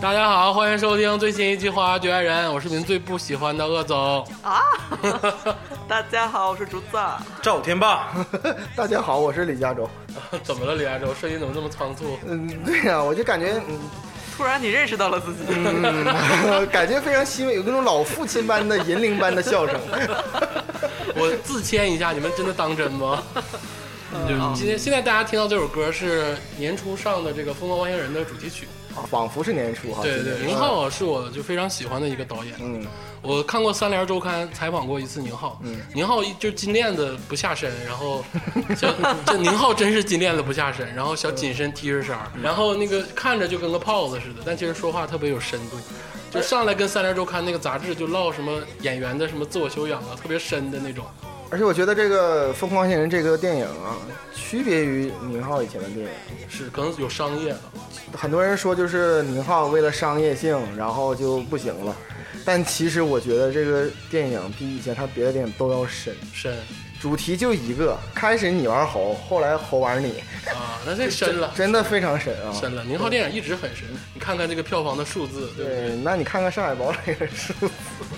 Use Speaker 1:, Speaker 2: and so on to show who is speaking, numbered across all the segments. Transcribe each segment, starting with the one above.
Speaker 1: 大家好，欢迎收听最新一期《花花局外人》，我是您最不喜欢的鄂总。
Speaker 2: 啊！大家好，我是竹子。
Speaker 3: 赵天霸，
Speaker 4: 大家好，我是李佳洲。
Speaker 1: 怎么了，李亚洲？声音怎么这么仓促？
Speaker 4: 嗯，对呀、我就感觉，
Speaker 2: 突然你认识到了自己，
Speaker 4: 嗯， 感觉非常欣慰，有那种老父亲般的银铃般的笑声。
Speaker 1: 我自谦一下，你们真的当真 吗？就是今天，现在大家听到这首歌是年初上的这个《疯狂外星人》的主题曲。
Speaker 4: 啊仿佛是年初哈。
Speaker 1: 哦对
Speaker 4: 今
Speaker 1: 对，
Speaker 4: 天
Speaker 1: 宁浩是我就非常喜欢的一个导演。
Speaker 4: 嗯，
Speaker 1: 我看过《三联周刊》采访过一次宁浩，宁浩一就金链子不下身，然后 小这宁浩真是金链子不下身，然后小紧身 T 恤衫，然后那个看着就跟个炮子似的，但其实说话特别有深度，就上来跟《三联周刊》那个杂志就唠什么演员的什么自我修养啊，特别深的那种。
Speaker 4: 而且我觉得这个《疯狂外星人》这个电影啊，区别于宁浩以前的电影，
Speaker 1: 是，可能有商业了，
Speaker 4: 很多人说就是宁浩为了商业性，然后就不行了。但其实我觉得这个电影比以前他别的电影都要深，
Speaker 1: 深
Speaker 4: 主题就一个，开始你玩猴，后来猴玩你，
Speaker 1: 啊，那这深了，
Speaker 4: 真的非常深啊。
Speaker 1: 深了。宁浩电影一直很深，你看看这个票房的数字，对不对？
Speaker 4: 对，那你看看上海堡垒的书，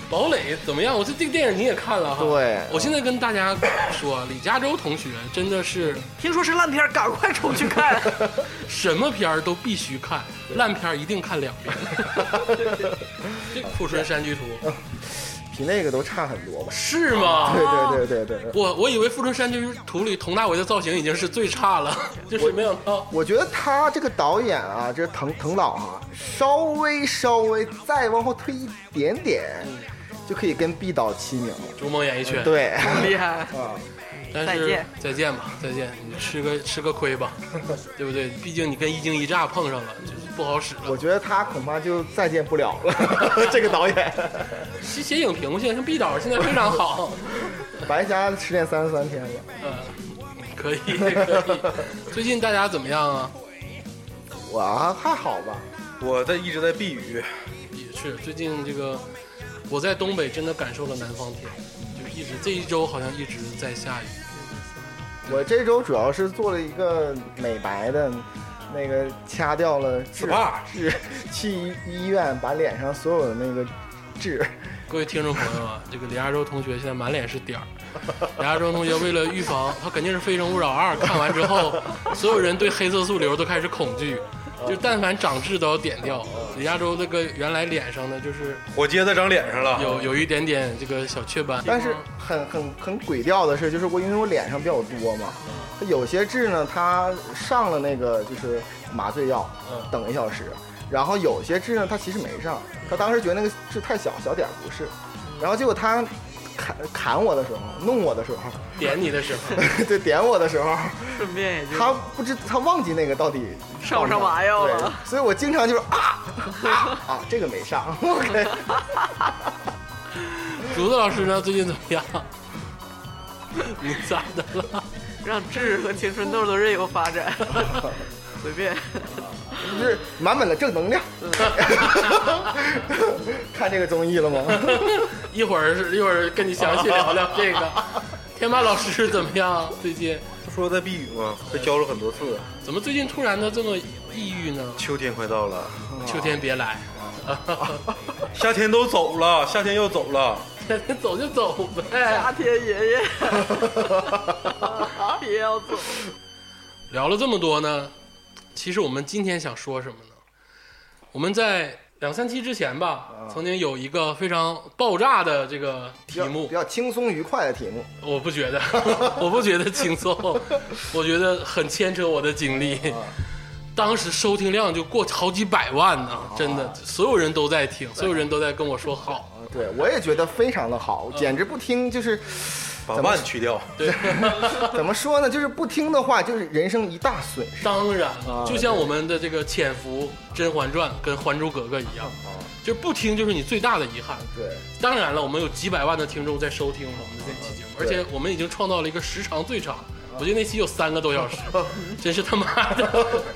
Speaker 1: 堡垒怎么样？我这这个电影你也看了哈？
Speaker 4: 对
Speaker 1: 我现在跟大家说，李佳洲同学真的是
Speaker 2: 听说是烂片儿，赶快冲去看。
Speaker 1: 什么片儿都必须看，烂片儿一定看两 遍。这《库存山居图
Speaker 4: 比那个都差很 多吧》？？
Speaker 1: 是吗？
Speaker 4: 对对对对对，
Speaker 1: 我我以为《富春山居图》里佟大为的造型已经是最差 了，就是没想到
Speaker 4: 我觉得他这个导演啊，这滕滕导啊，稍微稍微再往后退一点点，就可以跟毕导齐名了。
Speaker 1: 逐梦演艺圈。，
Speaker 4: 对，
Speaker 2: 厉害，
Speaker 4: 啊，
Speaker 1: 但
Speaker 2: 再
Speaker 1: 是
Speaker 2: 见
Speaker 1: 再见吧，再见，你吃个吃个亏 吧，对不对？毕竟你跟一惊一乍碰上了，就是不好使了
Speaker 4: 我。觉得他恐怕就再见不了了。 这个导演，
Speaker 1: 写写影评现在是毕导，现在非常好。
Speaker 4: 白瞎十点三十三天了，
Speaker 1: 嗯，可以 可以。最近大家怎么样啊？
Speaker 4: 我啊还好吧，
Speaker 3: 我在一直在避雨，
Speaker 1: 也是最近这个，我在东北真的感受了南方天，就一直这一周好像一直在下雨。
Speaker 4: 我这周主要是做了一个美白的，那个掐掉了痣
Speaker 1: SPA
Speaker 4: 痣，去医院把脸上所有的那个痣，
Speaker 1: 各位听众朋友 啊，这个李亚洲同学现在满脸是点儿。李亚洲同学为了预防，他肯定是《非诚勿扰二》看完之后， 所有人对黑色素瘤都开始恐惧，就但凡长痣都要点掉。李亚洲这个原来脸上呢，就是
Speaker 3: 火疖子长脸上了。
Speaker 1: 有有一点点这个小雀斑，
Speaker 4: 但是很很很鬼调的是，就是我因为我脸上比较多嘛，它有些痣呢，它上了那个就是麻醉药
Speaker 1: 嗯，
Speaker 4: 等一小时，然后有些痣呢，它其实没上，他当时觉得那个痣太小，小点儿不是，然后结果他砍砍我的时候，弄我的时候，
Speaker 1: 点你的时候，
Speaker 4: 对，点我的时候。
Speaker 2: 顺便也就
Speaker 4: 他不知他忘记那个到底
Speaker 2: 上不上麻药了
Speaker 4: 对所以我经常就是啊啊啊，这个没上。OK，
Speaker 1: 竹子老师呢，最近怎么样？ 你咋的了？
Speaker 2: 让痣和青春痘都任由发 展，随便。
Speaker 4: 就是满满的正能量。 看这个综艺了吗？
Speaker 1: 一会儿是一会儿跟你详细聊聊这个。天霸老师怎么样？最近
Speaker 3: 不说在避雨吗？被浇了很多次。
Speaker 1: 怎么最近突然的这么抑郁呢？
Speaker 3: 秋天快到了，
Speaker 1: 秋天别来，
Speaker 3: 夏天都走了，夏天要走了。
Speaker 1: 走就走呗。
Speaker 2: 夏天爷 爷，别要走。
Speaker 1: 聊了这么多呢，其实我们今天想说什么呢？我们在两三期之前吧，曾经有一个非常爆炸的这个题目
Speaker 4: 比，较轻松愉快的题目。
Speaker 1: 我不觉得， 我不觉得轻松， 我觉得很牵扯我的精力。当时收听量就过好几百万呢，真的，所有人都在听，所有人都在跟我说好。
Speaker 4: 啊对，我也觉得非常的
Speaker 1: 嗯
Speaker 4: 好，简直不 听就是
Speaker 3: 把
Speaker 4: 怎么
Speaker 3: 万去掉，
Speaker 1: 对，
Speaker 4: 怎么说呢？就是不听的话，就是人生一大损失。
Speaker 1: 当然了
Speaker 4: 啊，
Speaker 1: 就像我们的这个《潜伏》《甄嬛传》跟《还珠格格》一样，就不听就是你最大的遗憾。
Speaker 4: 对，
Speaker 1: 当然了，我们有几百万的听众在收听我们的这期节目，而且我们已经创造了一个时长最长，我觉得那期有三个多小时，真是他妈的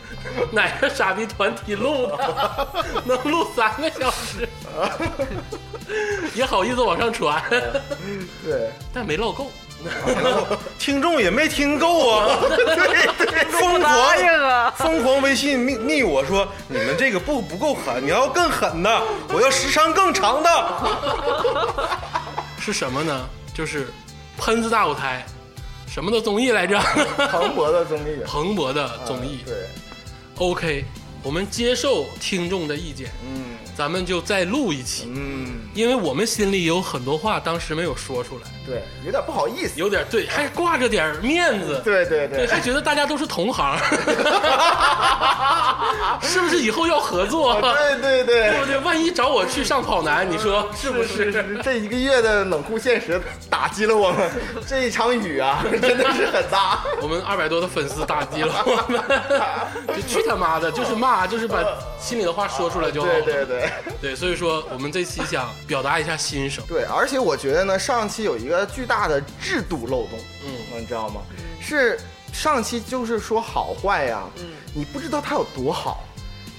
Speaker 1: 哪个傻逼团体录的，能录三个小时，也好意思往上传，
Speaker 4: 对，
Speaker 1: 但没唠够。
Speaker 3: 听众也没听够啊，疯
Speaker 2: 答应
Speaker 3: 狂
Speaker 2: 啊！
Speaker 3: 疯狂微信密密我说你们这个不不够狠，你要更狠的， 我要时长更长
Speaker 4: 哎
Speaker 3: 的。
Speaker 1: 是什么呢？就是喷子大舞台，什么的综艺来着？
Speaker 4: 庞博的综艺，
Speaker 1: 蓬勃的综艺
Speaker 4: 啊。对，
Speaker 1: OK，我们接受听众的意见，
Speaker 4: 嗯
Speaker 1: 咱们就再录一期，
Speaker 4: 嗯，
Speaker 1: 因为我们心里有很多话当时没有说出来，
Speaker 4: 对，有点不好意思，
Speaker 1: 有点对，还挂着点面子。
Speaker 4: 对对
Speaker 1: 对，
Speaker 4: 对，
Speaker 1: 还觉得大家都是同 行，是不是以后要合作？
Speaker 4: 对对
Speaker 1: 哦对
Speaker 4: 对
Speaker 1: 不。对？万一找我去上跑男，你说是不
Speaker 4: 是是是， 这一个月的冷酷现实打击了我 们，这一场雨啊， 真的是很大。
Speaker 1: 我们二百多的粉丝打击 了我们，就去他妈的，就是骂，就是把心里的话说出来就好了。
Speaker 4: 对 对对
Speaker 1: 对所以说我们这期想表达一下心声，
Speaker 4: 对，而且我觉得呢，上期有一个巨大的制度漏洞，
Speaker 1: 嗯，嗯
Speaker 4: 你知道吗？是上期就是说好坏呀、你不知道它有多好，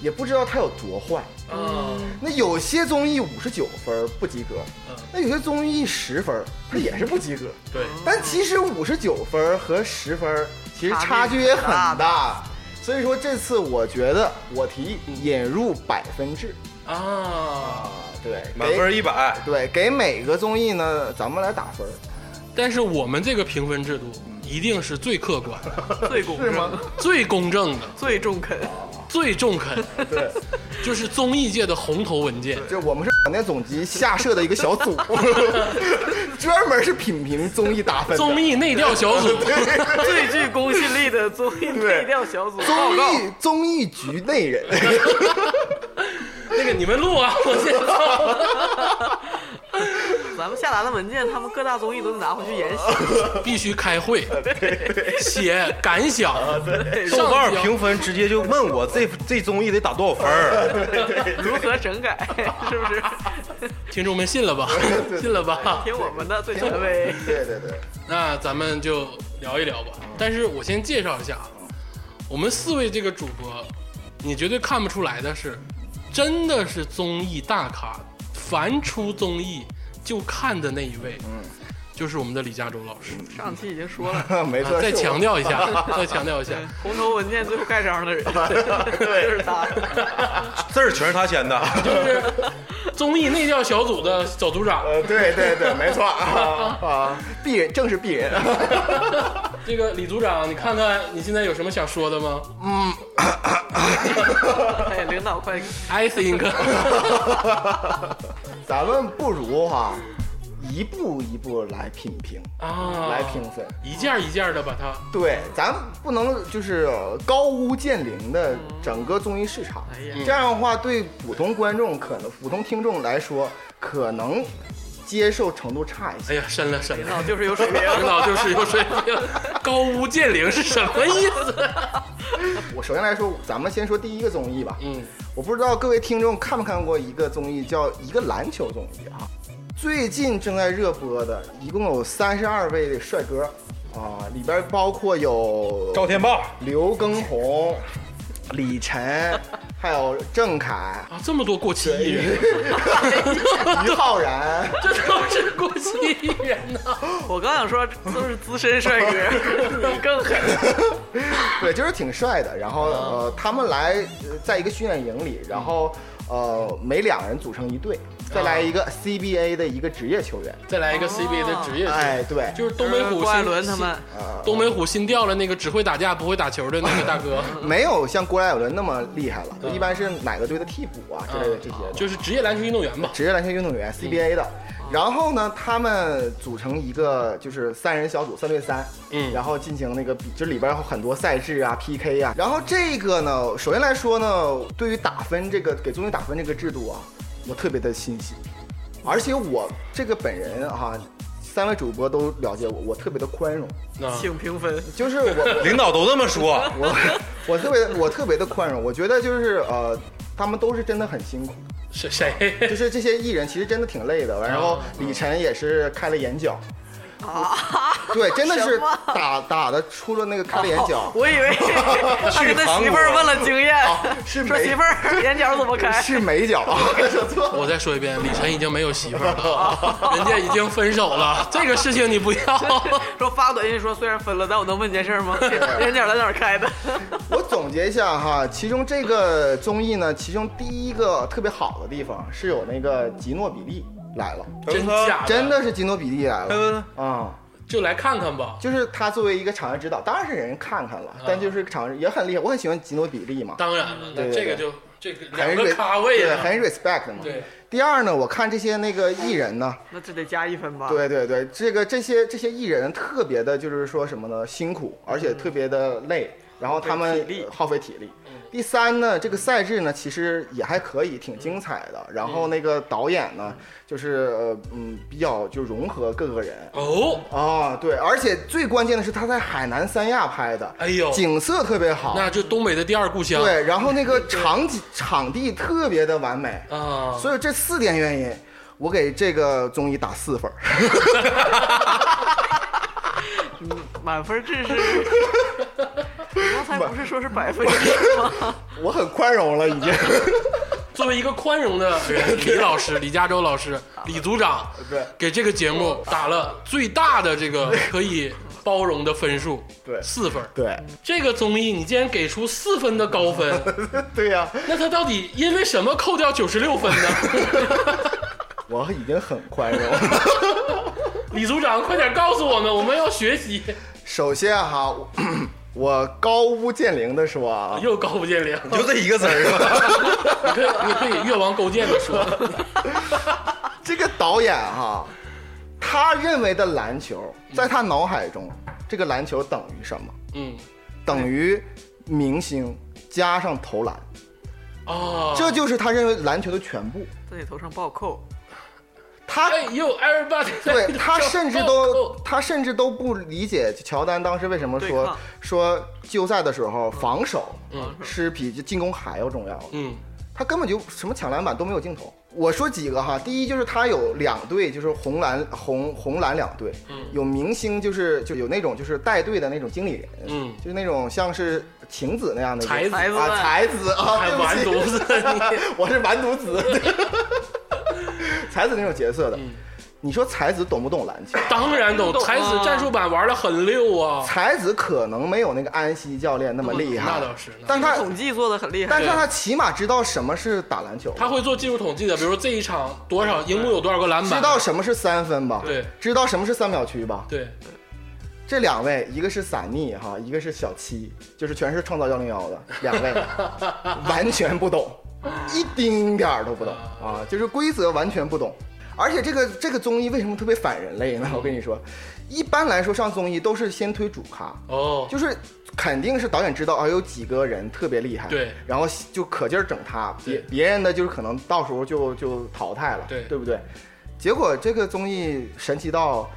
Speaker 4: 也不知道它有多坏。
Speaker 1: 嗯
Speaker 4: 那有些综艺五十九分不及格，
Speaker 1: 嗯，
Speaker 4: 那有些综艺十分它也是不 及格。
Speaker 1: 对，
Speaker 4: 但其实五十九分和十分其实差距也很
Speaker 2: 差距很
Speaker 4: 大，所以说这次我觉得我提议引入百分制
Speaker 1: 啊，
Speaker 4: 啊，对，
Speaker 3: 满
Speaker 4: 给
Speaker 3: 分一百，
Speaker 4: 对，给每个综艺呢，咱们来打分，
Speaker 1: 但是我们这个评分制度一定是最客观、
Speaker 2: 最公
Speaker 4: 是吗
Speaker 2: 正、？
Speaker 1: 最公正的、
Speaker 2: 最中 肯，
Speaker 1: 最中肯，
Speaker 4: 对，
Speaker 1: 就是综艺界的红头文件。
Speaker 4: 就我们是广电总局下设的一个 小组，专门是品评综艺打分的。
Speaker 1: 综艺内调小组，
Speaker 2: 最具公信力的综艺
Speaker 4: 对
Speaker 2: 内调小组报
Speaker 4: 综
Speaker 2: 告。
Speaker 4: 艺综艺局内 人，
Speaker 1: 那个你们录啊，我先走
Speaker 2: 咱们下达的文件，他们各大综艺都拿回去 研习。
Speaker 1: 了，必须开会，写感想，
Speaker 3: 豆
Speaker 1: 豆
Speaker 3: 瓣评分直接就问我这这综艺得打多少分 儿？
Speaker 2: 如何整改，是不是？
Speaker 1: 听众们信了吧？信了吧？
Speaker 2: 听我们的最权威。
Speaker 4: 对对对，
Speaker 1: 那咱们就聊一聊吧。但是
Speaker 4: 嗯
Speaker 1: 我先介绍一下啊，我们四位这个主播，你绝对看不出来的是，真的是综艺大咖，凡出综艺就看的那一位，嗯，就是我们的李佳洲老师。
Speaker 2: 上期已经说了，
Speaker 4: 没
Speaker 1: 啊
Speaker 4: 错。
Speaker 1: 再
Speaker 4: 嗯是我
Speaker 1: 强，调一 下，再强调一下，
Speaker 2: 红头文件最后盖章的人就是他。
Speaker 3: 字儿全是他签的，
Speaker 1: 就是综艺内调小组的小组长，
Speaker 4: 呃，对对对，没错啊啊，鄙人正是 鄙人。
Speaker 1: 这个李组长，你看看你现在有什么想说的吗嗯
Speaker 2: 哎，领导快，
Speaker 1: ？I think，
Speaker 4: 咱们不如哈、一步一步来品评，
Speaker 1: 啊，
Speaker 4: 来评分。
Speaker 1: 一件儿一件的把它，
Speaker 4: 对，咱不能就是高屋建瓴的整个综艺市场，
Speaker 2: 哎呀
Speaker 3: 嗯
Speaker 4: 这样的话对普通观众可能普通听众来说，可能接受程度差一些。
Speaker 1: 哎呀，深了深
Speaker 2: 领
Speaker 1: 了，
Speaker 2: 导就是有水 平。
Speaker 1: 领导就是有水平，高屋建瓴是什么意思？
Speaker 3: 嗯
Speaker 4: 我首先来说，咱们先说第一个综艺吧。
Speaker 1: 嗯，
Speaker 4: 我不知道各位听众看没看过一个综艺，叫一个篮球综艺啊，最近正在热播的，一共有三十二位帅哥啊，里边包括有
Speaker 3: 赵天霸。
Speaker 4: 刘畊宏、李晨，还有郑恺、
Speaker 1: 啊，这么多过气艺人，
Speaker 4: 于浩然。
Speaker 1: 这都是过气艺人呐。
Speaker 2: 我刚想说，都是资深帅哥， 你更狠。
Speaker 4: 对，就是挺帅的。然后呃，他们来呃在一个训练营里，然后呃，每两人组成一队，再来一个 CBA 的一个职业球员。
Speaker 1: 再来一个 CBA 的职业
Speaker 4: 哦哎，对，
Speaker 1: 就是东北虎
Speaker 2: 郭艾
Speaker 1: 新
Speaker 2: 伦他们，
Speaker 1: 东北虎新调了那个只会打架不会打球的那个大 哥，
Speaker 4: 没有像郭艾伦那么厉害了，就一般是哪个队的替补啊之类的这些的。
Speaker 1: 就是职业篮球运动员吧。
Speaker 4: 职业篮球运动员 CBA 的。然后呢，他们组成一个就是三人小组，三对三，
Speaker 1: 嗯
Speaker 4: 然后进行那个比，就里边有很多赛制啊、PK 啊。然后这个呢，首先来说呢，对于打分这个给综艺打分这个制度啊，我特别的欣喜，而且我这个本人啊，三位主播都了解我，我特别的宽容，
Speaker 1: 啊，
Speaker 2: 请评分。
Speaker 4: 就是我
Speaker 3: 领导都这么说，
Speaker 4: 我我特别我特别的宽容，我觉得就是呃，他们都是真的很辛苦，
Speaker 1: 谁谁
Speaker 4: 就是这些艺人其实真的挺累的，然后李晨也是开了眼角，对，真的是
Speaker 2: 啊什么哦
Speaker 4: 打打的出了那个开了眼角。
Speaker 2: 我以 为他跟他媳妇儿问了经验，
Speaker 4: 是
Speaker 2: 说
Speaker 4: 哦没
Speaker 2: 媳妇儿眼角怎么开？
Speaker 4: 是眉角，说错了。
Speaker 1: 我再说一遍，李晨已经没有媳妇儿了，人家已经分手了，这个事情你不要。
Speaker 2: 说发个短信说虽然分了，但我能问件事儿 吗？眼角在哪儿开的？
Speaker 4: 我总结一下哈，其中这个综艺呢，其中第一个特别好的地方是有那个吉诺比利来了，
Speaker 1: 真假的嗯
Speaker 4: 真的是吉诺比利来
Speaker 3: 哎
Speaker 4: 了
Speaker 3: 不不
Speaker 4: 啊、
Speaker 1: 就来看看吧。
Speaker 4: 就是他作为一个场上指导，当然是人看看了，但就是场上也很厉害。我很喜欢吉诺比利嘛，
Speaker 1: 嗯当然了，那
Speaker 4: 对对
Speaker 1: 这个
Speaker 4: 对
Speaker 1: 就这个两
Speaker 4: 很
Speaker 1: 个
Speaker 4: re-
Speaker 1: 咖位
Speaker 4: 对，
Speaker 1: 啊，
Speaker 4: 很 respect 嘛。
Speaker 1: 对。
Speaker 4: 第二呢，我看这些那个艺人呢，
Speaker 2: 那这得加一分吧？，
Speaker 4: 对对对，这个这些这些艺人特别的，就是说什么呢？辛苦，而且特别的累，然后他们
Speaker 2: 耗费体力
Speaker 4: 呃耗费体力。第三呢，这个赛制呢，其实也还可以，挺精彩的。然后那个导演呢，就是呃嗯，比较就融合各个人。
Speaker 1: 哦，
Speaker 4: 啊，对，而且最关键的是他在海南三亚拍的，
Speaker 1: 哎呦
Speaker 4: 景色特别好，
Speaker 1: 那就东北的第二故乡。
Speaker 4: 对，然后那个场景场地特别的完美，
Speaker 1: 啊，
Speaker 4: 所以这四点原因，我给这个综艺打四分儿。
Speaker 2: 满分制是。 你刚才不是说是百分制 吗？
Speaker 4: 我很宽容了，已经。
Speaker 1: 作为一个宽容的人，李老师、李加州老 师、李组长，
Speaker 4: 对
Speaker 1: 给这个节目打了最大的这个可以包容的分数，
Speaker 4: 对
Speaker 1: 四分儿。
Speaker 4: 对，
Speaker 1: 这个综艺你竟然给出四分的高 分，
Speaker 4: 对呀、
Speaker 1: 那他到底因为什么扣掉九十六分呢？
Speaker 4: 我已经很宽容了。
Speaker 1: 李组长，快点告诉我们，我们要学习。
Speaker 4: 首先哈，我我高屋建瓴的说啊，
Speaker 1: 又高不见良，
Speaker 3: 就这一个词儿是吧？
Speaker 1: 你可以你可以越王勾践的说，
Speaker 4: 这个导演哈，他认为的篮球，在他脑海中，这个篮球等于什么？
Speaker 1: 嗯，
Speaker 4: 等于明星加上投篮，
Speaker 1: 哦，
Speaker 4: 这就是他认为篮球的全部。
Speaker 2: 在你头上暴扣，
Speaker 4: 他
Speaker 1: 哎呦，everybody，
Speaker 4: 对 他甚至都
Speaker 1: 哦
Speaker 4: 他甚至都不理解乔丹当时为什么
Speaker 2: 对
Speaker 4: 说
Speaker 2: 抗
Speaker 4: 说季后赛的时候防守
Speaker 1: 嗯
Speaker 4: 是比进攻还要重要的。
Speaker 1: 嗯
Speaker 4: 他根本就什么抢篮板都没有镜头。我说几个哈，第一就是他有两队，就是红蓝红红蓝两队，
Speaker 1: 嗯
Speaker 4: 有明星就是就有那种就是带队的那种经理人，
Speaker 1: 嗯
Speaker 4: 就是那种像是晴子那样的
Speaker 1: 才
Speaker 4: 人
Speaker 1: 子
Speaker 2: 孩子
Speaker 4: 啊
Speaker 2: 们，
Speaker 4: 才子啊，
Speaker 1: 还
Speaker 4: 对
Speaker 1: 完犊
Speaker 4: 不起，
Speaker 1: 子，你
Speaker 4: 我是完犊子，才子那种角色的。
Speaker 1: 嗯
Speaker 4: 你说才子懂不懂篮球？
Speaker 1: 当然懂，才子战术版玩的很溜啊，
Speaker 4: 才子可能没有那个安西教练那么厉害，
Speaker 1: 嗯那倒是那倒是
Speaker 4: 但他
Speaker 2: 统计做的很厉害
Speaker 4: 但。是他起码知道什么是打篮球，
Speaker 1: 他会做技术统计的，比如说这一场多少荧幕有多少个篮板，
Speaker 4: 知道什么是三分吧？
Speaker 1: 对
Speaker 4: 知道什么是三秒区吧？
Speaker 1: 对，
Speaker 4: 这两位，一个是散逆哈，一个是小七，就是全是创造幺零幺的两位，完全不懂，一丁点儿都不懂啊，就是规则完全不懂。而且这个这个综艺为什么特别反人类呢？我跟你说，一般来说上综艺都是先推主咖，
Speaker 1: 哦，
Speaker 4: 就是肯定是导演知道啊，有几个人特别厉害，
Speaker 1: 对
Speaker 4: 然后就可劲儿整他，别
Speaker 1: 对
Speaker 4: 别人的就是可能到时候就就淘汰了，
Speaker 1: 对
Speaker 4: 对不对？结果这个综艺神奇到，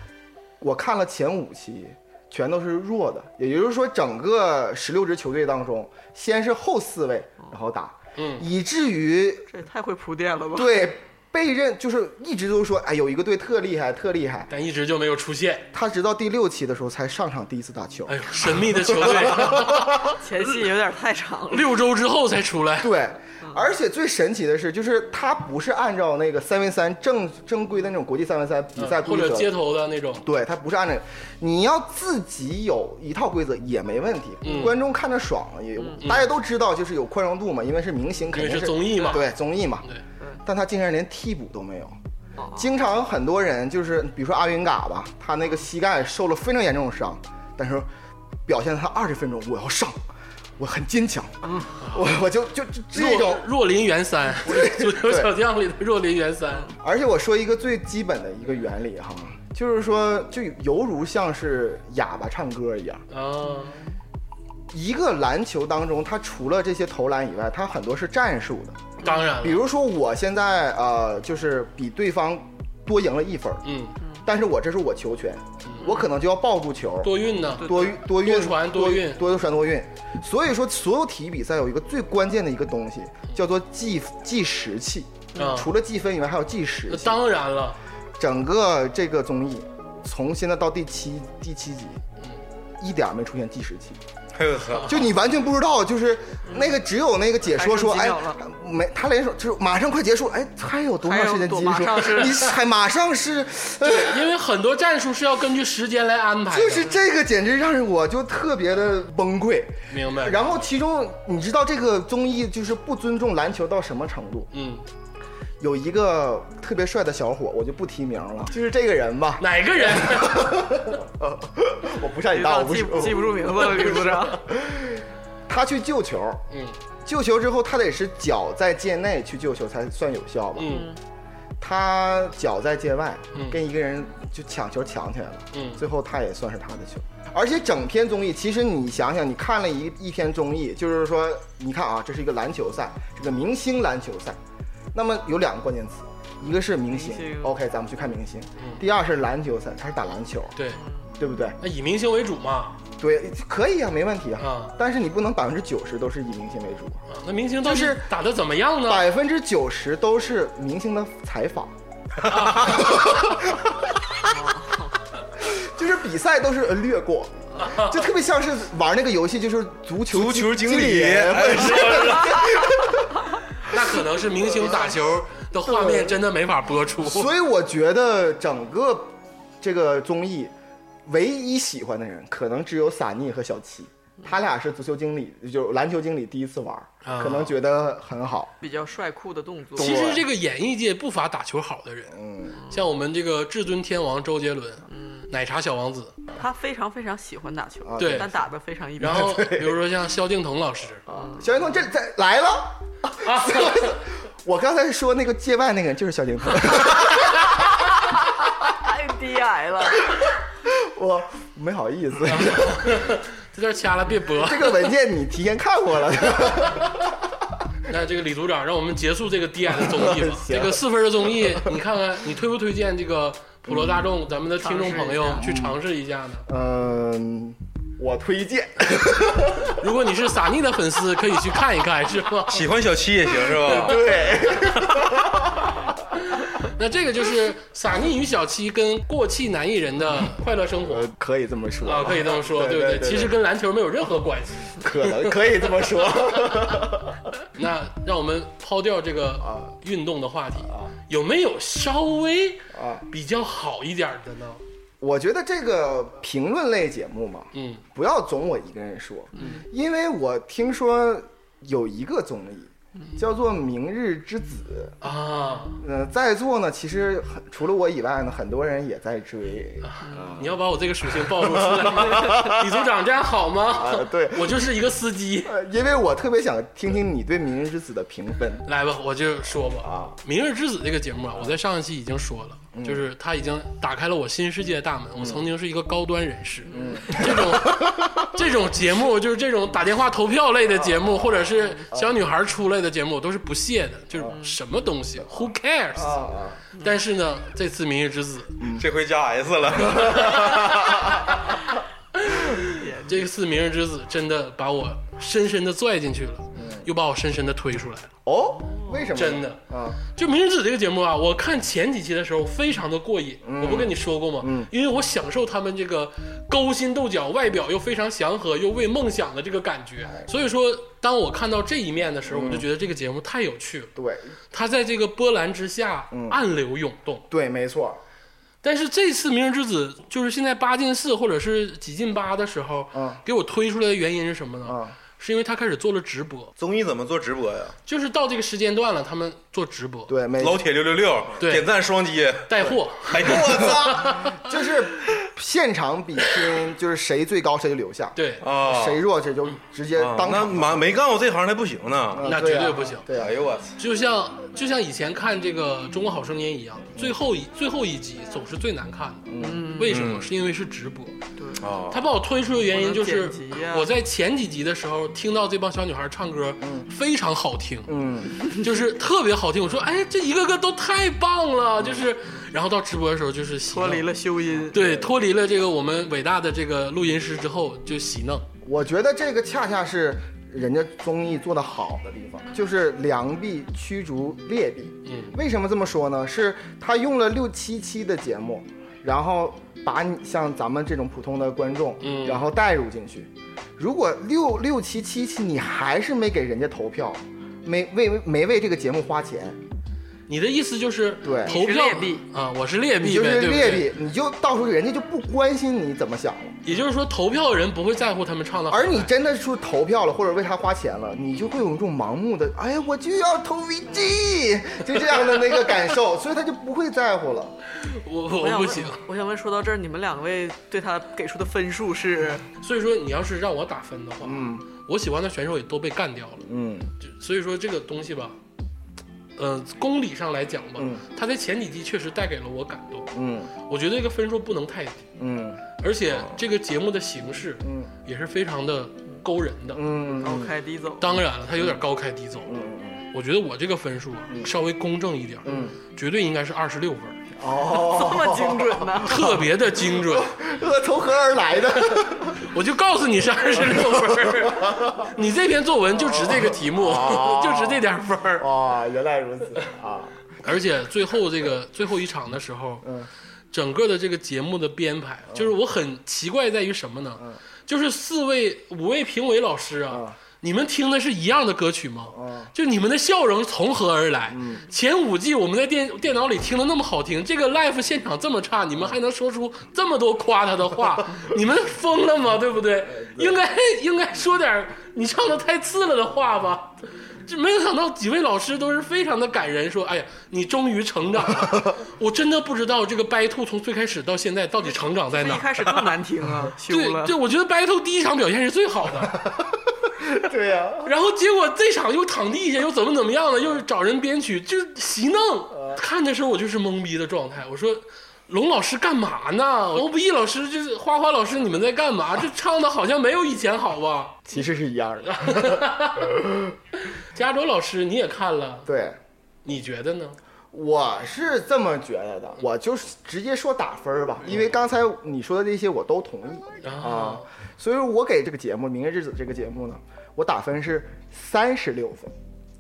Speaker 4: 我看了前五期。全都是弱的，也就是说，整个十六支球队当中，先是后四位，然后打，
Speaker 1: 哦嗯
Speaker 4: 以 至于
Speaker 2: 这也太会铺垫了吧？
Speaker 4: 对被认就是一直都说，哎，有一个队特厉害，特厉害。
Speaker 1: 但一直就没有出现，
Speaker 4: 他直到第六期的时候才上场第一次打球，
Speaker 1: 哎 呦，神秘的球队
Speaker 2: 前戏有点太长了。
Speaker 1: 六周之后才出 来，
Speaker 4: 对，而且最神奇的是，就是他不是按照那个三 v 三正正规的那种国际三 v 三比赛
Speaker 1: 啊嗯或
Speaker 4: 规
Speaker 1: 者街
Speaker 4: 则，
Speaker 1: 头的那种，
Speaker 4: 对他不是按照，你要自己有一套规则也没问题，
Speaker 1: 嗯
Speaker 4: 观众看着爽也，大家都知道就是有宽容度嘛，因为是明星，
Speaker 1: 因
Speaker 4: 肯
Speaker 1: 为
Speaker 4: 定
Speaker 1: 是综艺嘛，
Speaker 4: 对综艺嘛，
Speaker 1: 对，
Speaker 4: 但他竟然连替补都没有。
Speaker 2: 嗯哦
Speaker 4: 经常有很多人就是，比如说阿云嘎吧，他那个膝盖受了非常严重的伤，但是表现他二十分钟，我要上，我很坚强，
Speaker 1: 嗯
Speaker 4: 我我就就就这种
Speaker 1: 若若林元 三，足球小将里的若林元三，
Speaker 4: 而且我说一个最基本的一个原理哈，就是说，就犹如像是哑巴唱歌一样。
Speaker 1: 啊，
Speaker 4: 一个篮球当中，它除了这些投篮以外，它很多是战术的。
Speaker 1: 当然
Speaker 4: 比
Speaker 1: 了，
Speaker 4: 如说，我现在呃，就是比对方多赢了一分儿，
Speaker 1: 嗯，
Speaker 4: 但是我这是我球权，我可能就要抱住球，
Speaker 1: 多运呢，
Speaker 4: 多运多运
Speaker 1: 多传多运
Speaker 4: 多多传多运。所以说，所有体育比赛有一个最关键的一个东西，叫做计计时器
Speaker 1: 嗯。
Speaker 4: 除了计分以外，还有计时
Speaker 1: 那
Speaker 4: 器。
Speaker 1: 当然了，
Speaker 4: 整个这个综艺从现在到第七第七集，
Speaker 1: 嗯
Speaker 4: 一点儿没出现计时器，
Speaker 3: 哎呦我操！
Speaker 4: 就你完全不知道，就是那个只有那个解说说，
Speaker 2: 还
Speaker 4: 哎
Speaker 2: 剩几秒了，
Speaker 4: 没他连说就是马上快结束，哎，还有多长时间结
Speaker 2: 还有多马上
Speaker 4: 束？
Speaker 2: 是
Speaker 4: 你还马上是， 呃
Speaker 1: 因为很多战术是要根据时间来安排的，
Speaker 4: 就是这个简直让我就特别的崩溃。
Speaker 1: 明白。
Speaker 4: 然后其中你知道这个综艺就是不尊重篮球到什么程度？
Speaker 1: 嗯，
Speaker 4: 有一个特别帅的小伙，我就不提名了，就是这个人吧，
Speaker 1: 哪个 人？
Speaker 4: 我不上你当，我不
Speaker 2: 记
Speaker 4: 是
Speaker 2: 记不住名字了，吕部长。
Speaker 4: 他去救球，
Speaker 1: 嗯
Speaker 4: 救球之后他得是脚在界内去救球才算有效吧？
Speaker 1: 嗯
Speaker 4: 他脚在界外
Speaker 1: 嗯，
Speaker 4: 跟一个人就抢球抢起来了，
Speaker 1: 嗯
Speaker 4: 最后他也算是他的球。而且整篇综艺，其实你想想，你看了一一篇综艺，就是说，你看啊，这是一个篮球赛，这个明星篮球赛，那么有两个关键词，一个是明星
Speaker 2: 明星
Speaker 4: o k 咱们去看明星；
Speaker 1: 嗯
Speaker 4: 第二是篮球赛，他是打篮球，
Speaker 1: 对，
Speaker 4: 对不对？
Speaker 1: 那以明星为主嘛。
Speaker 4: 对，可以啊，没问题啊。
Speaker 1: 啊
Speaker 4: 但是你不能百分之九十都是以明星为主，
Speaker 1: 啊，那明星到底
Speaker 4: 就是
Speaker 1: 打的怎么样呢？
Speaker 4: 百分之九十都是明星的采访， 就是比赛都是略过，就特别像是玩那个游戏，就是足球
Speaker 3: 足球
Speaker 4: 经
Speaker 3: 经理，
Speaker 4: 或者
Speaker 3: 哎
Speaker 4: 是
Speaker 1: 那可能是明星打球的画面真的没法播出。
Speaker 4: 所以我觉得整个这个综艺，唯一喜欢的人可能只有萨尼和小齐，他俩是足球经理，就是篮球经理第一次玩，
Speaker 1: 啊
Speaker 4: 可能觉得很好。
Speaker 2: 比较帅酷的动 作，
Speaker 1: 其实这个演艺界不乏打球好的人，
Speaker 4: 嗯，
Speaker 1: 像我们这个至尊天王周杰伦，奶茶小王子，
Speaker 2: 他非常非常喜欢打球，
Speaker 4: 啊
Speaker 1: 对
Speaker 2: 但打的非常一般。
Speaker 1: 然 后比如说像萧敬腾老师，
Speaker 3: 啊
Speaker 4: 小灵通这这来了。 我刚才说那个界外那个人就是小灵通，
Speaker 2: 太低矮了，
Speaker 4: 我没好意思，
Speaker 1: 在这儿掐了别播。
Speaker 4: 这个文件你提前看过了。。
Speaker 1: 那这个李组长，让我们结束这个低矮的综艺吧 这个四分的综艺，你看看你推不推荐这个普罗大众、咱们的听众朋友去尝试一下呢？
Speaker 4: 嗯，我推荐，
Speaker 1: 如果你是撒尼的粉丝，可以去看一看，是吧？
Speaker 3: 喜欢小七也行是 吧？
Speaker 4: 对，
Speaker 1: 那这个就是撒尼与小七跟过气男艺人的快乐生活
Speaker 4: 呃，可以这么说
Speaker 1: 啊，可以这么说，
Speaker 4: 对
Speaker 1: 不
Speaker 4: 对
Speaker 1: 对？
Speaker 4: 对
Speaker 1: 其实跟篮球没有任何关系。
Speaker 4: 可能可以这么说。
Speaker 1: 那让我们抛掉这个
Speaker 4: 啊
Speaker 1: 运动的话题
Speaker 4: 啊，
Speaker 1: 有没有稍微
Speaker 4: 啊
Speaker 1: 比较好一点的呢？
Speaker 4: 我觉得这个评论类节目嘛，
Speaker 1: 嗯
Speaker 4: 不要总我一个人说，因为我听说有一个综
Speaker 1: 嗯
Speaker 4: 艺叫做《明日之子》，
Speaker 1: 啊，
Speaker 4: 呃，在座呢，其实很除了我以外呢，很多人也在追。
Speaker 1: 你要把我这个属性暴露出 来，李组长这样好吗？
Speaker 4: 啊对
Speaker 1: 我就是一个司机。
Speaker 4: 呃，因为我特别想听听你对《明日之子》的评分。
Speaker 1: 来吧，我就说吧。
Speaker 4: 啊嗯
Speaker 1: 《明日之子》这个节目啊，我在上一期已经说了，就是它已经打开了我新世界的大门。我曾经是一个高端人士，
Speaker 4: 嗯
Speaker 1: 这 种这种节目，就是这种打电话投票类的节
Speaker 4: 啊
Speaker 1: 目，或者是小女孩出来的节目，我都是不屑的，就是什么东西，Who cares？、
Speaker 4: 啊啊！
Speaker 1: 但是呢，这次《明日之子》
Speaker 3: 这回加 S 了，
Speaker 1: 这次《明日之子》真的把我深深的拽进去了，又把我深深的推出来了。
Speaker 4: 哦，为什么？
Speaker 1: 真的
Speaker 4: 啊，
Speaker 1: 就《明日之子》这个节目啊，我看前几期的时候非常的过瘾，我不跟你说过吗？因为我享受他们这个勾心斗角、外表又非常祥和又为梦想的这个感觉。所以说，当我看到这一面的时候，我就觉得这个节目太有趣了。
Speaker 4: 对
Speaker 1: 它在这个波澜之下，暗流涌动。
Speaker 4: 对，没错。
Speaker 1: 但是这次《明日之子》就是现在八进四或者是几进八的时候，
Speaker 4: 嗯
Speaker 1: 给我推出来的原因是什么呢？
Speaker 4: 嗯
Speaker 1: 是因为他开始做了直播，
Speaker 3: 综艺怎么做直播呀？
Speaker 1: 就是到这个时间段了，他们做直播
Speaker 4: 对，没
Speaker 3: 老铁六六六，
Speaker 1: 对
Speaker 3: 点赞双 击，
Speaker 1: 带货。
Speaker 3: 哎呦我
Speaker 4: 就是现场比拼，就是谁最高谁就留下，
Speaker 1: 对，哦
Speaker 3: 操！ 啊，
Speaker 4: 谁弱谁就直接
Speaker 3: 啊
Speaker 4: 当
Speaker 3: 那
Speaker 4: 场。
Speaker 3: 马没干过这行那不行呢。
Speaker 4: 啊
Speaker 1: 那
Speaker 4: 对啊
Speaker 1: 绝对不行
Speaker 4: 对啊
Speaker 3: 哎，呦我操！
Speaker 1: 就像就像以前看这个《中国好声音》一样，最后一最后一集总是最难看的。为什么？
Speaker 3: 嗯
Speaker 1: 是因为是直播。
Speaker 3: 啊，
Speaker 1: 他把我推出的原因就是
Speaker 2: 不能剪辑啊，
Speaker 1: 我在前几集的时候听到这帮小女孩唱歌，非常好听，
Speaker 4: 嗯，
Speaker 1: 就是特别好听。我说，哎，这一个个都太棒了，就是。然后到直播的时候就是洗
Speaker 2: 脱
Speaker 1: 脑
Speaker 2: 离了修音。
Speaker 1: 对，脱离了这个我们伟大的这个录音师之后就洗弄。
Speaker 4: 我觉得这个恰恰是人家综艺做的好的地方，就是良币驱逐劣币。
Speaker 1: 嗯
Speaker 4: 为什么这么说呢？是他用了六七期的节目，然后把你像咱们这种普通的观众，
Speaker 1: 嗯
Speaker 4: 然后带入进去。如果六六期七期你还是没给人家投票，没为没为这个节目花钱，
Speaker 1: 你的意思就是
Speaker 4: 对
Speaker 1: 投
Speaker 2: 你是
Speaker 1: 票
Speaker 2: 劣币
Speaker 1: 啊，我是劣
Speaker 4: 你
Speaker 1: 币
Speaker 4: 就
Speaker 1: 呗，
Speaker 4: 是
Speaker 1: 对不
Speaker 4: 劣
Speaker 1: 对？
Speaker 4: 币，你就到时候人家就不关心你怎么想了。
Speaker 1: 也就是说，投票人不会在乎他们唱的好
Speaker 4: 而你真的是投票了，或者为他花钱了，你就会有一种盲目的，哎呀，我就要投 VG，就这样的那个感受，所以他就不会在乎了。
Speaker 1: 我
Speaker 2: 我
Speaker 1: 我
Speaker 2: 想
Speaker 1: 不
Speaker 2: 问
Speaker 1: 行。
Speaker 2: 我想问，说到这儿，你们两位对他给出的分数是？
Speaker 1: 所以说，你要是让我打分的话，
Speaker 4: 嗯
Speaker 1: 我喜欢的选手也都被干掉了。
Speaker 4: 嗯
Speaker 1: 就所以说这个东西吧，呃，公理上来讲吧
Speaker 4: 嗯，
Speaker 1: 他在前几季确实带给了我感动。
Speaker 4: 嗯
Speaker 1: 我觉得这个分数不能太低，
Speaker 4: 嗯
Speaker 1: 而且这个节目的形式
Speaker 4: 嗯
Speaker 1: 也是非常的勾人的。
Speaker 4: 嗯
Speaker 2: 高开低走，
Speaker 1: 当然了，他有点高开低走了。我觉得我这个分数啊，稍微公正一点，
Speaker 4: 嗯，
Speaker 1: 绝对应该是二十六分，
Speaker 4: 哦，
Speaker 2: 这么精准呢？
Speaker 1: 特别的精 准。
Speaker 4: 呃，从何而来的？
Speaker 1: 我就告诉你是二十六 分，你这篇作文就值这个题目， 就值这点分儿。
Speaker 4: 哦，原来如此啊，
Speaker 1: 而且最后这个最后一场的时候，
Speaker 4: 嗯
Speaker 1: 整个的这个节目的编排，就是我很奇怪在于什么呢？就是四位五位评委老师啊
Speaker 4: 嗯，
Speaker 1: 你们听的是一样的歌曲吗？
Speaker 4: 嗯
Speaker 1: 就你们的笑容从何而来？前五季我们在电电脑里听的那么好听，这个 live 现场这么差，你们还能说出这么多夸他的话？你们疯了吗？对不对？应该应该说点儿你唱的太次了的话吧。这没有想到几位老师都是非常的感人，说：“哎呀，你终于成长了。”我真的不知道这个 battle 从最开始到现在到底成长在
Speaker 2: 这
Speaker 1: 哪
Speaker 2: 一
Speaker 1: 儿。
Speaker 2: 开始更难听啊，羞
Speaker 1: 对
Speaker 2: 了
Speaker 1: 对，。我觉得 battle 第一场表现是最好的。
Speaker 4: 对呀、
Speaker 1: 然后结果这场又躺地下，又怎么怎么样了，又是找人编曲，就是洗
Speaker 4: 呃
Speaker 1: 弄。看的时候我就是懵逼的状态，我说。龙老师干嘛呢？王不义老师就是花花老师，你们在干 嘛？这唱的好像没有以前好啊吧？
Speaker 4: 其实是一样的。
Speaker 1: 加州老师你也看了，
Speaker 4: 对，
Speaker 1: 你觉得呢？
Speaker 4: 我是这么觉得的，我就是直接说打分儿吧，因为刚才你说的这些我都同意啊
Speaker 1: 啊，
Speaker 4: 所以说我给这个节目《明日之子》这个节目呢，我打分是三十六分。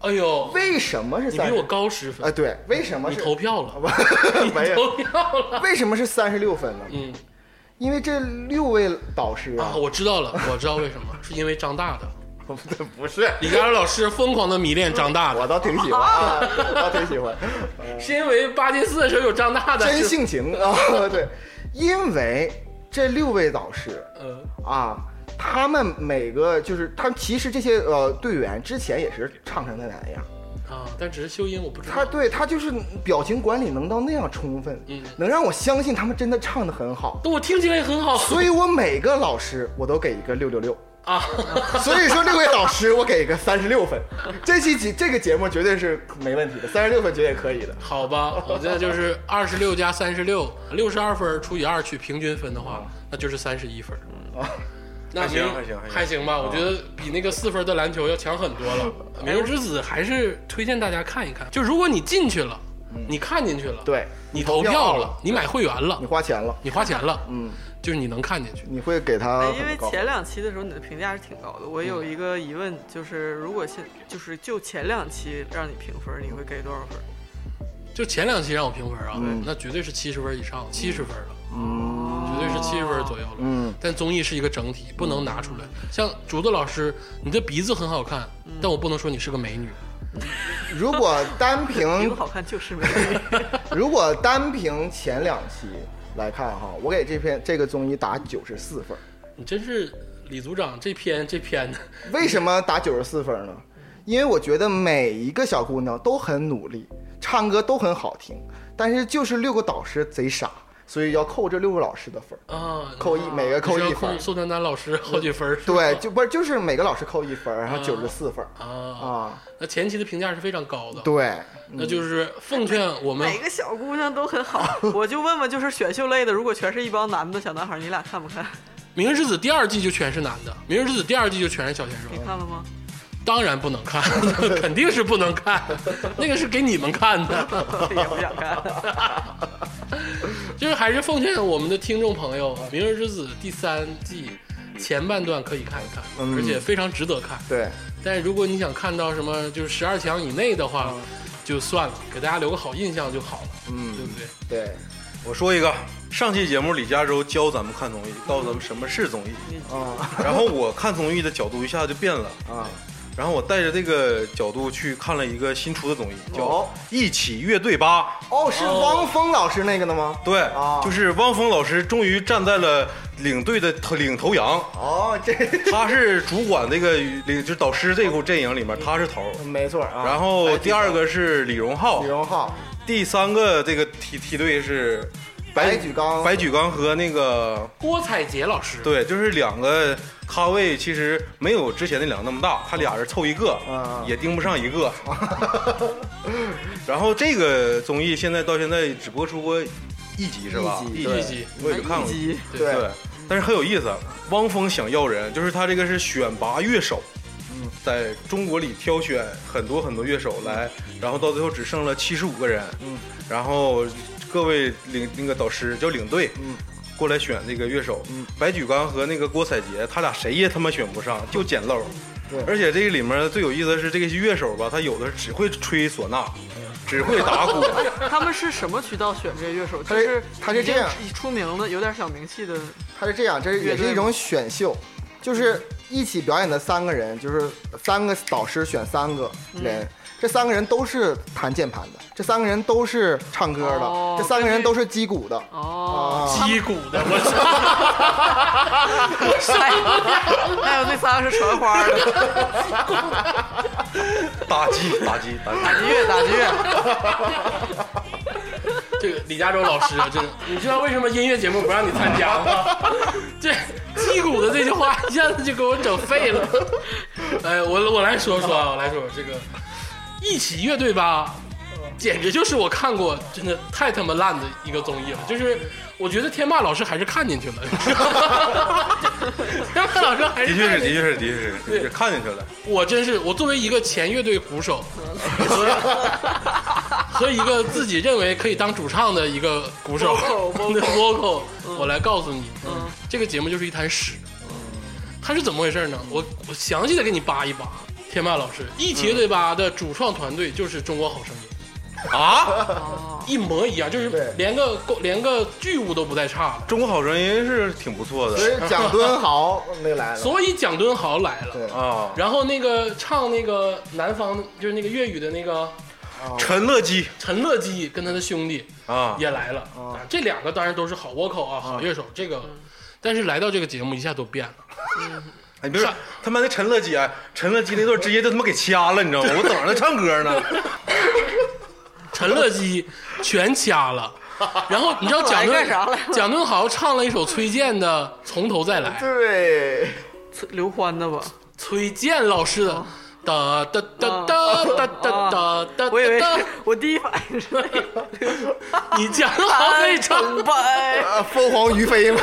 Speaker 1: 哎呦，
Speaker 4: 为什么是
Speaker 1: 你
Speaker 4: 三
Speaker 1: 比
Speaker 4: 十
Speaker 1: 我？高十分，
Speaker 4: 啊，对，为什么
Speaker 1: 你
Speaker 4: 是
Speaker 1: 投票了，
Speaker 4: 没有？
Speaker 1: 投票了。
Speaker 4: 为什么是三十六分呢？
Speaker 1: 嗯
Speaker 4: 因为这六位导师
Speaker 1: 啊，
Speaker 4: 啊，
Speaker 1: 我知道了，我知道为什么，是因为张大的。
Speaker 4: 不是，
Speaker 1: 李佳州老师疯狂的迷恋张大的，
Speaker 4: 我倒挺喜 欢啊，我倒挺喜欢，
Speaker 1: 是因为八进四的时候有张大的。
Speaker 4: 真
Speaker 1: 是
Speaker 4: 性情啊， 对，因为这六位导师
Speaker 1: 呃，
Speaker 4: 啊，他们每个就是他们其实这些呃队员之前也是唱成那样，
Speaker 1: 啊，但只是修音，我不知道。
Speaker 4: 他对他就是表情管理能到那样充分，
Speaker 1: 嗯
Speaker 4: 能让我相信他们真的唱的很好，
Speaker 1: 但我听起来也很好
Speaker 4: 所以我每个老师我都给一个六六六。
Speaker 1: 啊。
Speaker 4: 所以说六位导师，我给个三十六分。这期节这个节目绝对是没问题的，三十六分绝对可以的。
Speaker 1: 好吧，我这就是二十六加三十六，六十二分除以二去平均分的
Speaker 4: 啊
Speaker 1: 话，那就是三十一分。那
Speaker 3: 还行
Speaker 1: 明
Speaker 3: 还行还行
Speaker 1: 还行
Speaker 4: 啊
Speaker 1: 吧，我觉得比那个四分的篮球要强很多了。《明日之子》还是推荐大家看一看，就如果你进去了，你看进去了，
Speaker 4: 嗯对
Speaker 1: 你
Speaker 4: 你
Speaker 1: 投
Speaker 4: 投
Speaker 1: 票
Speaker 4: 票
Speaker 1: 了
Speaker 4: 了，
Speaker 1: 你买会员了
Speaker 4: 你，花钱了，
Speaker 1: 你花钱了，嗯，就是你能看进去。
Speaker 4: 你会给他
Speaker 2: 哎
Speaker 4: 啊很
Speaker 2: 因为
Speaker 4: 高嗯
Speaker 2: 前两期的时候你的评价是挺高的，我有一个疑问，就是如果现就是就前两期让你评分，你会给多少分？
Speaker 1: 就前两期让我评分啊，
Speaker 4: 嗯
Speaker 1: 那绝对是七十分以上，七十分了，
Speaker 2: 哦
Speaker 1: 绝对是七十分左右了。
Speaker 4: 嗯，
Speaker 1: 但综艺是一个整体，不能拿出来。像竹子老师，你的鼻子很好看，
Speaker 4: 嗯
Speaker 1: 但我不能说你是个美女。
Speaker 4: 如果单
Speaker 2: 一
Speaker 4: 凭
Speaker 2: 个好看就是美女，
Speaker 4: 如果单凭前两期来看哈，我给这篇这个综艺打九十四分。
Speaker 1: 你真是李组长这篇这篇 的，
Speaker 4: 为什么打九十四分呢？因为我觉得每一个小姑娘都很努力，唱歌都很好听，但是就是六个导师贼傻，所以要扣这六个老师的分儿，
Speaker 1: 啊，
Speaker 4: 扣一每个扣
Speaker 1: 你
Speaker 4: 一
Speaker 1: 是要
Speaker 4: 分儿嗯
Speaker 1: 扣。宋丹丹老师好几分儿。是吧
Speaker 4: 对，就不是就是每个老师扣一分儿，然后九十四分儿
Speaker 1: 啊，
Speaker 4: 啊。
Speaker 1: 那前期的评价是非常高的。
Speaker 4: 对，嗯
Speaker 1: 那就是奉劝我们
Speaker 2: 每个小姑娘都很 好。我就问问，就是选秀类的，如果全是一帮男的小男孩，你俩看不看？
Speaker 1: 《明日之子》第二季就全是男的，《明日之子》第二季就全是小鲜肉
Speaker 4: 哦
Speaker 2: 你。看了吗？
Speaker 1: 当然不能看， 肯定是不能看， 那个是给你们看的。
Speaker 2: 也不想看。
Speaker 1: 就是还是奉劝我们的听众朋友，啊《明日之子》第三季前半段可以看一看，
Speaker 4: 嗯
Speaker 1: 而且非常值得看。
Speaker 4: 对，
Speaker 1: 但是如果你想看到什么就是十二强以内的话，就算了，给大家留个好印象就好了，
Speaker 4: 嗯嗯
Speaker 1: 对不对？
Speaker 4: 对，
Speaker 3: 我说一个，上期节目李佳洲教咱们看综艺，告诉咱们什么是综艺，
Speaker 4: 啊
Speaker 3: 然后我看综艺的角度一下就变了，
Speaker 4: 啊，
Speaker 3: 然后我带着这个角度去看了一个新出的综艺，叫《
Speaker 4: 哦
Speaker 3: 一起乐队吧
Speaker 4: 哦，是汪峰老师那个的吗》。？
Speaker 3: 对，
Speaker 4: 哦
Speaker 3: 就是汪峰老师终于站在了领队的头领头羊，
Speaker 4: 哦，这
Speaker 3: 他是主管这个领就是导师这股阵营里面，他是头儿。
Speaker 4: 没错啊。
Speaker 3: 然后第二个是李荣浩
Speaker 4: 李，荣浩、
Speaker 3: 第三个这个梯梯队是
Speaker 4: 白举纲、
Speaker 3: 白举纲和那个
Speaker 1: 郭采洁老师，
Speaker 3: 对，就是两个咖位，其实没有之前那两个那么大，他俩人凑一个，
Speaker 4: 嗯
Speaker 3: 也盯不上一个。 然后这个综艺现在到现在只播出过一集是吧？
Speaker 4: 一集
Speaker 1: 一集
Speaker 3: 我也就看过
Speaker 2: 一。集
Speaker 4: 对
Speaker 3: 对，但是很有意思。汪峰想要人，就是他这个是选拔乐手，
Speaker 4: 嗯
Speaker 3: 在中国里挑选很多很多乐手来，然后到最后只剩了七十五个人，
Speaker 4: 嗯
Speaker 3: 然后各位领那个导师叫领队，
Speaker 4: 嗯
Speaker 3: 过来选那个乐手，
Speaker 4: 嗯
Speaker 3: 白举纲和那个郭采洁，他俩谁也他妈选不上，就捡漏
Speaker 4: 对。
Speaker 3: 而且这个里面最有意思的是，这个乐手吧，他有的只会吹唢呐，只会打鼓，
Speaker 2: 他们是什么渠道选这些乐手？
Speaker 4: 他
Speaker 2: 就是是
Speaker 4: 他是
Speaker 2: 已经
Speaker 4: 这样
Speaker 2: 出名的，有点小名气 的，
Speaker 4: 他是这样，这是也是一种选秀，就是一起表演的三个人，就是三个导师选三个人，这三个人都是弹键盘的，这三个人都是唱歌的，
Speaker 2: 哦
Speaker 4: 这三个人都是击鼓的。
Speaker 2: 哦，
Speaker 4: 啊，
Speaker 1: 击鼓的，我操！
Speaker 2: 哎还有那仨是传花的，
Speaker 3: 打击打击打击。
Speaker 2: 打击乐，打击 乐，
Speaker 1: 这个李佳洲老师啊，真的，你知道为什么音乐节目不让你参加吗？ 这击鼓的这句话一下子就给我整废了。哎，我我来说说啊，我来说说这个一起乐队吧，简直就是我看过真的太他妈烂的一个综艺了。就是我觉得天霸老师还是看进去了， 天霸老师还
Speaker 3: 的
Speaker 1: 是
Speaker 3: 确是，
Speaker 1: 看
Speaker 3: 的
Speaker 1: 进
Speaker 3: 确是，
Speaker 1: 去。
Speaker 3: 的确是，的确是看进去了。
Speaker 1: 我真是，我作为一个前乐队鼓 手，和一个自己认为可以当主唱的一个鼓手
Speaker 2: Vocal，vocal
Speaker 1: 对 vocal，我
Speaker 4: 嗯
Speaker 1: 来告诉你，这个节目就是一滩屎。它是怎么回事呢？我我详细的给你扒一扒。天霸老师，一起乐队吧的主创团队就是《中国好声音
Speaker 3: 啊！
Speaker 2: 哦》，
Speaker 1: 一模一样，就是
Speaker 4: 嗯对
Speaker 1: 连个连个剧务都不带差的。
Speaker 3: 中国好声音是挺不错
Speaker 4: 所
Speaker 3: 的
Speaker 4: 以蒋敦豪那个来了，
Speaker 1: 所以蒋敦豪来了，
Speaker 4: 对，
Speaker 3: 啊。
Speaker 1: 然后那个唱那个南方就是那个粤语的那个
Speaker 3: 陈乐基
Speaker 1: 陈乐基跟他的兄弟，
Speaker 3: 啊，
Speaker 1: 也来了啊！这两个当然都是好 vocal 啊，好乐手。这个，但是来到这个节目一下都变了。
Speaker 3: 哎，别说他妈的陈乐基，哎陈乐基那段直接就他妈给掐了，你知道吗？我等着他唱歌呢。
Speaker 1: 陈乐基 全掐了，然后你知道蒋
Speaker 2: 来干啥
Speaker 1: 顿
Speaker 2: 来
Speaker 1: 蒋顿豪唱了一首崔健的《从头再
Speaker 2: 嗯
Speaker 1: 来》，
Speaker 4: 对，
Speaker 2: 崔刘欢 的吧？
Speaker 1: 崔健老师
Speaker 2: 哦
Speaker 1: 的哒哒哒哒哒哒哒哒
Speaker 2: 我以为
Speaker 1: 哒
Speaker 2: 是， 我第一反应 是
Speaker 1: 你蒋顿豪可以唱，
Speaker 2: 崇拜，
Speaker 4: 啊，凤凰于飞嘛，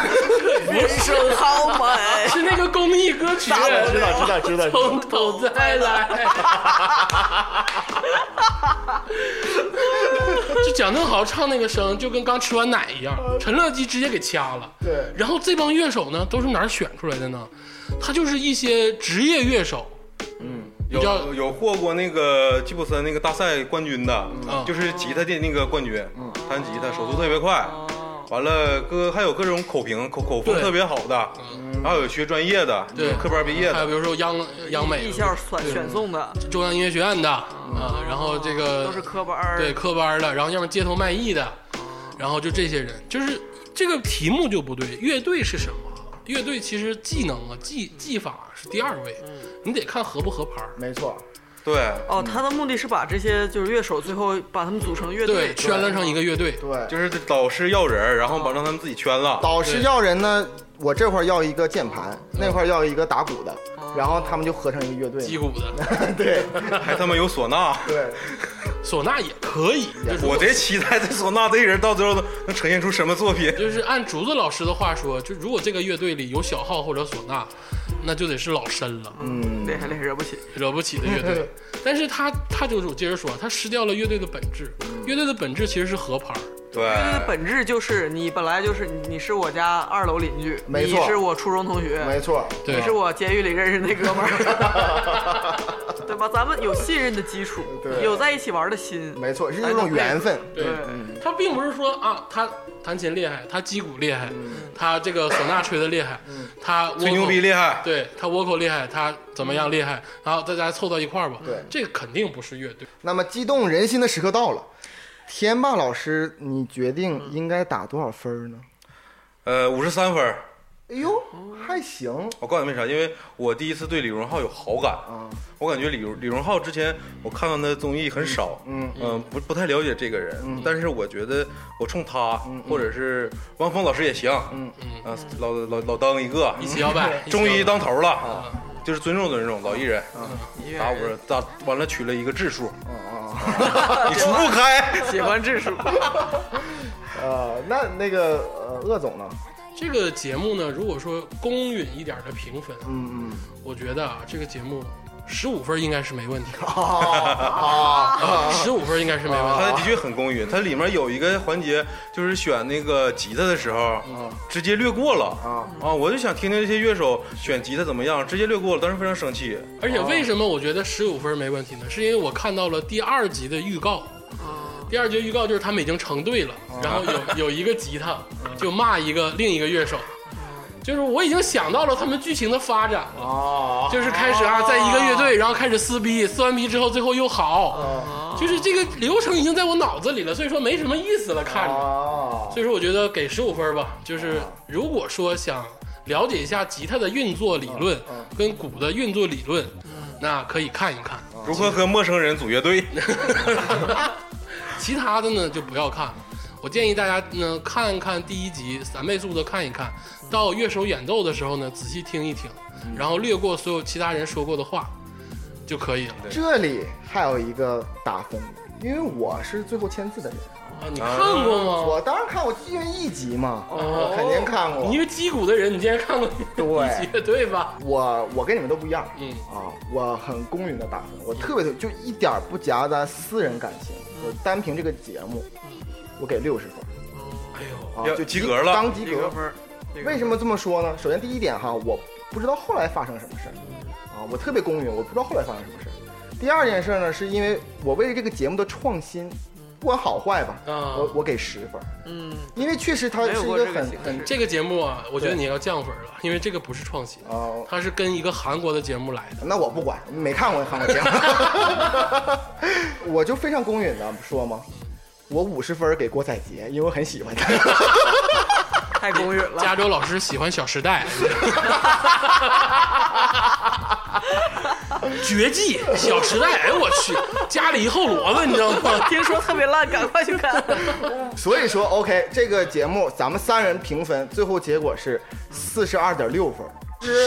Speaker 2: 人生豪迈。
Speaker 1: 是那个公益歌曲，
Speaker 4: 知道知道知道，
Speaker 1: 从头再来。 就蒋正豪唱那个声，就跟刚吃完奶一样，陈乐基直接给掐了。
Speaker 4: 对
Speaker 1: 然后这帮乐手呢，都是哪儿选出来的呢？他就是一些职业乐手，你知道
Speaker 3: 嗯有有获过那个吉普森那个大赛冠军的，
Speaker 1: 啊
Speaker 3: 就是吉他的那个冠军，弹吉他手速特别快。完了，各还有各种口评口口风
Speaker 1: 对
Speaker 3: 特别好的，还有学专业的，
Speaker 1: 对
Speaker 3: 科班毕业
Speaker 1: 还有
Speaker 3: 的
Speaker 1: 比如说央央美
Speaker 2: 艺校选选送的，
Speaker 1: 中央音乐学院的
Speaker 3: 嗯
Speaker 1: 啊，然后这个
Speaker 2: 都是科班儿，
Speaker 1: 对，科班的，然后要么街头卖艺的，然后就这些人，就是这个题目就不对。乐队是什么？乐队其实技能啊、技技法是第二位，你得看合不合拍儿。
Speaker 4: 没错，
Speaker 3: 对，
Speaker 2: 哦，他的目的是把这些就是乐手最后把他们组成乐队，
Speaker 1: 对，圈了成一个乐队。
Speaker 4: 对，
Speaker 3: 就是导师要人儿，然后把让他们自己圈了。
Speaker 4: 导师要人呢，我这块儿要一个键盘，那块儿要一个打鼓的，然后他们就合成一个乐队
Speaker 1: 击
Speaker 4: 嘛，
Speaker 1: 鼓的，
Speaker 4: 对
Speaker 3: 还他妈有唢呐。
Speaker 4: 对，
Speaker 1: 唢呐也可以，就是
Speaker 3: 我贼期待这唢呐这人到最后能呈现出什么作品。
Speaker 1: 就是按竹子老师的话说，就如果这个乐队里有小号或者唢呐，那就得是老深了，
Speaker 4: 嗯，
Speaker 2: 厉害厉害，惹不起。
Speaker 1: 惹不起的乐队。但是他他就是我接着说，他失掉了乐队的本质。乐队的本质其实是合拍儿，
Speaker 3: 对，
Speaker 4: 哎
Speaker 2: 乐队的本质就是你本来就是你，你是我家二楼邻居，
Speaker 4: 没错
Speaker 2: 你是我初中同学，
Speaker 4: 没错，
Speaker 1: 对
Speaker 2: 你是我监狱里认识那哥们儿， 对吧？咱们有信任的基础，
Speaker 4: 对
Speaker 2: 有在一起玩的心，
Speaker 4: 没错，是一种缘分，
Speaker 1: 对
Speaker 2: 对，
Speaker 1: 他并不是说啊，他弹琴厉害，他击鼓厉害，他这个唢呐吹的厉害，他倭
Speaker 3: 吹牛
Speaker 1: 寇
Speaker 3: 逼厉害，嗯
Speaker 1: 对他倭寇厉害，他怎么样厉害，然后大家凑到一块儿吧。
Speaker 4: 对
Speaker 1: 这个肯定不是乐队。
Speaker 4: 那么激动人心的时刻到了，天霸老师，你决定应该打多少分呢？
Speaker 3: 呃，五十三分儿。
Speaker 4: 哎呦，还行
Speaker 3: 我告诉你为啥？因为我第一次对李荣浩有好感，
Speaker 4: 啊，
Speaker 3: 我感觉李荣李荣浩之前我看到他的综艺很少，
Speaker 4: 嗯
Speaker 3: 嗯、不不太了解这个人，但是我觉得我冲他、或者是汪峰老师也行，
Speaker 4: 嗯
Speaker 1: 嗯，
Speaker 3: 啊、老老老当一个，
Speaker 1: 一起摇 摆，一起摇嗯
Speaker 3: 终
Speaker 1: 摆
Speaker 3: 于当头了，啊就是尊重尊重老艺人，
Speaker 4: 嗯
Speaker 2: 音乐
Speaker 3: 打五
Speaker 2: 人
Speaker 3: 十，打完了取了一个质数，
Speaker 4: 啊啊
Speaker 3: 你除不开。
Speaker 2: 喜欢质数，
Speaker 4: 啊！呃，那那个呃，鄂总呢？
Speaker 1: 这个节目呢，如果说公允一点的评分，
Speaker 4: 嗯嗯，
Speaker 1: 我觉得啊，这个节目十五分应该是 没问题的，
Speaker 4: 啊啊！
Speaker 1: 十五分应该是没问题
Speaker 3: 他
Speaker 1: 的。
Speaker 3: 的确很公允，它里面有一个环节，就是选那个吉他的时候，
Speaker 4: 嗯
Speaker 3: 直接略过了
Speaker 4: 啊
Speaker 3: 我就想听听这些乐手选吉他怎么样，直接略过了，当时非常生
Speaker 4: 啊
Speaker 3: 气。
Speaker 1: 而且为什么我觉得十五分没问题呢？是因为我看到了第二集的预告。
Speaker 2: 嗯
Speaker 1: 第二集预告就是他们已经成对了，然后有有一个吉他就骂一个另一个乐手，就是我已经想到了他们剧情的发展了，
Speaker 4: 啊
Speaker 1: 就是开始啊，在一个乐队，然后开始撕逼，撕完逼之后最后又好，就是这个流程已经在我脑子里了，所以说没什么意思了看着。
Speaker 4: 啊
Speaker 1: 所以说我觉得给十五分吧，就是如果说想了解一下吉他的运作理论
Speaker 4: 嗯
Speaker 1: 跟鼓的运作理论，那可以看一看，
Speaker 3: 如何和陌生人组乐队？
Speaker 1: 其他的呢就不要看了。我建议大家呢看看第一集三倍速的看一看，到乐手演奏的时候呢仔细听一听，
Speaker 4: 嗯
Speaker 1: 然后略过所有其他人说过的话就可以了。
Speaker 4: 这里还有一个打分的，因为我是最后签字的人，
Speaker 1: 啊，你看过吗？
Speaker 4: 我当然看过，因为一集嘛，
Speaker 1: 哦
Speaker 4: 我肯定看过
Speaker 1: 你一。个击鼓的人，你竟然看过
Speaker 4: 对
Speaker 1: 一集， 对吧？
Speaker 4: 我我跟你们都不一样
Speaker 1: 嗯
Speaker 4: 啊，我很公允的打分，我特别特就一点儿不夹杂私人感情，我单凭这个节目，我给六十分。
Speaker 1: 哎呦，
Speaker 4: 啊，
Speaker 3: 要
Speaker 4: 就
Speaker 3: 及
Speaker 4: 一
Speaker 3: 格了
Speaker 4: 刚及
Speaker 2: 一个
Speaker 4: 格。
Speaker 2: 分儿。一个分儿
Speaker 4: 为什么这么说呢？首先第一点哈，我不知道后来发生什么事儿，啊，我特别公允，我不知道后来发生什么事儿。第二件事呢，是因为我为这个节目的创新，不管好坏吧，
Speaker 1: 啊
Speaker 4: 我我给十分，
Speaker 2: 嗯，
Speaker 4: 因为确实它
Speaker 2: 没有
Speaker 4: 是一
Speaker 2: 过
Speaker 4: 个
Speaker 2: 这个
Speaker 4: 很
Speaker 2: 形
Speaker 4: 很
Speaker 2: 式。
Speaker 1: 这个节目啊，我觉得你要降分了，因为这个不是创新，
Speaker 4: 啊。
Speaker 1: 它是跟一个韩国的节目来的。
Speaker 4: 那我不管，没看过韩国节目， 我就非常公允的说嘛，我五十分给郭采洁，因为我很喜欢她。
Speaker 2: 太公允了，
Speaker 1: 加州老师喜欢《小时代》，绝技《小时代》，哎我去，家里一后骡子，你知道吗？
Speaker 2: 听说特别烂，赶快去 看。
Speaker 4: 所以说，OK，这个节目咱们三人评分，最后结果是四十二点六分，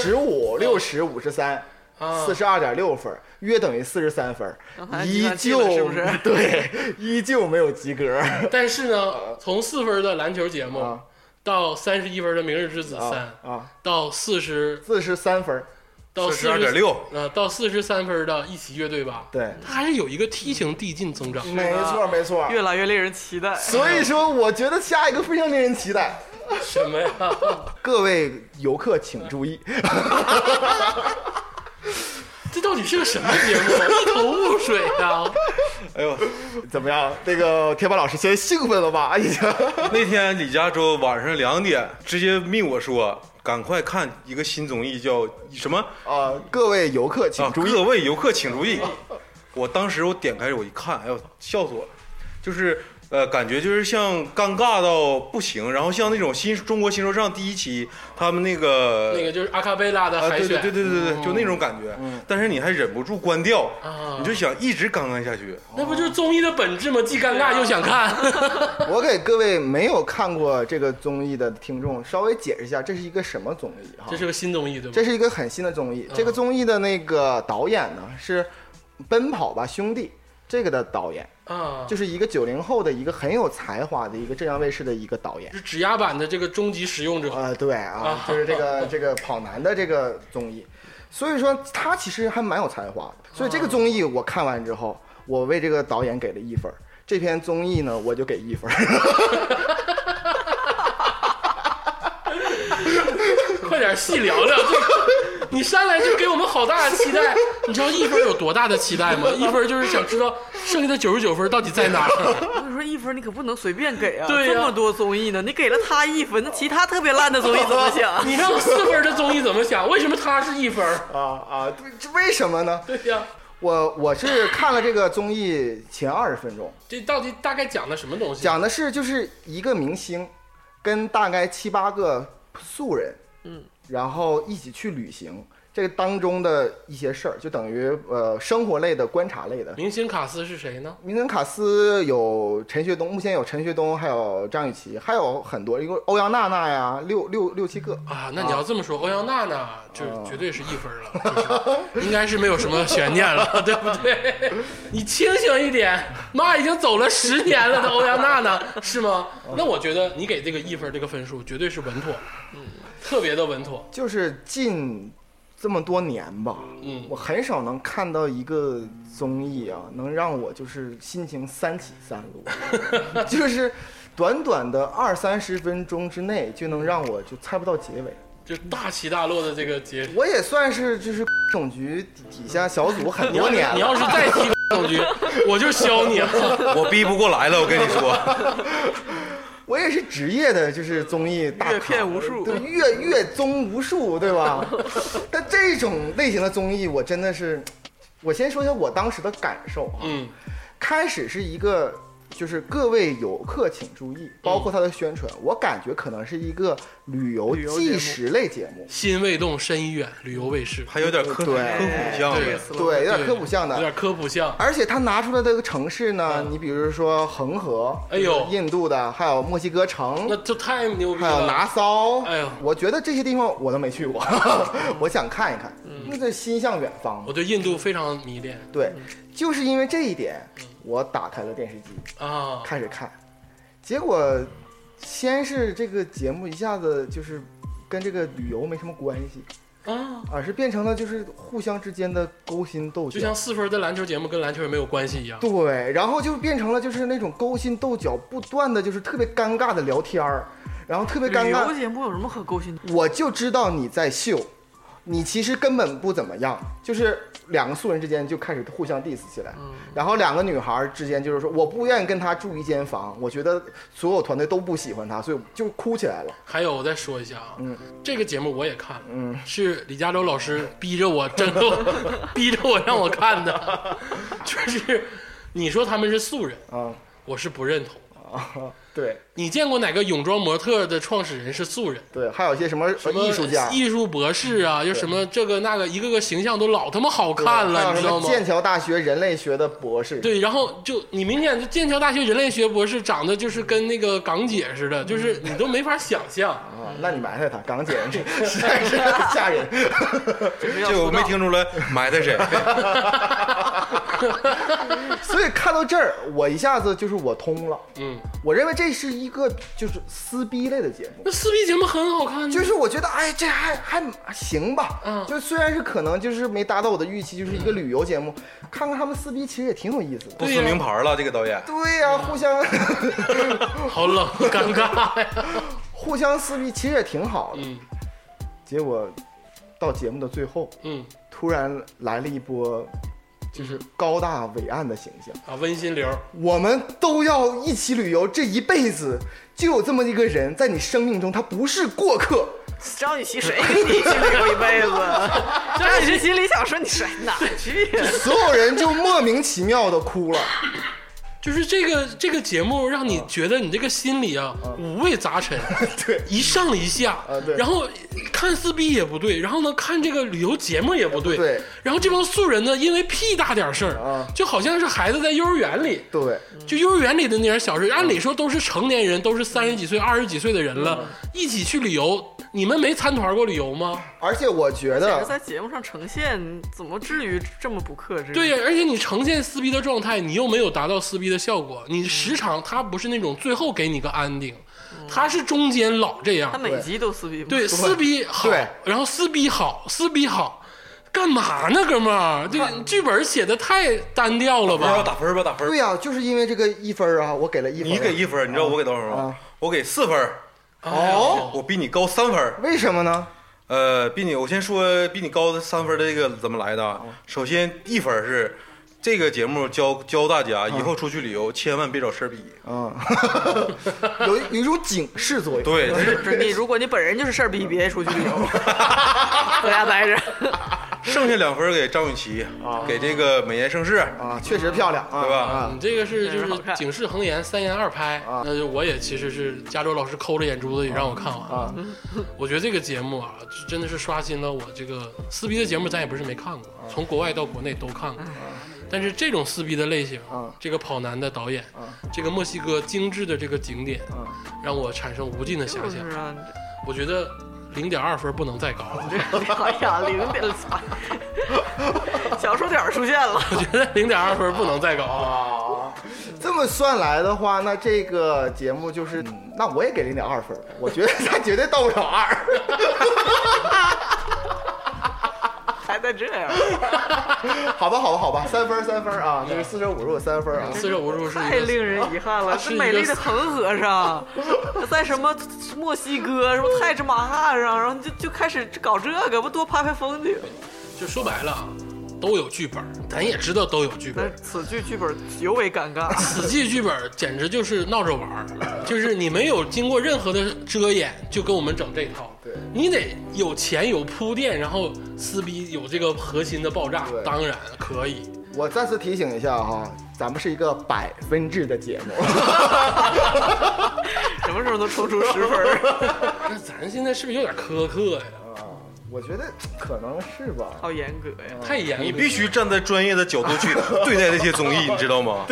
Speaker 4: 十五、六十、五十三，
Speaker 2: 嗯
Speaker 1: 啊
Speaker 4: 四十二点六分，约等于四十三分
Speaker 2: 刚才，计
Speaker 4: 依
Speaker 2: 算机
Speaker 4: 旧
Speaker 2: 了是不是
Speaker 4: 对，依旧没有及格。
Speaker 1: 但是呢，从四分的篮球节目
Speaker 4: 啊
Speaker 1: 到三十一分的《明日之子三》
Speaker 4: 啊啊，
Speaker 1: 到四十
Speaker 4: 四十三分，哦
Speaker 1: 到四
Speaker 3: 42.6
Speaker 1: 啊，到四十三分的一起乐队吧，
Speaker 4: 对，
Speaker 1: 它还是有一个梯形递进增 长。
Speaker 4: 没错没错。
Speaker 2: 越来越令人期待。
Speaker 4: 所 以说，我觉得下一个非常令人期待。
Speaker 1: 什么呀？
Speaker 4: 各位游客请注意，
Speaker 1: 这到底是个什么节目？一头雾水啊！
Speaker 3: 哎呦，
Speaker 4: 怎么样？那个天霸老师先兴奋了吧？哎已经。
Speaker 3: 那天李佳洲晚上两点直接密我说，赶快看一个新综艺叫什么
Speaker 4: 啊、各位游客
Speaker 3: 啊
Speaker 4: 请？注意。
Speaker 3: 各位游客请注意！我当时我点开我一看，哎呦，笑死我了！就是呃，感觉就是像尴尬到不行，然后像那种新中国新说唱第一期他们那个
Speaker 1: 那个就是阿卡贝拉的
Speaker 3: 啊，
Speaker 1: 海
Speaker 3: 对
Speaker 1: 选，
Speaker 3: 对对对对对，就那
Speaker 4: 嗯
Speaker 3: 种感觉。但是你还忍不住关掉，
Speaker 1: 啊
Speaker 3: 你就想一直刚刚下去。
Speaker 1: 那不就是综艺的本质吗？既尴尬又想看。
Speaker 4: 我给各位没有看过这个综艺的听众稍微解释一下，这是一个什么综艺哈？
Speaker 1: 这是嗯个新综艺，对吧？
Speaker 4: 这是一个很新的综艺。这个综艺的那个导演呢是《奔跑吧兄弟》这个的导演，
Speaker 1: 啊，
Speaker 4: 就是一个九零后的一个很有才华的一个浙江卫视的一个导演
Speaker 1: 就。是指压版的这个终极使用者。
Speaker 4: 啊，对啊
Speaker 1: 啊，
Speaker 4: 就是这个这个跑男的这个综艺，所以说他其实还蛮有才华的。
Speaker 1: 嗯
Speaker 4: 所以这个综艺我看完之后，我为这个导演给了一分儿。这篇综艺呢，我就给一分儿。
Speaker 1: 快快点细聊聊。这 你上来就给我们好大的期待，你知道一分有多大的期待吗？一分就是想知道剩下的九十九分到底在哪 儿。
Speaker 2: 我跟你说，一分你可不能随便给啊！
Speaker 1: 对呀
Speaker 2: 这么多综艺呢，你给了他一分，那其他特别烂的综艺怎么 想？
Speaker 1: 你让四分的综艺怎么想？为什么他是一分？
Speaker 4: 啊啊，对，这 为什么呢？
Speaker 1: 对呀、
Speaker 4: 我我是看了这个综艺前二十分钟，
Speaker 1: 这到底大概讲的什么东西？
Speaker 4: 讲的是就是一个明星跟大概七八个素人，
Speaker 2: 嗯，
Speaker 4: 然后一起去旅行，这个当中的一些事儿，就等于呃生活类的、观察类的。
Speaker 1: 明星卡斯是谁呢？
Speaker 4: 名人卡斯有陈学冬，目前有陈学冬，还有张雨绮，还有很多，一个欧阳娜娜呀，六六六七个。
Speaker 1: 啊，那你要这么说，欧阳娜娜就
Speaker 4: 啊
Speaker 1: 绝对是一分了，就是应该是没有什么悬念了， 对不对？你清醒一点，妈已经走了十年了的欧阳娜娜是吗？那我觉得你给这个一分这个分数绝对是稳妥，嗯，特别的稳妥，
Speaker 4: 就是近这么多年吧，
Speaker 1: 嗯
Speaker 4: 我很少能看到一个综艺啊，能让我就是心情三起三落， 就是短短的二三十分钟之内就能让我就猜不到结尾。
Speaker 1: 就大起大落的这个结。
Speaker 4: 我也算是就是总局底下小组很
Speaker 1: 你要
Speaker 4: 多
Speaker 1: 是
Speaker 4: 年
Speaker 1: 你要
Speaker 4: 了，
Speaker 1: 是再踢总局，我就削你了。
Speaker 3: 我逼不过来了，我跟你说，
Speaker 4: 我也是职业的，就是综艺大咖
Speaker 2: 阅片无数
Speaker 4: 对，阅阅综无数，对吧？但这种类型的综艺，我真的是，我先说一下我当时的感受啊。
Speaker 1: 嗯
Speaker 4: 开始是一个，就是各位游客请注意，
Speaker 1: 嗯
Speaker 4: 包括它的宣传，我感觉可能是一个旅游
Speaker 2: 旅游节目
Speaker 4: 纪实类节目，
Speaker 1: 心未动，身已远，旅游卫视，
Speaker 3: 还有点科科
Speaker 4: 对
Speaker 3: 普项
Speaker 2: 这
Speaker 3: 的
Speaker 2: 个。思路
Speaker 4: 对，有点科普向
Speaker 1: 有
Speaker 4: 的。
Speaker 1: 点科普像。
Speaker 4: 而且它拿出来的这个城市呢，
Speaker 1: 嗯
Speaker 4: 你比如说恒河，
Speaker 1: 哎呦
Speaker 4: 就是印度的，还有墨西哥城
Speaker 1: 那，就太牛逼
Speaker 4: 还有
Speaker 1: 了！
Speaker 4: 拿骚，
Speaker 1: 哎呦
Speaker 4: 我觉得这些地方我都没 去过，我想看一看，那这心向远方嘛
Speaker 1: 嗯我。对嗯印度非常迷恋
Speaker 4: 对，就是因为这一点，
Speaker 1: 嗯
Speaker 4: 我打开了电视机，
Speaker 1: 啊！
Speaker 4: 开始看，结果先是这个节目一下子就是跟这个旅游没什么关系，
Speaker 1: 啊，
Speaker 4: 而是变成了就是互相之间的勾心斗
Speaker 1: 就
Speaker 4: 角
Speaker 1: 像。四分的篮球节目跟篮球也没有关系一样。
Speaker 4: 对，然后就变成了就是那种勾心斗角，不断的就是特别尴尬的聊天儿，然后特别尴
Speaker 2: 旅游
Speaker 4: 尬。
Speaker 2: 节目有什么可勾心斗？
Speaker 4: 我就知道你在秀，你其实根本不怎么样，就是两个素人之间就开始互相 diss 起来。
Speaker 2: 嗯，
Speaker 4: 然后两个女孩儿之间就是说，我不愿意跟她住一间房，我觉得所有团队都不喜欢她，所以就哭起来了。
Speaker 1: 还有，我再说一下啊，
Speaker 4: 嗯
Speaker 1: 这个节目我也看了，
Speaker 4: 嗯，
Speaker 1: 是李佳州老师逼着我，真的 逼着我让我看的，就是你说他们是素人，
Speaker 4: 啊
Speaker 1: 我是不认同。
Speaker 4: 啊，对
Speaker 1: 你见过哪个泳装模特的创始人是素人？
Speaker 4: 对，还有一些什么
Speaker 1: 什么
Speaker 4: 艺术家，
Speaker 1: 艺术博士啊，又什么这个那个，一个个形象都老他妈好看
Speaker 4: 还
Speaker 1: 了，
Speaker 4: 有
Speaker 1: 你
Speaker 4: 什
Speaker 1: 知道
Speaker 4: 么
Speaker 1: 吗？
Speaker 4: 剑桥大学人类学的博士，
Speaker 1: 对，然后就你明显就剑桥大学人类学博士长得就是跟那个港姐似的，就是你都没法想象。
Speaker 4: 啊，那你埋汰他，港姐 这实在是吓人。
Speaker 2: 这是要
Speaker 3: 这个我
Speaker 2: 出
Speaker 3: 没
Speaker 2: 道。
Speaker 3: 听出来埋汰谁，
Speaker 4: 所以看到这儿，我一下子就是我通了，
Speaker 1: 嗯，
Speaker 4: 我认为这是一个就是撕逼类的节目。
Speaker 1: 那撕逼节目很好看呢，
Speaker 4: 就是我觉得，哎，这还还行吧，
Speaker 1: 嗯
Speaker 4: 就虽然是可能就是没达到我的预期，就是一个旅游节目，看看他们撕逼其实也挺有意思的。
Speaker 3: 不撕名牌了，这个导演。
Speaker 4: 对呀、互相
Speaker 1: 好冷，尴尬呀。
Speaker 4: 互相撕逼其实也挺好的。
Speaker 1: 嗯
Speaker 4: 结果到节目的最后，
Speaker 1: 嗯
Speaker 4: 突然来了一波就是高大伟岸的形象，
Speaker 1: 啊，温馨流，
Speaker 4: 我们都要一起旅游，这一辈子就有这么一个人在你生命中，他不是过客。
Speaker 2: 张雨绮谁跟你一起旅游一辈子？ 张雨绮心里想说你谁 哪儿去呀？
Speaker 4: 所有人就莫名其妙的哭了，
Speaker 1: 就是这个这个节目让你觉得你这个心里啊五味杂陈，
Speaker 4: 嗯 对，
Speaker 1: 一上一下
Speaker 4: 啊对，
Speaker 1: 然后看撕逼也不对，然后呢看这个旅游节目也不对，
Speaker 4: 对，
Speaker 1: 然后这帮素人呢因为屁大点事儿
Speaker 4: 啊，嗯
Speaker 1: 就好像是孩子在幼儿园里，
Speaker 4: 对，
Speaker 1: 就幼儿园里的那点小事，
Speaker 4: 嗯
Speaker 1: 按理说都是成年人，都是三十几岁、二十几岁的人了，
Speaker 4: 嗯
Speaker 1: 一起去旅游，你们没参团过旅游吗？
Speaker 4: 而且我觉
Speaker 2: 这是
Speaker 4: 得。
Speaker 2: 在节目上呈现，怎么至于这么不克制？
Speaker 1: 对呀，而且你呈现撕逼的状态，你又没有达到撕逼的效果，你时常它不是那种最后给你个安定，它是中间老这
Speaker 2: 他
Speaker 1: 样，
Speaker 2: 每集都撕逼，
Speaker 1: 对，撕逼好
Speaker 4: 对，
Speaker 1: 然后撕逼好，撕逼好。干嘛呢，哥们儿？这个剧本写的太单调了
Speaker 3: 不知道
Speaker 1: 吧？
Speaker 3: 打分吧，打分。
Speaker 4: 对呀、就是因为这个一分儿啊，我给了一分儿。
Speaker 3: 你给一分，你知道我给多少分吗
Speaker 4: 啊？
Speaker 3: 我给四分，
Speaker 1: 哎呦
Speaker 4: 哦
Speaker 3: 我比你高三分。
Speaker 4: 为什么呢？
Speaker 3: 呃，比你我先说比你高的三分的这个怎么来的啊？
Speaker 4: 哦
Speaker 3: 首先一分是这个节目教教大家，以后出去旅游千万别找事儿逼。
Speaker 4: 啊， 有一有一种警示作用。
Speaker 3: 对，它是
Speaker 2: 就是你，如果你本人就是事儿逼，别出去旅 游，在家待着。
Speaker 3: 剩下两分给张雨绮，给这个美颜盛世，
Speaker 4: 啊，确实漂亮啊，
Speaker 3: 对吧
Speaker 4: 啊
Speaker 1: 你，嗯这个是就
Speaker 2: 确实好
Speaker 1: 是
Speaker 2: 看
Speaker 1: 警示横言三言二拍，
Speaker 4: 啊
Speaker 1: 那就我也其实是加州老师抠着眼珠子也让我看完了。
Speaker 4: 啊，
Speaker 1: 我觉得这个节目啊，就真的是刷新了我这个撕逼的节目，咱也不是没看过，
Speaker 4: 啊
Speaker 1: 从国外到国内都看过。但是这种撕逼的类型
Speaker 4: 啊，
Speaker 1: 这个跑男的导演
Speaker 4: 啊，
Speaker 1: 这个墨西哥精致的这个景点
Speaker 4: 啊，
Speaker 1: 让我产生无尽的遐
Speaker 2: 就
Speaker 1: 想
Speaker 2: 是。啊，
Speaker 1: 我觉得零点二分不能再高
Speaker 4: 啊
Speaker 1: 了，
Speaker 2: 哎呀，零点， 操，小数点出现 了。
Speaker 1: 我觉得零点二分
Speaker 4: 啊
Speaker 1: 不能再高了。
Speaker 4: 这么算来的话，那这个节目就是，那我也给零点二分儿，我觉得他绝对到不了二。
Speaker 2: 还在这样，
Speaker 4: 好吧，好吧，好吧，三分儿三分儿啊，这个四舍五入有三分儿啊。
Speaker 1: 四舍五入是一
Speaker 2: 太
Speaker 1: 个
Speaker 2: 令人遗憾了。
Speaker 1: 是
Speaker 2: 这
Speaker 1: 一个
Speaker 2: 美丽的恒河 上，在什么墨西哥、什么泰姬玛哈上，然后就就开始搞这个，不多拍拍风景？
Speaker 1: 就说白了啊，都有剧本，咱也知道都有剧
Speaker 2: 那
Speaker 1: 本。
Speaker 2: 此剧剧本尤为尴 尬。
Speaker 1: 此剧剧本简直就是闹着玩儿，就是你没有经过任何的遮掩就跟我们整这套。
Speaker 4: 对
Speaker 1: 你得有钱有铺垫，然后撕逼有这个核心的爆炸
Speaker 4: 对，
Speaker 1: 当然可以。
Speaker 4: 我再次提醒一下哈，咱们是一个百分制的节目，
Speaker 2: 什么时候能抽出十分儿？
Speaker 1: 那咱现在是不是有点苛刻呀？
Speaker 4: 啊，我觉得可能是吧。
Speaker 2: 好严格呀！
Speaker 1: 太严格了，
Speaker 3: 你必须站在专业的角度去对待这些综艺，你知道吗？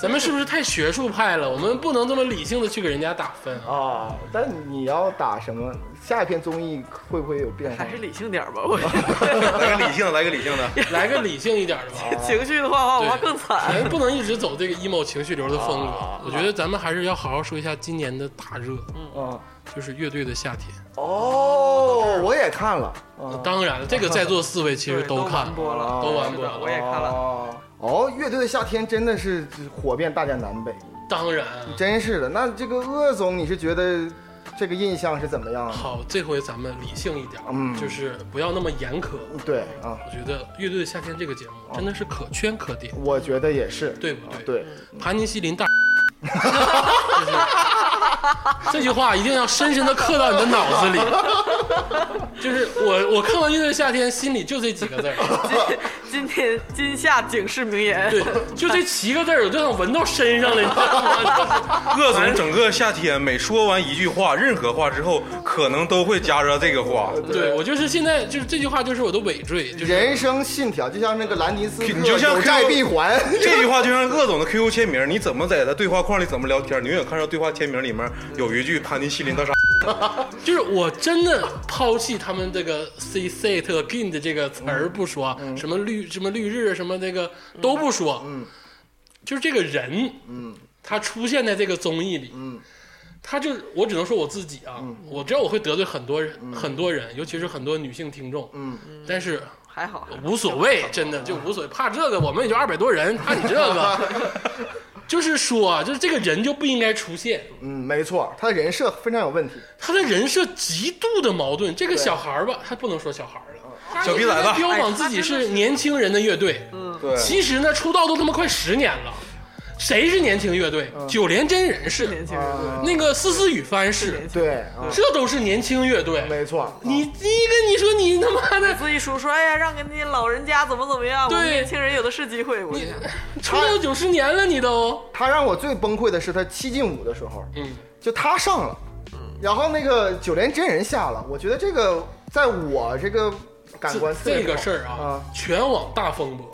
Speaker 1: 咱们是不是太学术派了？我们不能这么理性的去给人家打分啊！
Speaker 4: 啊，但你要打什么？下一篇综艺会不会有变化
Speaker 2: 还？是理性点儿吧，我
Speaker 3: 来个理性的，来个理性的。
Speaker 1: 来个理性一点的 吧。
Speaker 2: 情绪的话，话我
Speaker 1: 对
Speaker 2: 怕更惨。
Speaker 1: 咱不能一直走这个 emo 情绪流的风格，
Speaker 3: 啊
Speaker 1: 我觉得咱们还是要好好说一下今年的大热，
Speaker 4: 啊，
Speaker 1: 就是乐队的夏天。
Speaker 4: 哦，我也看了，啊，
Speaker 1: 当然了，这个在座四位其
Speaker 2: 对
Speaker 1: 实
Speaker 2: 都
Speaker 1: 看
Speaker 2: 完，播了，
Speaker 1: 都完
Speaker 2: 是
Speaker 1: 播
Speaker 2: 的，我
Speaker 1: 了。
Speaker 2: 也看了。
Speaker 4: 了。哦，乐队的夏天真的是火遍大江南北，
Speaker 1: 当然啊，
Speaker 4: 真是的。那这个鄂总，你是觉得这个印象是怎么样啊？
Speaker 1: 好，这回咱们理性一点，
Speaker 4: 嗯
Speaker 1: 就是不要那么严苛。
Speaker 4: 对啊，
Speaker 1: 我觉得《乐队的夏天》这个节目真的是可圈可点，
Speaker 4: 我觉得也是，啊
Speaker 1: 对不对？
Speaker 4: 哦对，
Speaker 1: 盘尼西林大就是， 这句话一定要深深的刻到你的脑子里。 就是我，我看完《乐队的夏天》，心里就这几个字儿，
Speaker 2: 今今天今夏警示名言，
Speaker 1: 对，就这七个字儿，我就想闻到身上了，你知道吗？
Speaker 3: 鄂总整个夏天每说完一句话，任何话之后，可能都会加上这个话。
Speaker 1: 对我就是现在就是这句话，就是我的尾缀，就是
Speaker 4: 人生信条就像那个兰尼斯
Speaker 3: 你
Speaker 4: 特，
Speaker 3: 就像
Speaker 4: 有债
Speaker 3: Q-
Speaker 4: 必还。
Speaker 3: 这句话就像鄂总的 QQ 签名，你怎么在他对话框里怎么聊天，你永远看到对话签名里面有一句潘尼西林大傻。
Speaker 1: 就是我真的抛弃他们这个 C set again 的这个词儿不说，啊什么绿什么绿日什么那个都不说，嗯，就是这个人，嗯，他出现在这个综艺里，嗯，他就我只能说我自己啊，我知道我会得罪很多人，很多人，尤其是很多女性听众，嗯，但是
Speaker 2: 还好。
Speaker 1: 无所 谓，真的就无所谓，怕这个我们也就二百多人，怕你这 个，就是说，啊就是这个人就不应该出现，
Speaker 4: 嗯，没错，他的人设非常有问题。
Speaker 1: 他的人设极度的矛盾。这个小孩儿吧，还不能说小孩儿了，
Speaker 3: 小逼崽子
Speaker 1: 他标榜自己是年轻人的乐队，
Speaker 3: 对
Speaker 1: 其实呢，出道都他妈快十年了，谁是年轻乐队？九连真人
Speaker 2: 年
Speaker 1: 是，
Speaker 2: 轻人，
Speaker 4: 啊
Speaker 1: 那个思思雨帆是
Speaker 2: 年，轻
Speaker 4: 对啊，
Speaker 1: 这都是年轻乐队。
Speaker 4: 没错。
Speaker 1: 你你跟你说你他妈的
Speaker 2: 自己数说，哎呀，让给那老人家怎么怎么样，我
Speaker 1: 对
Speaker 2: 们年轻人有的是机会。我就想，
Speaker 1: 出道九十年了，你都
Speaker 4: 他让我最崩溃的是他七进五的时候，
Speaker 1: 嗯，
Speaker 4: 就他上了，然后那个九连真人下了。我觉得这个在我这个感官
Speaker 1: 这这个事
Speaker 4: 儿，
Speaker 1: 儿啊
Speaker 4: 啊，
Speaker 1: 全网大风波。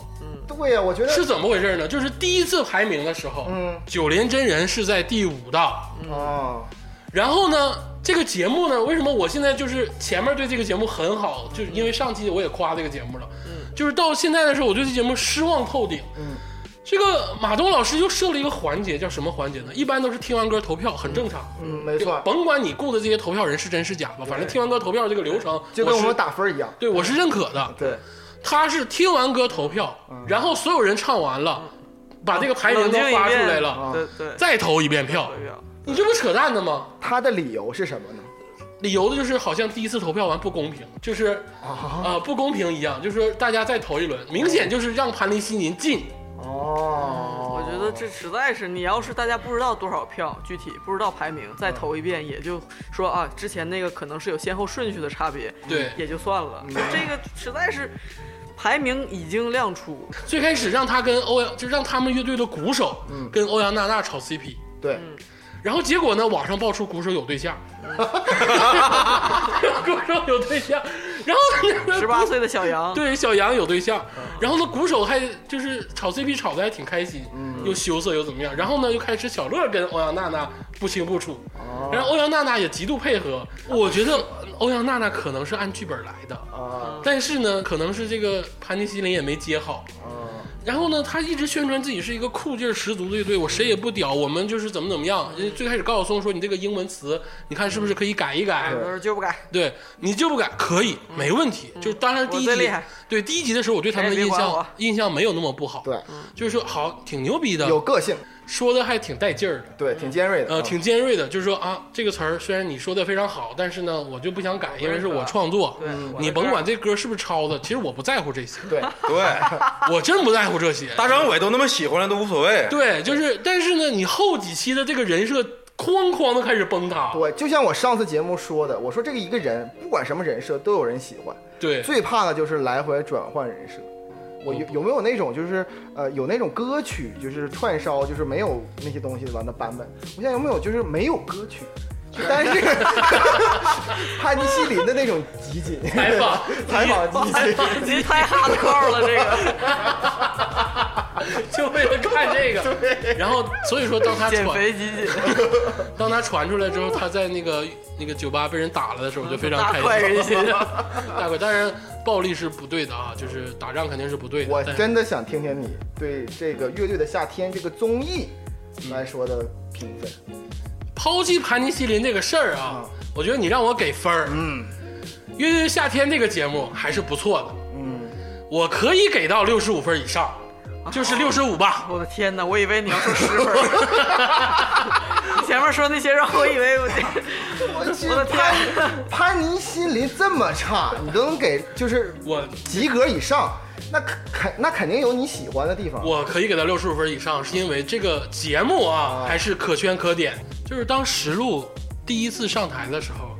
Speaker 4: 对呀、我觉得
Speaker 1: 是怎么回事呢？就是第一次排名的时候，
Speaker 4: 嗯
Speaker 1: 九连真人是在第五道，
Speaker 4: 啊，
Speaker 1: 然后呢，这个节目呢，为什么我现在就是前面对这个节目很好，就是因为上期我也夸这个节目了，就是到现在的时候，我对这节目失望透顶。
Speaker 4: 嗯，
Speaker 1: 这个马东老师又设了一个环节，叫什么环节呢？一般都是听完歌投票，很正常。
Speaker 4: 嗯，没错，
Speaker 1: 甭管你雇的这些投票人是真是假吧，反正听完歌投票这个流程，
Speaker 4: 就跟我
Speaker 1: 是
Speaker 4: 们打分一样。
Speaker 1: 对我是认可的。
Speaker 4: 对，
Speaker 1: 他是听完歌投票，
Speaker 4: 嗯
Speaker 1: 然后所有人唱完了，把这个排名
Speaker 2: 冷
Speaker 1: 都
Speaker 2: 静一
Speaker 1: 发出
Speaker 2: 遍
Speaker 1: 来
Speaker 4: 哦
Speaker 1: 了，啊
Speaker 2: 对对，
Speaker 1: 再投一遍票，
Speaker 2: 代表
Speaker 1: 你这不扯淡呢吗？
Speaker 4: 他的理由是什么呢？
Speaker 1: 理由就是好像第一次投票完不公平，就是
Speaker 4: 啊，
Speaker 1: 啊、不公平一样，就是说大家再投一轮，明显就是让盘尼西林进，
Speaker 4: 嗯哦，
Speaker 2: 我觉得这实在是，你要是大家不知道多少票，具体不知道排名，
Speaker 1: 嗯
Speaker 2: 再投一遍也就说啊，之前那个可能是有先后顺序的差别，
Speaker 1: 对，
Speaker 2: 也就算了。
Speaker 1: 嗯
Speaker 2: 这个实在是排名已经亮出，
Speaker 1: 最开始让他跟欧阳，就让他们乐队的鼓手
Speaker 4: 嗯
Speaker 1: 跟欧阳娜娜炒 CP，
Speaker 4: 对，
Speaker 1: 嗯然后结果呢，网上爆出鼓手有对象， 鼓手有对象，然后
Speaker 2: 十八岁的小杨，
Speaker 1: 对小杨有对象，然后呢，鼓手还就是炒 CP 炒的还挺开心，又羞涩又怎么样，然后呢，又开始小乐跟欧阳娜娜不清不楚，然后欧阳娜娜也极度配合，我觉得欧阳娜娜可能是按剧本来的，
Speaker 4: 啊
Speaker 1: 但是呢，可能是这个盘尼西林也没接好，
Speaker 4: 啊，
Speaker 1: 然后呢，他一直宣传自己是一个酷劲儿十足的乐队，我谁也不屌，我们就是怎么怎么样。人家最开始高晓松说你这个英文词，你看是不是可以改一改？
Speaker 2: 我说就不改，
Speaker 1: 对，你就不改可以，没问题。就是当然第一
Speaker 2: 嗯我最
Speaker 1: 集
Speaker 2: 厉害，
Speaker 1: 对第一集的时候，我对他们的
Speaker 2: 谁也
Speaker 1: 印
Speaker 2: 别管我
Speaker 1: 象印象没有那么不好。
Speaker 4: 对，
Speaker 1: 就是说好，挺牛逼的
Speaker 4: 有，个性，
Speaker 1: 说的还挺带劲儿的。
Speaker 4: 对，挺尖锐的，
Speaker 1: 嗯呃，
Speaker 4: 啊
Speaker 1: 挺尖锐的，就是说啊，这个词儿虽然你说的非常好，但是呢，我就不想改，因为是我创作
Speaker 2: 对嗯。
Speaker 1: 你 甭管这歌是不是抄的，其实我不在乎这些，
Speaker 4: 对，
Speaker 3: 对，
Speaker 1: 我真不在乎这些。
Speaker 3: 大张伟都那么喜欢了，都无所谓。
Speaker 1: 对，就是，但是呢，你后几期的这个人设哐哐的开始崩塌。
Speaker 4: 对，就像我上次节目说的，我说这个一个人不管什么人设都有人喜欢，
Speaker 1: 对
Speaker 4: 最怕的就是来回转换人设。我有有没有那种就是呃有那种歌曲就是串烧就是没有那些东西完的版本？我现在有没有就是没有歌曲，但是 潘尼西林的那种集锦
Speaker 1: 采访
Speaker 4: 采访集锦，
Speaker 2: 这太哈 a 扣了，这 个
Speaker 1: 就为了看这个。然后，所以说，当他
Speaker 2: 减
Speaker 1: 传，
Speaker 2: 肥集锦，
Speaker 1: 当他传出来之后，他在那个那个酒吧被人打了的时候，我就非常
Speaker 2: 大
Speaker 1: 开
Speaker 2: 快人
Speaker 1: 心。
Speaker 2: 心。
Speaker 1: 大快，当然暴力是不对的啊，就是打仗肯定是不对的。
Speaker 4: 我
Speaker 1: 但
Speaker 4: 真的想听听你对这个乐队的夏天这个综艺来说的评分。
Speaker 1: 抛弃盘尼西林这个事儿啊，我觉得你让我给分儿，
Speaker 4: 嗯
Speaker 1: 乐队夏天这个节目还是不错的，
Speaker 4: 嗯，
Speaker 1: 我可以给到六十五分以上，就是六十五
Speaker 4: 啊
Speaker 1: 吧。
Speaker 2: 我的天哪，我以为你要说十 分儿。你前面说那些让我以为我
Speaker 4: 我去
Speaker 2: 我的天
Speaker 4: 潘潘尼西林这么差，你都能给就是
Speaker 1: 我
Speaker 4: 及格以上，那肯肯那肯定有你喜欢的地方。啊
Speaker 1: 我可以给到六十五分以上，是因为这个节目啊
Speaker 4: 啊
Speaker 1: 还是可圈可点。就是当石路第一次上台的时候，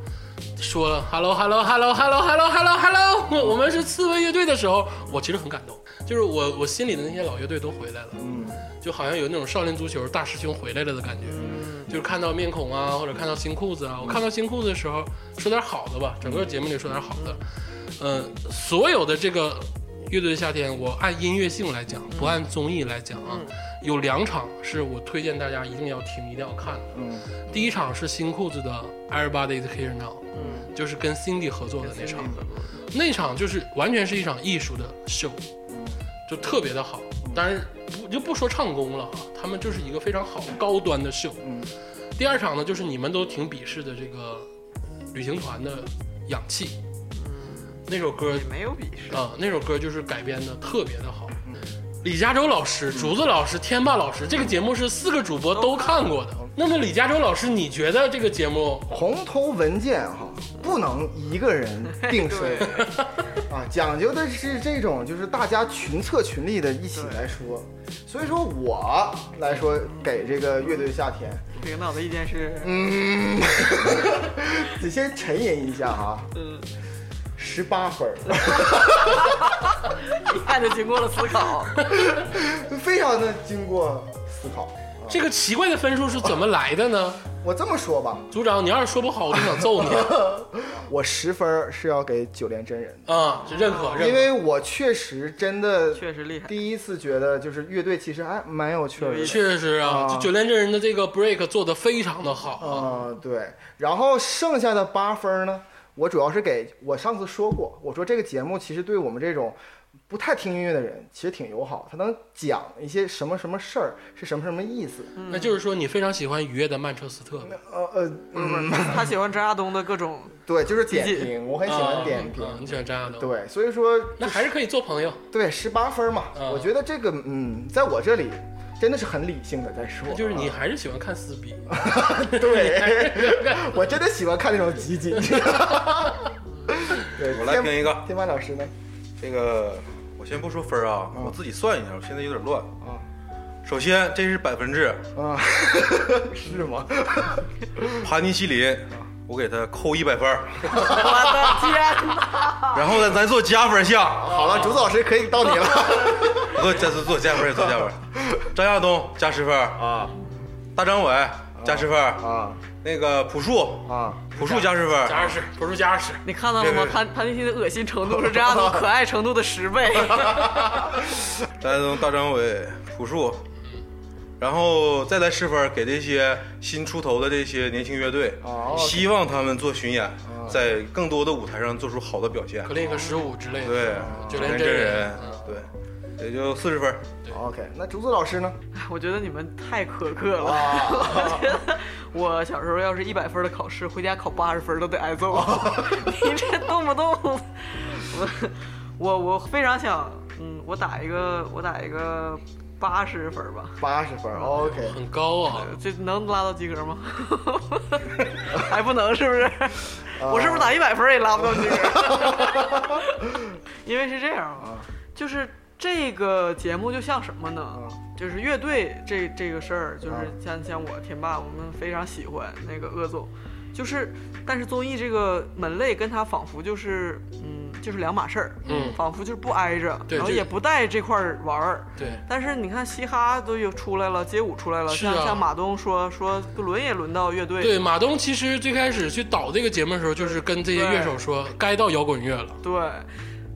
Speaker 1: 说了 “hello hello hello hello hello hello hello”，我我们是刺猬乐队的时候，我其实很感动。就是我我心里的那些老乐队都回来了，
Speaker 4: 嗯，
Speaker 1: 就好像有那种少林足球大师兄回来了的感觉。就是看到面孔啊，或者看到新裤子啊。我看到新裤子的时候，说点好的吧，整个节目里说点好的。嗯、所有的这个乐队的夏天，我按音乐性来讲，
Speaker 4: 嗯
Speaker 1: 不按综艺来讲啊，有两场是我推荐大家一定要听、一定要看的。
Speaker 4: 嗯，
Speaker 1: 第一场是新裤子的《Everybody Is Here Now》，
Speaker 2: 嗯
Speaker 1: 就是跟 Cindy 合作的那场，那场就是完全是一场艺术的秀，
Speaker 4: 嗯
Speaker 1: 就特别的好。当然不就不说唱功了啊，他们就是一个非常好高端的秀。
Speaker 4: 嗯
Speaker 1: 第二场呢，就是你们都挺鄙视的这个旅行团的《氧气》，
Speaker 4: 嗯
Speaker 1: 那首歌
Speaker 2: 也没有鄙视。
Speaker 1: 啊、那首歌就是改编的特别的好。
Speaker 4: 嗯
Speaker 1: 李嘉洲老师、竹子老师、天霸老师，这个节目是四个主播都看过的。那么李嘉洲老师，你觉得这个节目
Speaker 4: 红头文件哈，不能一个人定
Speaker 2: 对
Speaker 4: 谁啊，讲究的是这种就是大家群策群力的一起来说。所以说我来说给这个乐队夏天，
Speaker 2: 这个那我的意见是，
Speaker 4: 嗯，得先沉吟一下哈，
Speaker 2: 嗯，
Speaker 4: 十八分儿。
Speaker 2: 一看就经过了思考。
Speaker 4: 非常的经过思考。
Speaker 1: 这个奇怪的分数是怎么来的呢？
Speaker 4: 我这么说吧，
Speaker 1: 组长，你要是说不好，我就想揍 你
Speaker 4: 我十分儿是要给九连真人
Speaker 1: 啊！是认可，
Speaker 4: 的，
Speaker 1: 认
Speaker 4: 因
Speaker 1: 可。
Speaker 4: 为我确实真的
Speaker 2: 确实厉害
Speaker 4: 第一次觉得就是乐队其实哎蛮有趣儿
Speaker 2: 有意
Speaker 4: 的
Speaker 2: 思。
Speaker 1: 确实啊，
Speaker 4: 啊
Speaker 1: 就九连真人的这个 break 做的非常的好啊。
Speaker 4: 啊、对。然后剩下的八分儿呢，我主要是给我上次说过，我说这个节目其实对我们这种不太听音乐的人其实挺友好，他能讲一些什么什么事儿是什么什么意思。
Speaker 1: 那就是说，你非常喜欢愉悦的曼彻斯特。
Speaker 4: 呃呃，
Speaker 2: 不是不
Speaker 3: 嗯
Speaker 2: 是，他喜欢张亚东的各种，
Speaker 4: 对，就是点
Speaker 2: 激进
Speaker 4: 评，我很喜
Speaker 1: 啊
Speaker 4: 欢点评。
Speaker 1: 啊你喜欢张亚东？，
Speaker 4: 对，所以说
Speaker 1: 那还是可以做朋友。
Speaker 4: 对，十八分嘛，
Speaker 1: 嗯
Speaker 4: 我觉得这个嗯，在我这里真的是很理性的在说，
Speaker 1: 就是你还是喜欢看撕 逼，
Speaker 4: 对， 我真的喜欢看那种集锦。对，
Speaker 3: 我来
Speaker 4: 天
Speaker 3: 评一个
Speaker 4: 天马老师呢？
Speaker 3: 这个我先不说分儿
Speaker 4: 嗯
Speaker 3: 啊，我自己算一下，我现在有点乱。
Speaker 4: 啊
Speaker 3: 首先，这是百分制，
Speaker 4: 啊，是吗？嗯
Speaker 3: 盘尼西林，我给他扣一百分儿，
Speaker 2: 我的天哪！
Speaker 4: 啊
Speaker 3: 然后呢，咱做加分项，
Speaker 4: 好了，竹子老师可以到你了。
Speaker 3: 我再做做加分儿，做加分 儿。张亚东加十分儿，
Speaker 4: 啊
Speaker 3: 大张伟加十分儿，
Speaker 4: 啊
Speaker 3: 那个朴树，
Speaker 4: 啊！
Speaker 3: 朴树加十分
Speaker 1: 加
Speaker 3: 儿，
Speaker 1: 二十，不是加二十，
Speaker 2: 你看到了吗？
Speaker 3: 对
Speaker 2: 潘潘金星的恶心程度是张亚东可爱程度的十倍。
Speaker 3: 张亚东、大张伟、朴树，然后再来十分儿给这些新出头的这些年轻乐队
Speaker 4: 哦，，OK 嗯
Speaker 3: 希望他们做巡演，在更多的舞台上做出好的表现
Speaker 1: 可。令个十五之类的，
Speaker 3: 对，
Speaker 1: 就连
Speaker 3: 真
Speaker 1: 真
Speaker 3: 人
Speaker 1: 人，
Speaker 3: 对，也就四十分儿。
Speaker 4: OK，那竹子老师呢？
Speaker 2: 我觉得你们太苛刻了。
Speaker 1: 啊
Speaker 2: 我觉得我小时候要是一百分的考试，回家考八十分都得挨揍。 你这动不动， 我我我非常想，嗯，我打一个我打一个八十分吧。
Speaker 4: 八十分。OK，
Speaker 1: 很高啊，
Speaker 2: 这能拉到及格吗？ 还不能是不是？我是不是打一百分儿也拉不到及格？ 因为是这样啊，就是这个节目就像什么
Speaker 1: 嗯
Speaker 2: 呢？
Speaker 4: 啊
Speaker 2: 就是乐队这这个事儿，就是像像我天霸，我们非常喜欢那个鄂总，就是但是综艺这个门类跟他仿佛就是嗯就是两码事儿，
Speaker 1: 嗯
Speaker 2: 仿佛就是不挨着，
Speaker 1: 对
Speaker 2: 然后
Speaker 1: 这
Speaker 2: 也不带这块儿玩儿，
Speaker 1: 对，
Speaker 2: 但是你看，嘻哈都有出来了，街舞出来了，
Speaker 1: 是
Speaker 2: 像
Speaker 1: 啊
Speaker 2: 像马东说说轮也轮到乐队，
Speaker 1: 对，马东其实最开始去导这个节目的时候，就是跟这些乐手说，该到摇滚乐了。
Speaker 2: 对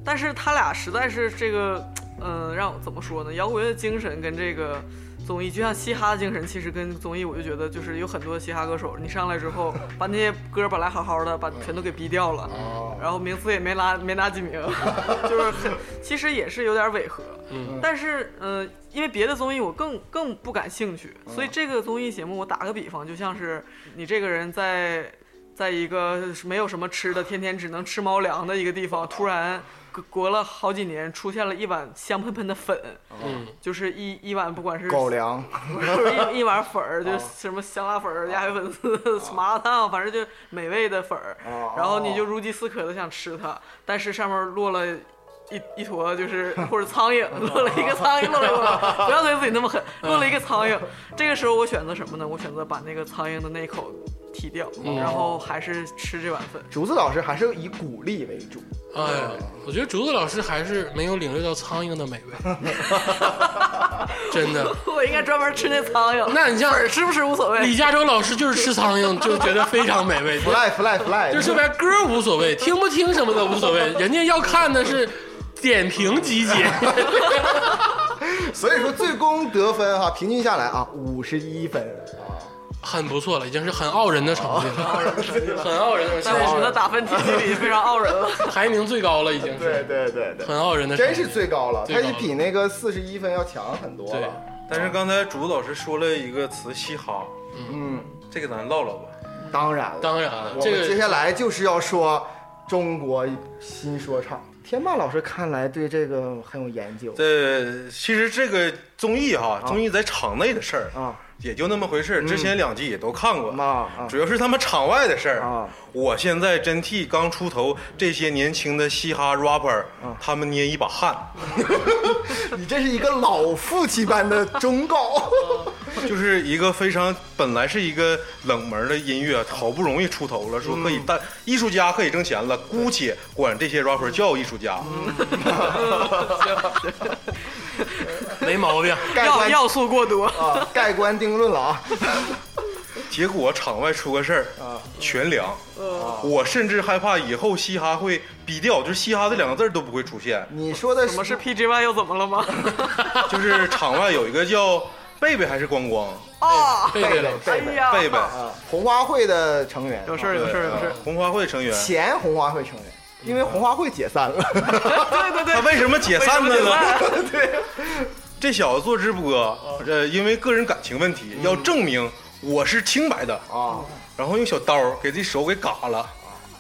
Speaker 2: 但是他俩实在是这个，嗯、让我怎么说呢？摇滚乐的精神跟这个综艺，就像嘻哈的精神，其实跟综艺，我就觉得就是有很多嘻哈歌手，你上来之后，把那些歌本来好好的，把全都给逼掉了，然后名次也没拿没拿几 名，就是很其实也是有点违和。
Speaker 1: 嗯
Speaker 2: 但是呃，因为别的综艺我更更不感兴趣，
Speaker 1: 嗯
Speaker 2: 所以这个综艺节目我打个比方，就像是你这个人在在一个没有什么吃的，天天只能吃猫粮的一个地方，突然隔隔了好几年出现了一碗香喷喷的粉，
Speaker 1: 嗯，
Speaker 2: 就是一一碗不管是
Speaker 4: 狗粮
Speaker 2: 就是一一碗粉儿，就是什么香辣粉儿、鸭血粉丝、 麻辣烫，反正就美味的粉儿
Speaker 4: 哦，
Speaker 2: 然后你就如饥似渴的想吃它，但是上面落了。一一坨就是或者苍蝇落了一个苍蝇落了一个，不要对自己那么狠，落了一个苍蝇。这个时候我选择什么呢？我选择把那个苍蝇的那口剔掉，然后还是吃这碗粉。
Speaker 4: 竹子老师还是以鼓励为主。
Speaker 1: 哎呀，我觉得竹子老师还是没有领略到苍蝇的美味， 真的。
Speaker 2: 我应该专门吃那苍蝇，
Speaker 1: 那你像
Speaker 2: 粉儿吃不吃无所谓
Speaker 1: 李。嘉诚老师就是吃苍蝇就觉得非常美 味，
Speaker 4: Fly fly fly，
Speaker 1: 就是边歌无所谓，听不听什么的无所 谓，人家要看的是点评集 锦。
Speaker 4: 所以说最终得分哈，平均下来啊，五十一分啊。
Speaker 1: 很不错了，已经是很傲人的成绩了， 很傲人的成绩，现
Speaker 2: 但我们的
Speaker 1: 在
Speaker 2: 打分体系里非常傲人了。
Speaker 1: 是排名最高了，已经是
Speaker 4: 对对对对，
Speaker 1: 很傲人的成
Speaker 4: 真
Speaker 1: 绩，
Speaker 4: 是最高了，
Speaker 1: 最
Speaker 4: 它
Speaker 1: 高
Speaker 4: 是比那个四十一分要强很多
Speaker 1: 对
Speaker 4: 了。
Speaker 3: 但是刚才竹子老师说了一个词“嘻哈
Speaker 4: 嗯，”，
Speaker 3: 这个咱唠唠吧。
Speaker 4: 当然了，
Speaker 1: 当然了，
Speaker 4: 我
Speaker 1: 这
Speaker 4: 们接
Speaker 1: 个
Speaker 4: 下来就是要说中国新说唱。天霸老师看来对这个很有研究
Speaker 3: 这其实这个综艺哈，综艺在场内的事儿
Speaker 4: 啊，嗯
Speaker 3: 也就那么回事儿，之前两季也都看过。
Speaker 4: 妈啊
Speaker 3: 主要是他们场外的事儿
Speaker 4: 啊！
Speaker 3: 我现在真替刚出头这些年轻的嘻哈 rapper，他
Speaker 4: 啊
Speaker 3: 们捏一把汗。
Speaker 4: 你这是一个老父亲般的 忠告。
Speaker 3: 就是一个非常本来是一个冷门的音乐，好不容易出头了，说可以但艺术家可以挣钱了，姑且管这些 rapper 叫艺术家。
Speaker 1: 没毛 病。
Speaker 4: 盖
Speaker 2: 要
Speaker 4: 棺
Speaker 2: 要素过多。
Speaker 4: 啊，盖棺定论了啊！。
Speaker 3: 结果场外出个事儿，全凉。我甚至害怕以后嘻哈会逼掉，就是嘻哈这两个字儿都不会出现
Speaker 4: 你说的
Speaker 2: 怎么是 PGY 又怎么了吗？
Speaker 3: 就是场外有一个叫贝贝还是光光，
Speaker 2: 啊，
Speaker 1: 贝
Speaker 4: 贝
Speaker 1: 贝
Speaker 4: 贝
Speaker 1: 老师，
Speaker 2: 哎
Speaker 4: 贝贝
Speaker 2: 呀，
Speaker 3: 贝贝
Speaker 4: 啊，红花会的成员，啊
Speaker 2: 有事儿有事儿有事儿。嗯
Speaker 3: 红花会成员，
Speaker 4: 前红花会成员，因为红花会解散了。
Speaker 2: 对
Speaker 3: 他
Speaker 2: 对对，
Speaker 3: 为什么解散的呢？
Speaker 2: 呢？
Speaker 3: 这小子做直播，呃，因为个人感情问题，要证明我是清白的。
Speaker 4: 啊，
Speaker 3: 然后用小刀给自己手给嘎了，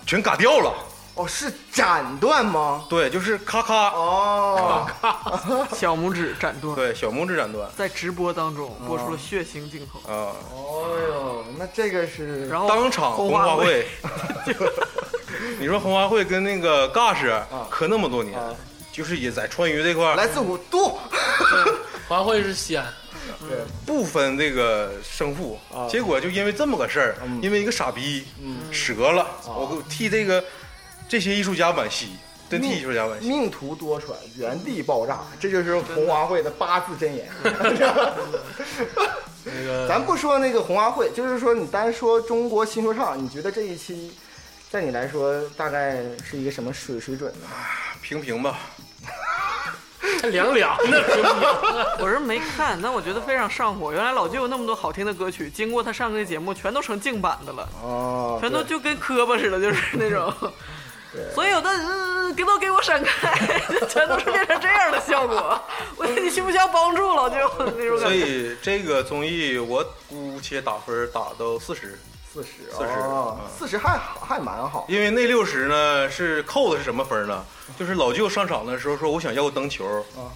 Speaker 3: 全嘎掉了。
Speaker 4: 哦，是斩断吗？
Speaker 3: 对，就是咔咔，
Speaker 4: 哦，
Speaker 2: 小拇指斩断，
Speaker 3: 对，嗯小拇指斩断
Speaker 2: 在直播当中播出了血腥镜头，
Speaker 3: 啊，
Speaker 4: 哦哟，那这个是，
Speaker 2: 然后
Speaker 3: 当场哦红花会。 你说红花会跟那个尬是磕那么多年
Speaker 4: 啊，
Speaker 3: 就是也在川渝这块
Speaker 4: 来
Speaker 3: 儿
Speaker 4: 自五度，
Speaker 1: 花卉是西安，
Speaker 2: 嗯
Speaker 4: 对，
Speaker 3: 不分这个胜负，结果就因为这么个事儿，因为一个傻逼折了，我替这个这些艺术家惋惜，真替艺术家惋惜。
Speaker 4: 命途多舛，原地爆炸，这就是红花会的八字真 言。
Speaker 1: 那个
Speaker 4: 咱不说那个红花会，就是说你单说中国新说唱，你觉得这一期，在你来说大概是一个什么水水准呢？
Speaker 3: 平平吧，
Speaker 1: 凉凉的，
Speaker 2: 我是没看，但我觉得非常上火。原来老舅有那么多好听的歌曲，经过他上个节目，全都成净版的了，
Speaker 3: 啊
Speaker 4: 哦，
Speaker 2: 全都
Speaker 4: 对
Speaker 2: 就跟磕巴似的，就是那 种。所有的嗯，给都给我闪开， 全都是变成这样的效果。我你需不需要帮助老舅那种
Speaker 3: 所
Speaker 2: 感觉？
Speaker 3: 以这个综艺我姑且打分打到四十，
Speaker 4: 四十，
Speaker 3: 40
Speaker 4: 哦
Speaker 3: 嗯
Speaker 4: 四十还好还蛮好。
Speaker 3: 因为那六十呢是扣的是什么分呢？就是老舅上场的时候说我想要个灯球，嗯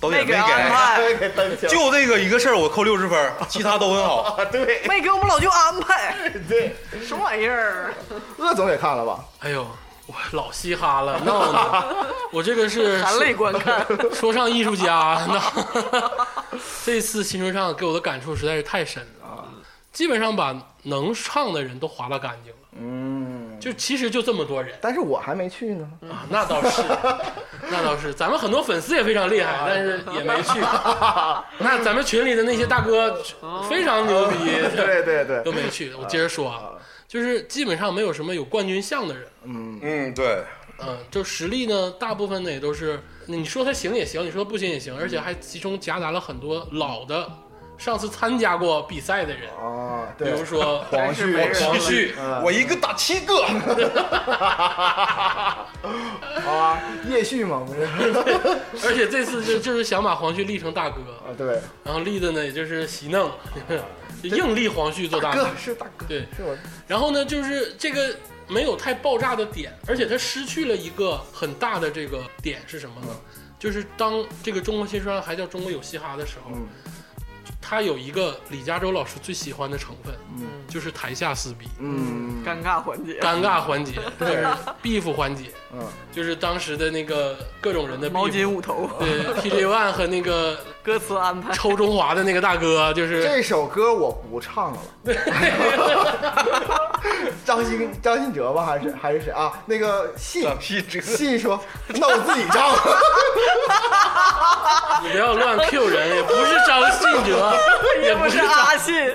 Speaker 3: 导演
Speaker 2: 没
Speaker 3: 没
Speaker 2: 给安排，
Speaker 4: 哎给单挑
Speaker 3: 就这个一个事儿我扣六十分，其他都很好。
Speaker 4: 啊，对
Speaker 2: 没给我们老舅安排，
Speaker 4: 对，
Speaker 2: 什么玩 意儿？
Speaker 4: 鄂总也看了吧？
Speaker 1: 哎呦，我老嘻哈了，闹呢，我这个是
Speaker 2: 含泪观看，
Speaker 1: 说唱艺术 家，那这次新说唱给我的感触实在是太深了，啊、基本上把能唱的人都划拉干净了。
Speaker 4: 嗯，
Speaker 1: 就其实就这么多人
Speaker 4: 但是我还没去呢。
Speaker 1: 啊，那倒 是，那倒是，咱们很多粉丝也非常厉
Speaker 4: 啊
Speaker 1: 害，但是也没 去。那咱们群里的那些大哥非常牛逼，
Speaker 4: 哦对对对，
Speaker 1: 都没去。我接着说啊，就是基本上没有什么有冠军相的人，
Speaker 3: 嗯，对，
Speaker 1: 嗯，就实力呢，大部分呢也都是你说他行也行，你说他不行也行，而且还其中夹杂了很多老的，上次参加过比赛的人，
Speaker 4: 啊，
Speaker 1: 比
Speaker 4: 对，
Speaker 1: 如说
Speaker 4: 黄
Speaker 2: 是没
Speaker 4: 旭
Speaker 2: 人
Speaker 1: 黄旭，
Speaker 3: 我一个打七个，
Speaker 4: 啊，叶旭嘛，不是？
Speaker 1: 而且这次就就是想把黄旭立成大哥，
Speaker 4: 啊，对，
Speaker 1: 然后立的呢也就是席弄， 就硬立黄旭做大哥
Speaker 4: 哥，是大哥，
Speaker 1: 对，
Speaker 4: 是我
Speaker 1: 然后呢就是这个。没有太爆炸的点，而且他失去了一个很大的这个点是什么呢？就是当这个中国新说唱还叫中国有嘻哈的时候，
Speaker 4: 嗯
Speaker 1: 他有一个李嘉洲老师最喜欢的成分，
Speaker 4: 嗯
Speaker 1: 就是台下撕逼、
Speaker 4: 嗯
Speaker 2: 尴尬环节，
Speaker 1: 尴尬环节，就是 beef 环节，
Speaker 4: 嗯
Speaker 1: 就是当时的那个各种人的 beef,
Speaker 2: 毛巾捂头，
Speaker 1: 对 PJ One 和那个
Speaker 2: 歌词安排。
Speaker 1: 抽中华的那个大哥，啊就是
Speaker 4: 这首歌我不唱了。张信张信哲吧，还是还是谁啊？那个信
Speaker 3: 打
Speaker 1: 嗯
Speaker 3: 七折。
Speaker 4: 信说，那我自己 唱。
Speaker 1: 你不要乱 Q 人，也不是张信哲，也
Speaker 2: 不
Speaker 1: 不
Speaker 2: 是
Speaker 1: 是
Speaker 2: 阿信，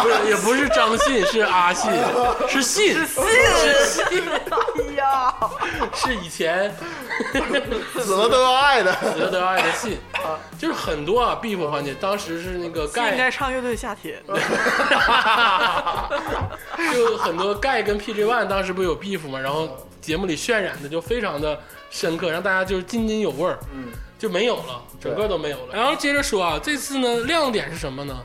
Speaker 1: 不是也不是张信，是阿信，是信
Speaker 2: 是信， 哎呀，
Speaker 1: 是以前
Speaker 4: 死了都要爱的。
Speaker 1: 德德爱的信，就是很多啊 beef 环节，当时是那个
Speaker 2: 应
Speaker 1: 盖
Speaker 2: 该唱乐队夏天，
Speaker 1: 就很多盖跟 PG One 当时不有 beef 嘛，然后节目里渲染的就非常的深刻，让大家就是津津有味儿，嗯，就没有了，整个都没有了。然后接着说啊，这次呢亮点是什么呢？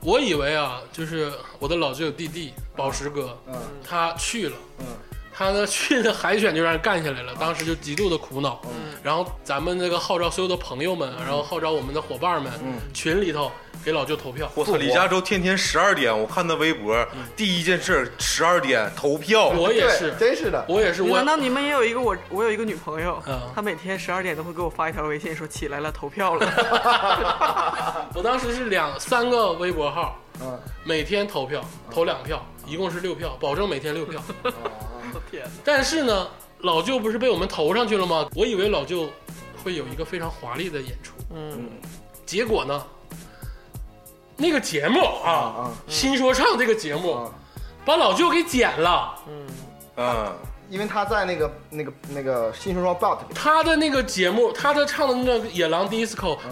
Speaker 1: 我以为啊，就是我的老舅弟弟宝石哥，
Speaker 4: 嗯
Speaker 1: 他去了，
Speaker 4: 嗯
Speaker 1: 他呢去的海选就让人干下来了，当时就极度的苦恼。嗯，然后咱们这个号召所有的朋友们，
Speaker 4: 嗯
Speaker 1: 然后号召我们的伙伴们，群里头给老舅投票。
Speaker 3: 我操！李佳洲天天十二点，我看他微博，第一件事十二点投票。
Speaker 1: 我也是
Speaker 4: 对，，真是的。
Speaker 1: 我也是，我
Speaker 2: 难道你们也有一个我？我有一个女朋友
Speaker 1: 嗯，
Speaker 2: 她每天十二点都会给我发一条微信说起来了，投票 了。
Speaker 1: 我当时是两三个微博号，
Speaker 4: 嗯，
Speaker 1: 每天投票，投两票，一共是六票，保证每天六票。
Speaker 2: 我天哪，
Speaker 1: 但是呢，老舅不是被我们投上去了吗？我以为老舅会有一个非常华丽的演出，
Speaker 2: 嗯，
Speaker 1: 结果呢，那个节目啊，
Speaker 4: 啊，
Speaker 1: 新说唱这个节目
Speaker 4: 啊，
Speaker 1: 把老舅给剪了。
Speaker 3: 嗯，
Speaker 4: 因为他在那个那个那个新说唱 bot 里，
Speaker 1: 他的那个节目，他的唱的那个《野狼 DISCO》，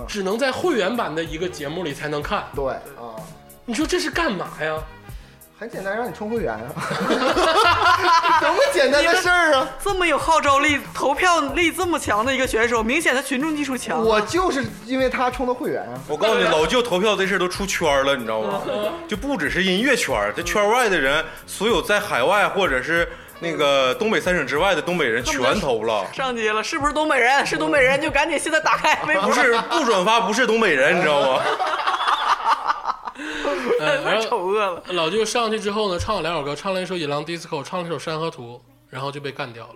Speaker 1: 只能在会员版的一个节目里才能看。
Speaker 4: 对啊，
Speaker 1: 你说这是干嘛呀？
Speaker 4: 很简单，让你充会员 啊，多么简单的事儿啊！
Speaker 2: 这么有号召力、投票力这么强的一个选手，明显他群众基础强啊。
Speaker 4: 我就是因为他充的会员啊，
Speaker 3: 我告诉你，老舅投票这事儿都出圈了，你知嗯道吗？就不只是音乐圈，这圈外的人，所有在海外或者是那个东北三省之外的东北人全投了。
Speaker 2: 上街了，是不是东北人？是东北人就赶紧现在打开微博
Speaker 3: 不，是不转发，不是东北人，你知道吗？
Speaker 1: 嗯，然
Speaker 2: 太
Speaker 1: 后
Speaker 2: 丑恶了。
Speaker 1: 老舅上去之后呢，唱了两首歌，唱了一首《野狼 DISCO》，唱了一首《山河图》，然后就被干掉了。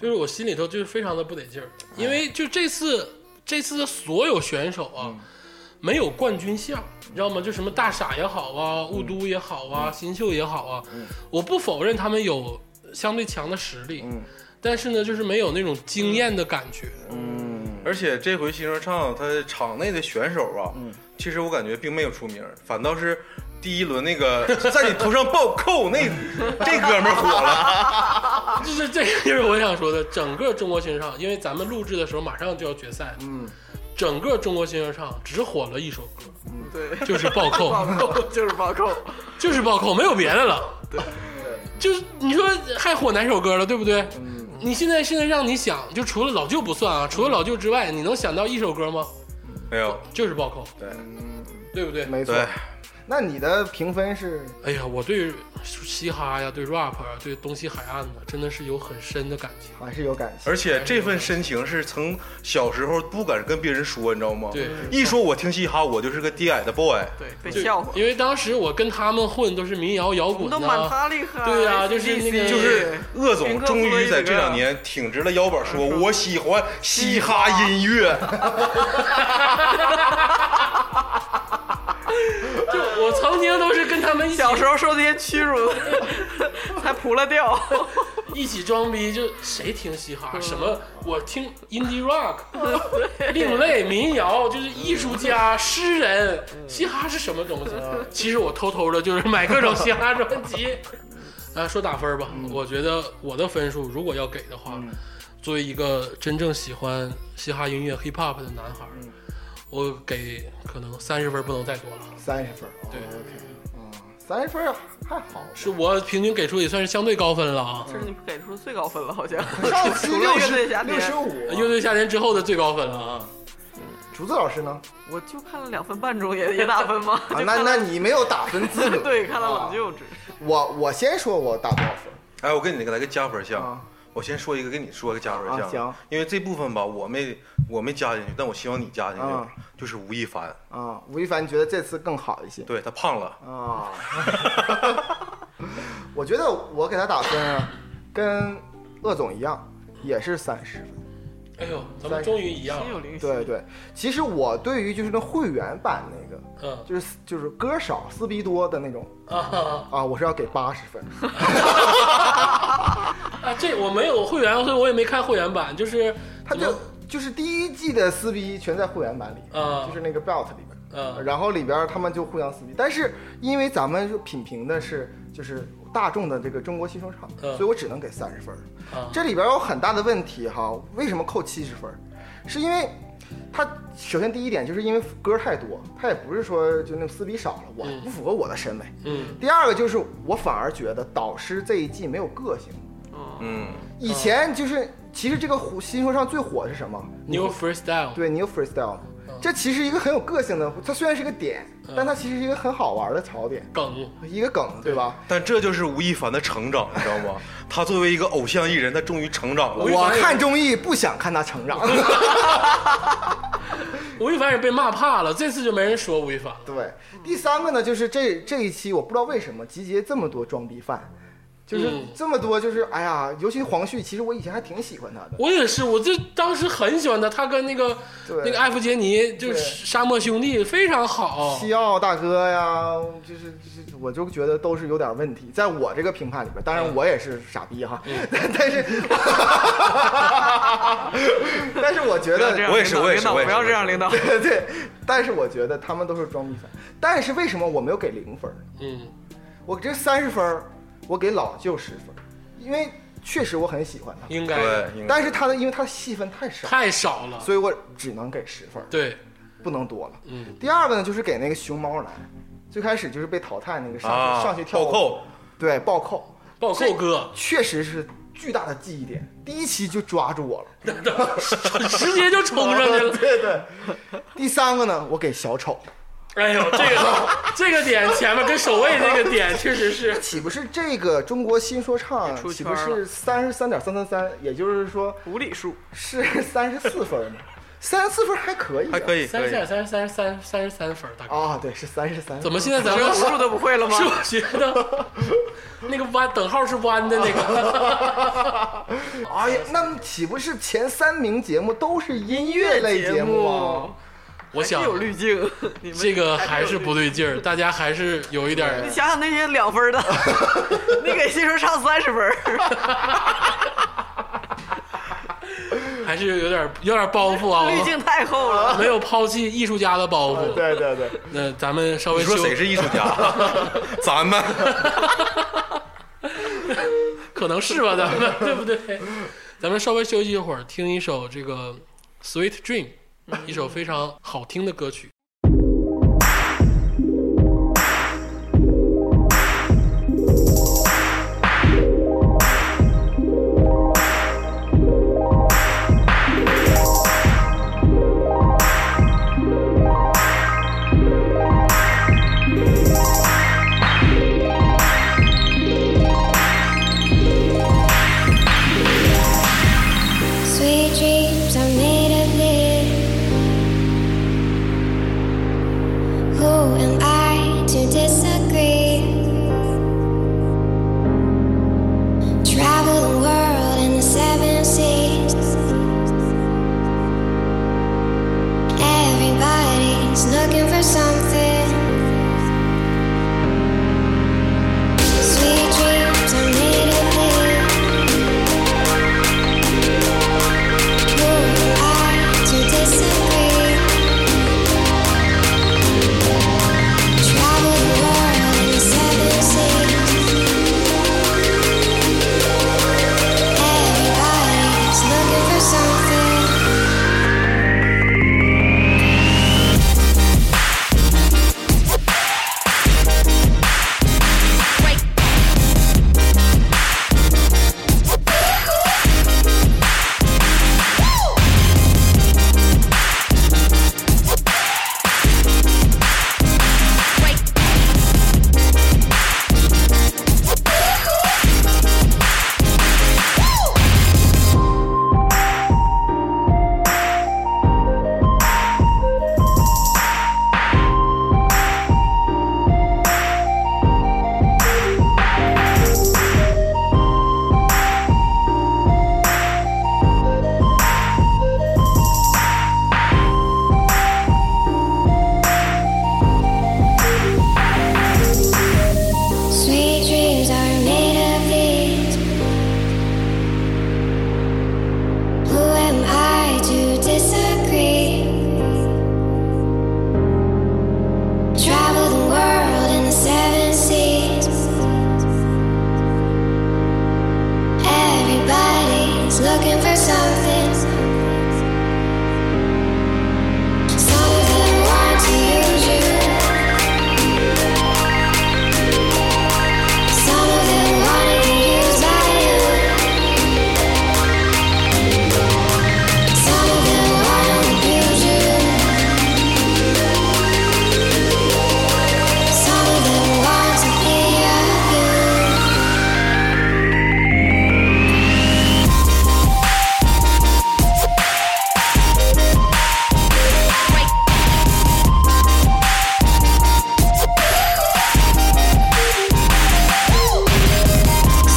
Speaker 1: 就是我心里头就是非常的不得劲儿，因为就这次这次的所有选手啊，
Speaker 4: 嗯
Speaker 1: 没有冠军相，你知道吗？就什么大傻也好啊，
Speaker 4: 嗯
Speaker 1: 雾都也好啊，新秀也好啊，我不否认他们有相对强的实力，
Speaker 4: 嗯
Speaker 1: 但是呢，就是没有那种惊艳的感觉。
Speaker 4: 嗯，
Speaker 3: 而且这回新说唱，他场内的选手啊，
Speaker 4: 嗯
Speaker 3: 其实我感觉并没有出名，反倒是第一轮那个在你头上暴扣那这哥们儿火了。
Speaker 1: 就是这个，就是我想说的，整个中国新说唱，因为咱们录制的时候马上就要决赛，
Speaker 4: 嗯，
Speaker 1: 整个中国新说唱只火了一首歌，
Speaker 2: 嗯对，
Speaker 1: 就是暴扣，
Speaker 2: 暴扣就是暴扣，
Speaker 1: 就是暴扣，没有别的了。
Speaker 2: 对，
Speaker 1: 就是你说还火哪首歌了，对不对？
Speaker 2: 嗯
Speaker 1: 你现在现在让你想，就除了老舅不算啊，除了老舅之外，你能想到一首歌吗？
Speaker 3: 没有，
Speaker 1: 就是暴扣，
Speaker 3: 对
Speaker 2: 嗯
Speaker 1: 对不对？
Speaker 4: 没错。
Speaker 3: 对，
Speaker 4: 那你的评分是
Speaker 1: 哎呀，我对嘻哈呀，对 rap 啊，对东西海岸的，真的是有很深的感情。
Speaker 4: 还是有感情？
Speaker 3: 而且这份深情是从小时候不敢跟别人说，你知道吗？
Speaker 1: 对，
Speaker 3: 一说我听嘻哈，我就是个低矮的 boy。
Speaker 2: 对，被
Speaker 1: 就
Speaker 2: 笑话，
Speaker 1: 因为当时我跟他们混都是民谣摇
Speaker 2: 我
Speaker 1: 滚
Speaker 2: 们
Speaker 1: 的
Speaker 2: 都
Speaker 1: 啊，
Speaker 2: 满他厉害。
Speaker 1: 对呀就是那个
Speaker 2: ACDC
Speaker 3: 就是鄂总
Speaker 2: 平克
Speaker 3: 终
Speaker 2: 弗洛伊
Speaker 3: 于
Speaker 2: 德
Speaker 3: 在这两年挺直了腰板，说：“我喜欢嘻哈音乐。
Speaker 1: 就我曾经都是跟他们一起
Speaker 2: 小时候受这些屈 辱，才扑了掉。
Speaker 1: 一起装逼，就谁听嘻哈？什么？我听 indie rock，另
Speaker 2: 哦
Speaker 1: 类民谣，就是艺术家、诗人。嘻哈是什么东西？其实我偷偷的就是买各种 嘻哈专辑。啊，说打分吧，我觉得我的分数如果要给的话，作为一个真正喜欢嘻哈音乐 hip hop 的男孩儿，我给可能三十分不能再多了。
Speaker 4: 三十分。
Speaker 1: 对
Speaker 4: ，OK，啊，三十分还 好。
Speaker 1: 是我平均给出也算是相对高分了啊。
Speaker 2: 这是你给出最高分了，好像。
Speaker 4: 上期
Speaker 2: 除了
Speaker 4: 六
Speaker 2: 乐
Speaker 4: 十
Speaker 2: 队夏
Speaker 4: 六
Speaker 2: 天
Speaker 4: 十，五，
Speaker 1: 乐队夏天之后的最高分了啊！
Speaker 4: 竹子老师呢？
Speaker 2: 我就看了两分半钟，也也打分吗？
Speaker 4: 啊，
Speaker 2: 就
Speaker 4: 那
Speaker 2: 看了
Speaker 4: 那你没有打分资格。
Speaker 2: 对，看到老
Speaker 4: 啊。
Speaker 2: 舅只是
Speaker 4: 我我先说我打多少分？”
Speaker 3: 哎，我给你来个加分项。
Speaker 4: 啊
Speaker 3: 我先说一个，跟你说个加分
Speaker 4: 啊
Speaker 3: 项，
Speaker 4: 行
Speaker 3: 因为这部分吧，我没我没加进去，但我希望你加进去，
Speaker 4: 啊
Speaker 3: 就是吴亦凡，
Speaker 4: 啊，吴亦凡觉得这次更好一些。
Speaker 3: 对他胖了，
Speaker 4: 啊， 我觉得我给他打分啊，跟鄂总一样，也是三十分。
Speaker 1: 哎呦，咱们终于一样
Speaker 2: 心有
Speaker 1: 了。
Speaker 2: 灵犀。
Speaker 4: 对对，其实我对于就是那会员版那个，
Speaker 1: 嗯
Speaker 4: 就是就是歌少撕逼多的那种
Speaker 1: 啊
Speaker 4: 啊，我是要给八十分。
Speaker 1: 啊！这我没有会员，所以我也没看会员版，就是
Speaker 4: 他就就是第一季的撕逼全在会员版里，
Speaker 1: 啊
Speaker 4: 就是那个 belt 里边。
Speaker 1: 嗯
Speaker 4: 然后里边他们就互相撕逼，但是因为咱们品评的是就是大众的这个中国新说唱，
Speaker 1: 嗯
Speaker 4: 所以我只能给三十分。
Speaker 1: 啊
Speaker 4: 这里边有很大的问题哈，为什么扣七十分？是因为它首先第一点就是因为歌太多，它也不是说就那撕逼少了，我
Speaker 1: 嗯
Speaker 4: 不符合我的审美。
Speaker 1: 嗯
Speaker 4: 第二个就是我反而觉得导师这一季没有个性，
Speaker 2: 嗯，
Speaker 3: 嗯，
Speaker 4: 以前就是其实这个火新说唱最火的是什么？
Speaker 1: ，New Freestyle，
Speaker 4: 对，你有 freestyle，这其实一个很有个性的，它虽然是个点，但它其实是一个很好玩的槽点，
Speaker 1: 梗
Speaker 4: 一个梗，对吧？
Speaker 3: 但这就是吴亦凡的成长，你知道吗？他作为一个偶像艺人，他终于成长
Speaker 1: 吴亦
Speaker 3: 了。
Speaker 1: 凡
Speaker 4: 我
Speaker 1: 也
Speaker 4: 看综艺不想看他成长，
Speaker 1: 吴亦凡也被骂怕了，这次就没人说吴亦凡了。
Speaker 4: 对。第三个呢，就是这这一期我不知道为什么集结这么多装逼犯，就是
Speaker 1: 嗯
Speaker 4: 这么多，就是哎呀，尤其黄旭，其实我以前还挺喜欢他的，
Speaker 1: 我也是，我就当时很喜欢他，他跟那个
Speaker 4: 对
Speaker 1: 那个艾弗杰尼就
Speaker 4: 对
Speaker 1: 是沙漠兄弟非常
Speaker 2: 哦
Speaker 1: 好。
Speaker 4: 西奥大哥呀，就是就是，我就觉得都是有点问题，在我这个评判里边，当
Speaker 2: 嗯
Speaker 4: 然我也是傻逼哈， 但但是，但是我觉
Speaker 2: 不要
Speaker 4: 得
Speaker 2: 这样，
Speaker 3: 我也是
Speaker 2: 领导
Speaker 3: 我也是
Speaker 2: 领导
Speaker 3: 我也是
Speaker 2: 不要这样，领导。
Speaker 4: 对对，但是我觉得他们都是装逼犯。但是为什么我没有给零分儿呢？
Speaker 1: 嗯
Speaker 4: 我这三十分儿，我给老舅十分儿，因为确实我很喜欢他，
Speaker 1: 应该的
Speaker 3: 对，
Speaker 4: 但是他的因为他的戏份太少，
Speaker 1: 太少了。
Speaker 4: 所以我只能给十分儿，
Speaker 1: 对，
Speaker 4: 不能多了。
Speaker 1: 嗯，
Speaker 4: 第二个呢，就是给那个熊猫男，最开始就是被淘汰那个上去、
Speaker 3: 啊，
Speaker 4: 上去跳
Speaker 3: 暴，扣，
Speaker 4: 对暴扣，
Speaker 1: 暴扣哥
Speaker 4: 确实是巨大的记忆点。第一期就抓住我了，
Speaker 1: 直接就冲上去了。
Speaker 4: 对对。第三个呢，我给小丑，
Speaker 1: 哎呦，这个这个点前面跟守卫这个点确实是，
Speaker 4: 岂不是这个中国新说唱
Speaker 2: 出
Speaker 4: 岂
Speaker 2: 圈
Speaker 4: 不
Speaker 2: 了
Speaker 4: 是三十三点三三三？也就是说
Speaker 2: 无理数，
Speaker 4: 是 三十四分吗？三十四分还可以、啊，
Speaker 3: 还可
Speaker 4: 以
Speaker 3: 以，
Speaker 1: 三
Speaker 3: 可
Speaker 1: 十
Speaker 3: 以
Speaker 1: 三、。三十三、三十三、三十三分儿大概。
Speaker 4: 啊、对，是三十三。
Speaker 1: 怎么现在咱
Speaker 2: 连
Speaker 1: 们
Speaker 2: 无数都不会了吗
Speaker 1: 是？我觉得那个弯等号是弯的那个，
Speaker 4: 哎呀，那么岂不是前三名节目都是音乐类节目吗？
Speaker 1: 我想
Speaker 2: 还是有滤镜，你们
Speaker 1: 这个还
Speaker 2: 有
Speaker 1: 啊是
Speaker 2: 滤
Speaker 1: 不对劲儿，大家还是有一点儿
Speaker 2: 你想想那些两 分的，你给新手上三十分儿，
Speaker 1: 还是有点儿有点儿包袱啊，
Speaker 2: 滤镜太厚了。
Speaker 1: 没有抛弃艺术家的包袱。
Speaker 4: 对对对，
Speaker 1: 那咱们稍微
Speaker 3: 你说
Speaker 1: 休
Speaker 3: 谁是艺术家？ 咱们
Speaker 1: 可能是吧，咱们对不对？咱们稍微休息一会儿，听一首这个《Sweet Dream》，一首非常好听的歌曲。
Speaker 5: Sweet dreams are made of this. Who am I to disagree? Travel the world in the seven seas. Everybody's looking for something. Sweet dreams are made of this. Who am I to disagree? Travel the world in the seven seas. Everybody's looking for something. Sweet dreams are made of these. Who am I to disagree? Travel the world in the seven seas. Everybody's looking for something. Something wants to use you. Some of them wanna be used by you. Some of them wanna abuse you. Some of them want to be abused.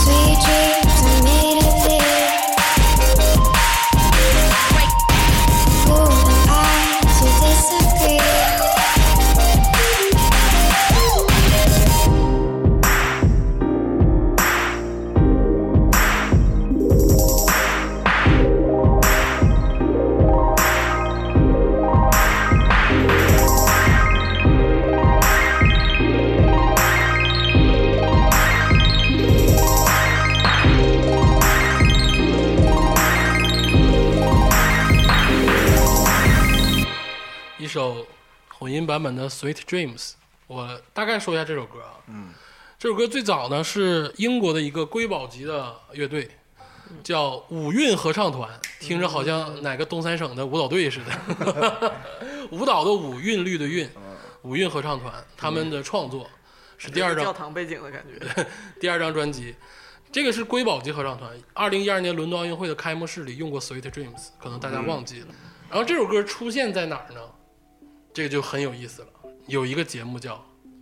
Speaker 5: Sweet dreams are made of Who am I to disagree?
Speaker 1: 我们刚才听到的一首混音版本的《Sweet Dreams》，我大概说一下这首歌啊。嗯，这首歌最早呢是英国的一个瑰宝级的乐队，叫五韵合唱团，听着 好像哪个东三省的舞蹈队似的，舞蹈的舞，韵律的韵。五韵合唱团他们的创作是第二
Speaker 2: 有教
Speaker 1: 张
Speaker 2: 堂背景的感觉。
Speaker 1: 第二张专辑，这个是瑰宝级合唱团，二零一二年伦敦奥运会的开幕式里用过《Sweet Dreams》，可能大家忘记了。然后这首歌出现在哪儿呢？这个就很有意思了。有一个节目叫《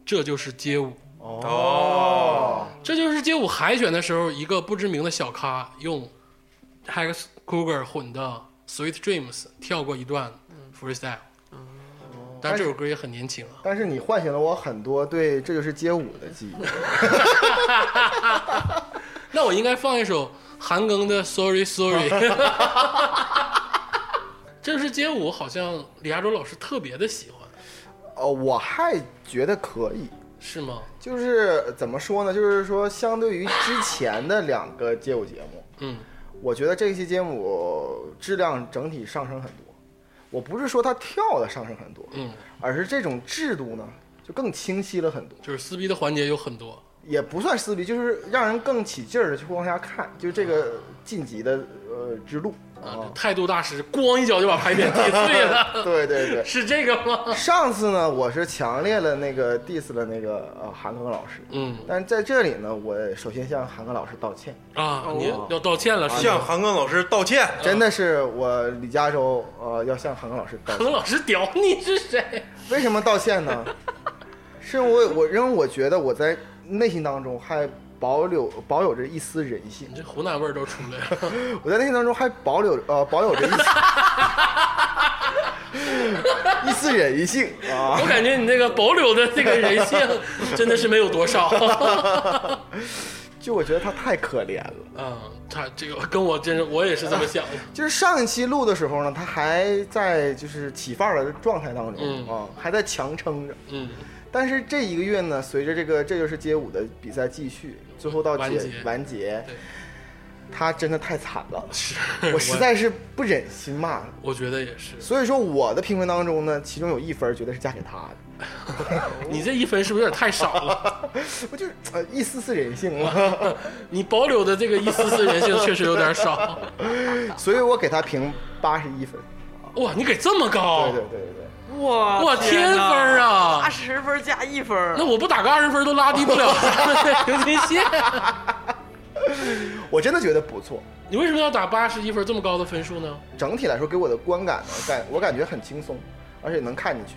Speaker 1: 这就是街舞》，
Speaker 3: 哦，
Speaker 1: 这就是街舞海选的时候，一个不知名的小咖用 Hex Cougar 混的 Sweet Dreams 跳过一段 freestyle。但这首歌也很年轻啊，
Speaker 4: 但是你唤醒了我很多对这就是街舞的记忆。
Speaker 1: 那我应该放一首韩庚的 Sorry Sorry。这是街舞，好像李亚洲老师特别的喜欢，
Speaker 4: 哦，我还觉得可以，
Speaker 1: 是吗？
Speaker 4: 就是怎么说呢？就是说，相对于之前的两个街舞节目，
Speaker 1: 嗯，
Speaker 4: 我觉得这期节目质量整体上升很多。我不是说它跳的上升很多，
Speaker 1: 嗯，
Speaker 4: 而是这种制度呢就更清晰了很多，
Speaker 1: 就是撕逼的环节有很多，
Speaker 4: 也不算撕逼，就是让人更起劲儿的去往下看，就是这个晋级的呃之路
Speaker 1: 啊，这
Speaker 4: 啊。
Speaker 1: 态度大师咣一脚就把牌匾踢碎 了，
Speaker 4: 对对对，
Speaker 1: 是这个吗？
Speaker 4: 上次呢我是强烈了那个 diss 了那个呃韩庚老师，
Speaker 1: 嗯
Speaker 4: 但在这里呢，我首先向韩庚老师道歉，
Speaker 1: 啊，你要道歉了，是
Speaker 3: 向
Speaker 1: 吧？
Speaker 3: 韩庚老师道歉。
Speaker 4: 真的是我李嘉洲呃要向韩庚老师道歉
Speaker 1: 彭。老师屌你是谁？
Speaker 4: 为什么道歉呢？是我我因为我觉得我在内心当中还保留保有着一丝人性
Speaker 1: 你，这湖南味儿都出来了。
Speaker 4: 我在内心当中还保留呃保有着一丝一丝人性啊。
Speaker 1: 我感觉你那个保留的这个人性真的是没有多少。
Speaker 4: 就我觉得他太可怜了。
Speaker 1: 嗯，他这个跟我真是我也是这么想的。
Speaker 4: 就是上一期录的时候呢，他还在就是起范儿的状态当中、
Speaker 1: 嗯
Speaker 4: 啊，还在强撑着。
Speaker 1: 嗯，
Speaker 4: 但是这一个月呢，随着这个这就是街舞的比赛继续，最后到结
Speaker 1: 完结
Speaker 4: 完结
Speaker 1: 对
Speaker 4: 他真的太惨了。
Speaker 1: 是
Speaker 4: 我实在是不忍心骂他。
Speaker 1: 我觉得也是。
Speaker 4: 所以说我的评分当中呢，其中有一分绝对是嫁给他的，
Speaker 1: 你这一分是不是有点太少了？
Speaker 4: 我就是呃一丝丝人性啊，
Speaker 1: 你保留的这个一丝丝人性确实有点少。
Speaker 4: 所以我给他评八十一分。
Speaker 1: 哇，你给这么高
Speaker 4: 对？对对对对，
Speaker 2: 哇
Speaker 1: 哇天分儿啊
Speaker 2: 八十分加一分儿
Speaker 1: 那，我不打个二十分都拉低不了咱们的平均线。
Speaker 4: 我真的觉得不错。
Speaker 1: 你为什么要打八十一分这么高的分数呢？
Speaker 4: 整体来说给我的观感呢，感我感觉很轻松，而且能看进去，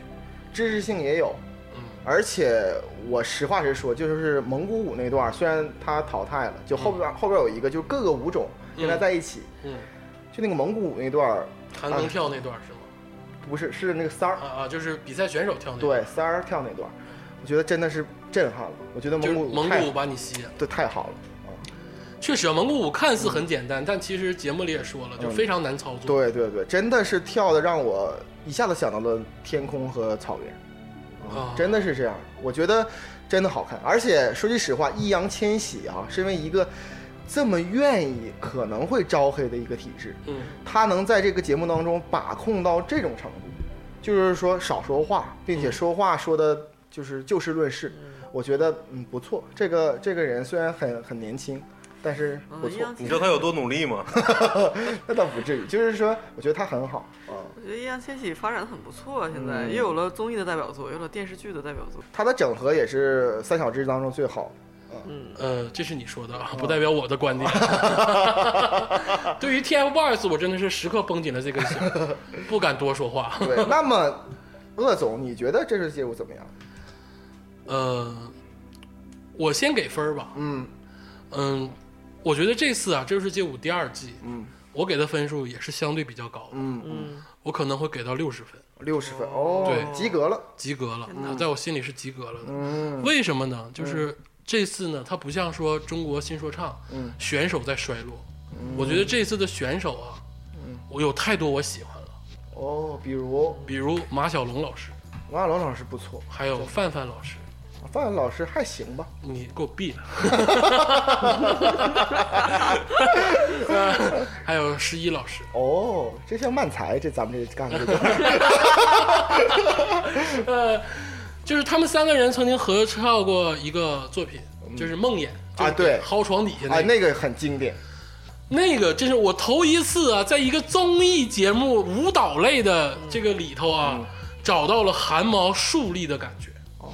Speaker 4: 知识性也有。
Speaker 1: 嗯
Speaker 4: 而且我实话实说，就是蒙古舞那段儿，虽然他淘汰了，就后边、后边有一个，就各个舞种跟他在一起，
Speaker 1: 嗯，
Speaker 4: 就那个蒙古舞那段儿
Speaker 1: 韩
Speaker 4: 啊
Speaker 1: 庚跳那段是吗？
Speaker 4: 不是是那个三儿，
Speaker 1: 啊啊，就是比赛选手跳那段。
Speaker 4: 对三儿跳那段儿，我觉得真的是震撼了。我觉得
Speaker 1: 就是
Speaker 4: 蒙古舞
Speaker 1: 蒙
Speaker 4: 太
Speaker 1: 古舞把你吸引。
Speaker 4: 对太好了，啊
Speaker 1: 确实啊，蒙古舞看似很简单，但其实节目里也说了，就非常难操作。
Speaker 4: 嗯对对对，真的是跳的让我一下子想到了天空和草原。嗯
Speaker 1: 啊，
Speaker 4: 真的是这样，我觉得真的好看。而且说句实话，易烊千玺啊，身为一个这么愿意可能会招黑的一个体制，
Speaker 1: 嗯
Speaker 4: 他能在这个节目当中把控到这种程度，就是说少说话，并且说话说的就是就事论事，我觉得嗯不错。这个这个人虽然很很年轻，但是不
Speaker 2: 嗯易
Speaker 4: 错
Speaker 2: 烊。千
Speaker 3: 你知道他有多努力吗？
Speaker 4: 那倒不至于，就是说我觉得他很好啊、
Speaker 2: 我觉得易烊千玺发展的很不错，现在
Speaker 1: 嗯
Speaker 2: 又有了综艺的代表作，又有了电视剧的代表作。
Speaker 4: 他的整合也是三小只当中最好的。
Speaker 1: 呃，这是你说的啊，不代表我的 观点。对于 TFBOYS，我真的是时刻绷紧了这根弦， 不敢多说话。
Speaker 4: 对，那么鄂总，你觉得这次街舞怎么样？
Speaker 1: 呃，我先给分儿吧。
Speaker 4: 嗯
Speaker 1: 嗯，我觉得这次啊，《这就是街舞》第二季，
Speaker 4: 嗯
Speaker 1: 我给的分数也是相对比较高的，
Speaker 4: 嗯，
Speaker 2: 嗯，
Speaker 1: 我可能会给到六十分，
Speaker 4: 六十分哦，
Speaker 1: 对
Speaker 4: 及格了。
Speaker 1: 及格了。那在我心里是及格了的。
Speaker 4: 嗯
Speaker 1: 为什么呢？就是这次呢，它不像说中国新说唱，
Speaker 4: 嗯
Speaker 1: 选手在衰落。我觉得这次的选手啊，
Speaker 4: 嗯
Speaker 1: 我有太多我喜欢了，
Speaker 4: 哦，比如
Speaker 1: 比如马小龙老师，
Speaker 4: 王亚龙老师不错，啊
Speaker 1: 还有范范老师。
Speaker 4: 范范老师还行吧。
Speaker 1: 你给我闭了！ 呃还有十一老师，
Speaker 4: 哦，这像慢才，这咱们这干的这 个
Speaker 1: 就是他们三个人曾经合唱过一个作品，就是《梦魇》
Speaker 4: 啊对
Speaker 1: 薅床底下
Speaker 4: 啊，
Speaker 1: 那个，
Speaker 4: 那个很经典。
Speaker 1: 那个这是我头一次啊，在一个综艺节目舞蹈类的这个里头啊，找到了汗毛竖立的感觉。哦，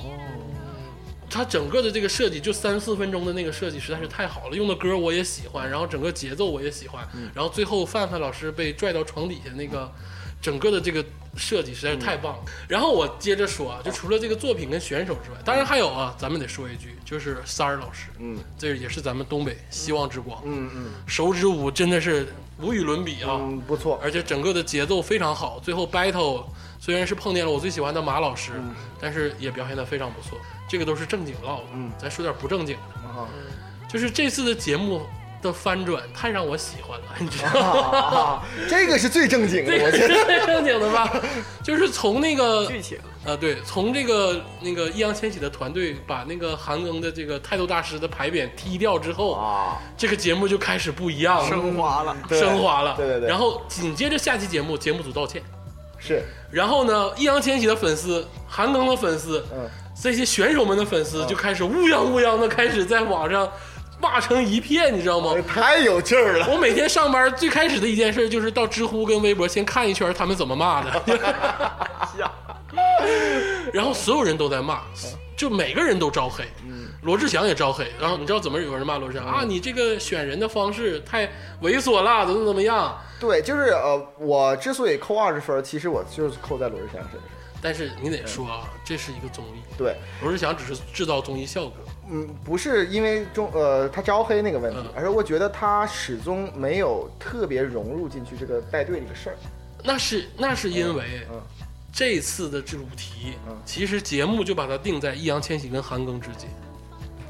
Speaker 1: 它整个的这个设计，就三四分钟的那个设计实在是太好了，用的歌我也喜欢，然后整个节奏我也喜欢，然后最后范范老师被拽到床底下那个，整个的这个设计实在是太棒了。然后我接着说啊，就除了这个作品跟选手之外，当然还有啊，咱们得说一句，就是三儿老师，
Speaker 4: 嗯，
Speaker 1: 这也是咱们东北希望之光，
Speaker 4: 嗯嗯
Speaker 1: 手指舞真的是无与伦比啊。
Speaker 4: 嗯，不错，
Speaker 1: 而且整个的节奏非常好。最后 battle 虽然是碰见了我最喜欢的马老师，但是也表现得非常不错。这个都是正经唠的，
Speaker 4: 嗯
Speaker 1: 咱说点不正经的，
Speaker 4: 啊
Speaker 1: 就是这次的节目的翻转太让我喜欢了，你知道吗？
Speaker 4: 啊，这个是最正经 的，
Speaker 1: 这
Speaker 4: 我
Speaker 1: 个
Speaker 4: 觉
Speaker 1: 是
Speaker 4: 得。
Speaker 1: 最正经的 吧？就是从那个
Speaker 2: 剧情
Speaker 1: 呃，对，从这个那个易烊千玺的团队把那个韩庚的这个态度大师的牌匾踢掉之后，
Speaker 4: 啊，
Speaker 1: 这个节目就开始不一样了，
Speaker 2: 升华了，
Speaker 4: 对
Speaker 1: 升华了。
Speaker 4: 对对对
Speaker 1: 然后紧接着下期节目，节目组道歉。
Speaker 4: 是，
Speaker 1: 然后呢，易烊千玺的粉丝、韩庚的粉丝，
Speaker 4: 嗯，
Speaker 1: 这些选手们的粉丝就开始乌泱乌泱的开始在网上骂成一片，你知
Speaker 4: 哎
Speaker 1: 道吗？
Speaker 4: 太有劲儿了，
Speaker 1: 我每天上班最开始的一件事就是到知乎跟微博先看一圈他们怎么骂 的，然后所有人都在骂，
Speaker 4: 嗯
Speaker 1: 就每个人都招黑，罗志祥也招黑。然后你知道怎么有人骂罗志
Speaker 4: 嗯
Speaker 1: 祥啊？你这个选人的方式太猥琐了，怎么怎么样？
Speaker 4: 对，就是呃，我之所以扣二十分，其实我就是扣在罗志祥身上。
Speaker 1: 但是你得说
Speaker 4: 嗯
Speaker 1: 啊，这是一个综艺，
Speaker 4: 对，
Speaker 1: 罗志祥只是制造综艺效果。
Speaker 4: 嗯，不是因为中呃他招黑那个问题
Speaker 1: 嗯，
Speaker 4: 而是我觉得他始终没有特别融入进去这个带队这个事儿。
Speaker 1: 那是那是因为
Speaker 4: 嗯
Speaker 1: 这次的主题
Speaker 4: 嗯，
Speaker 1: 其实节目就把它定在易烊千玺跟韩庚之间，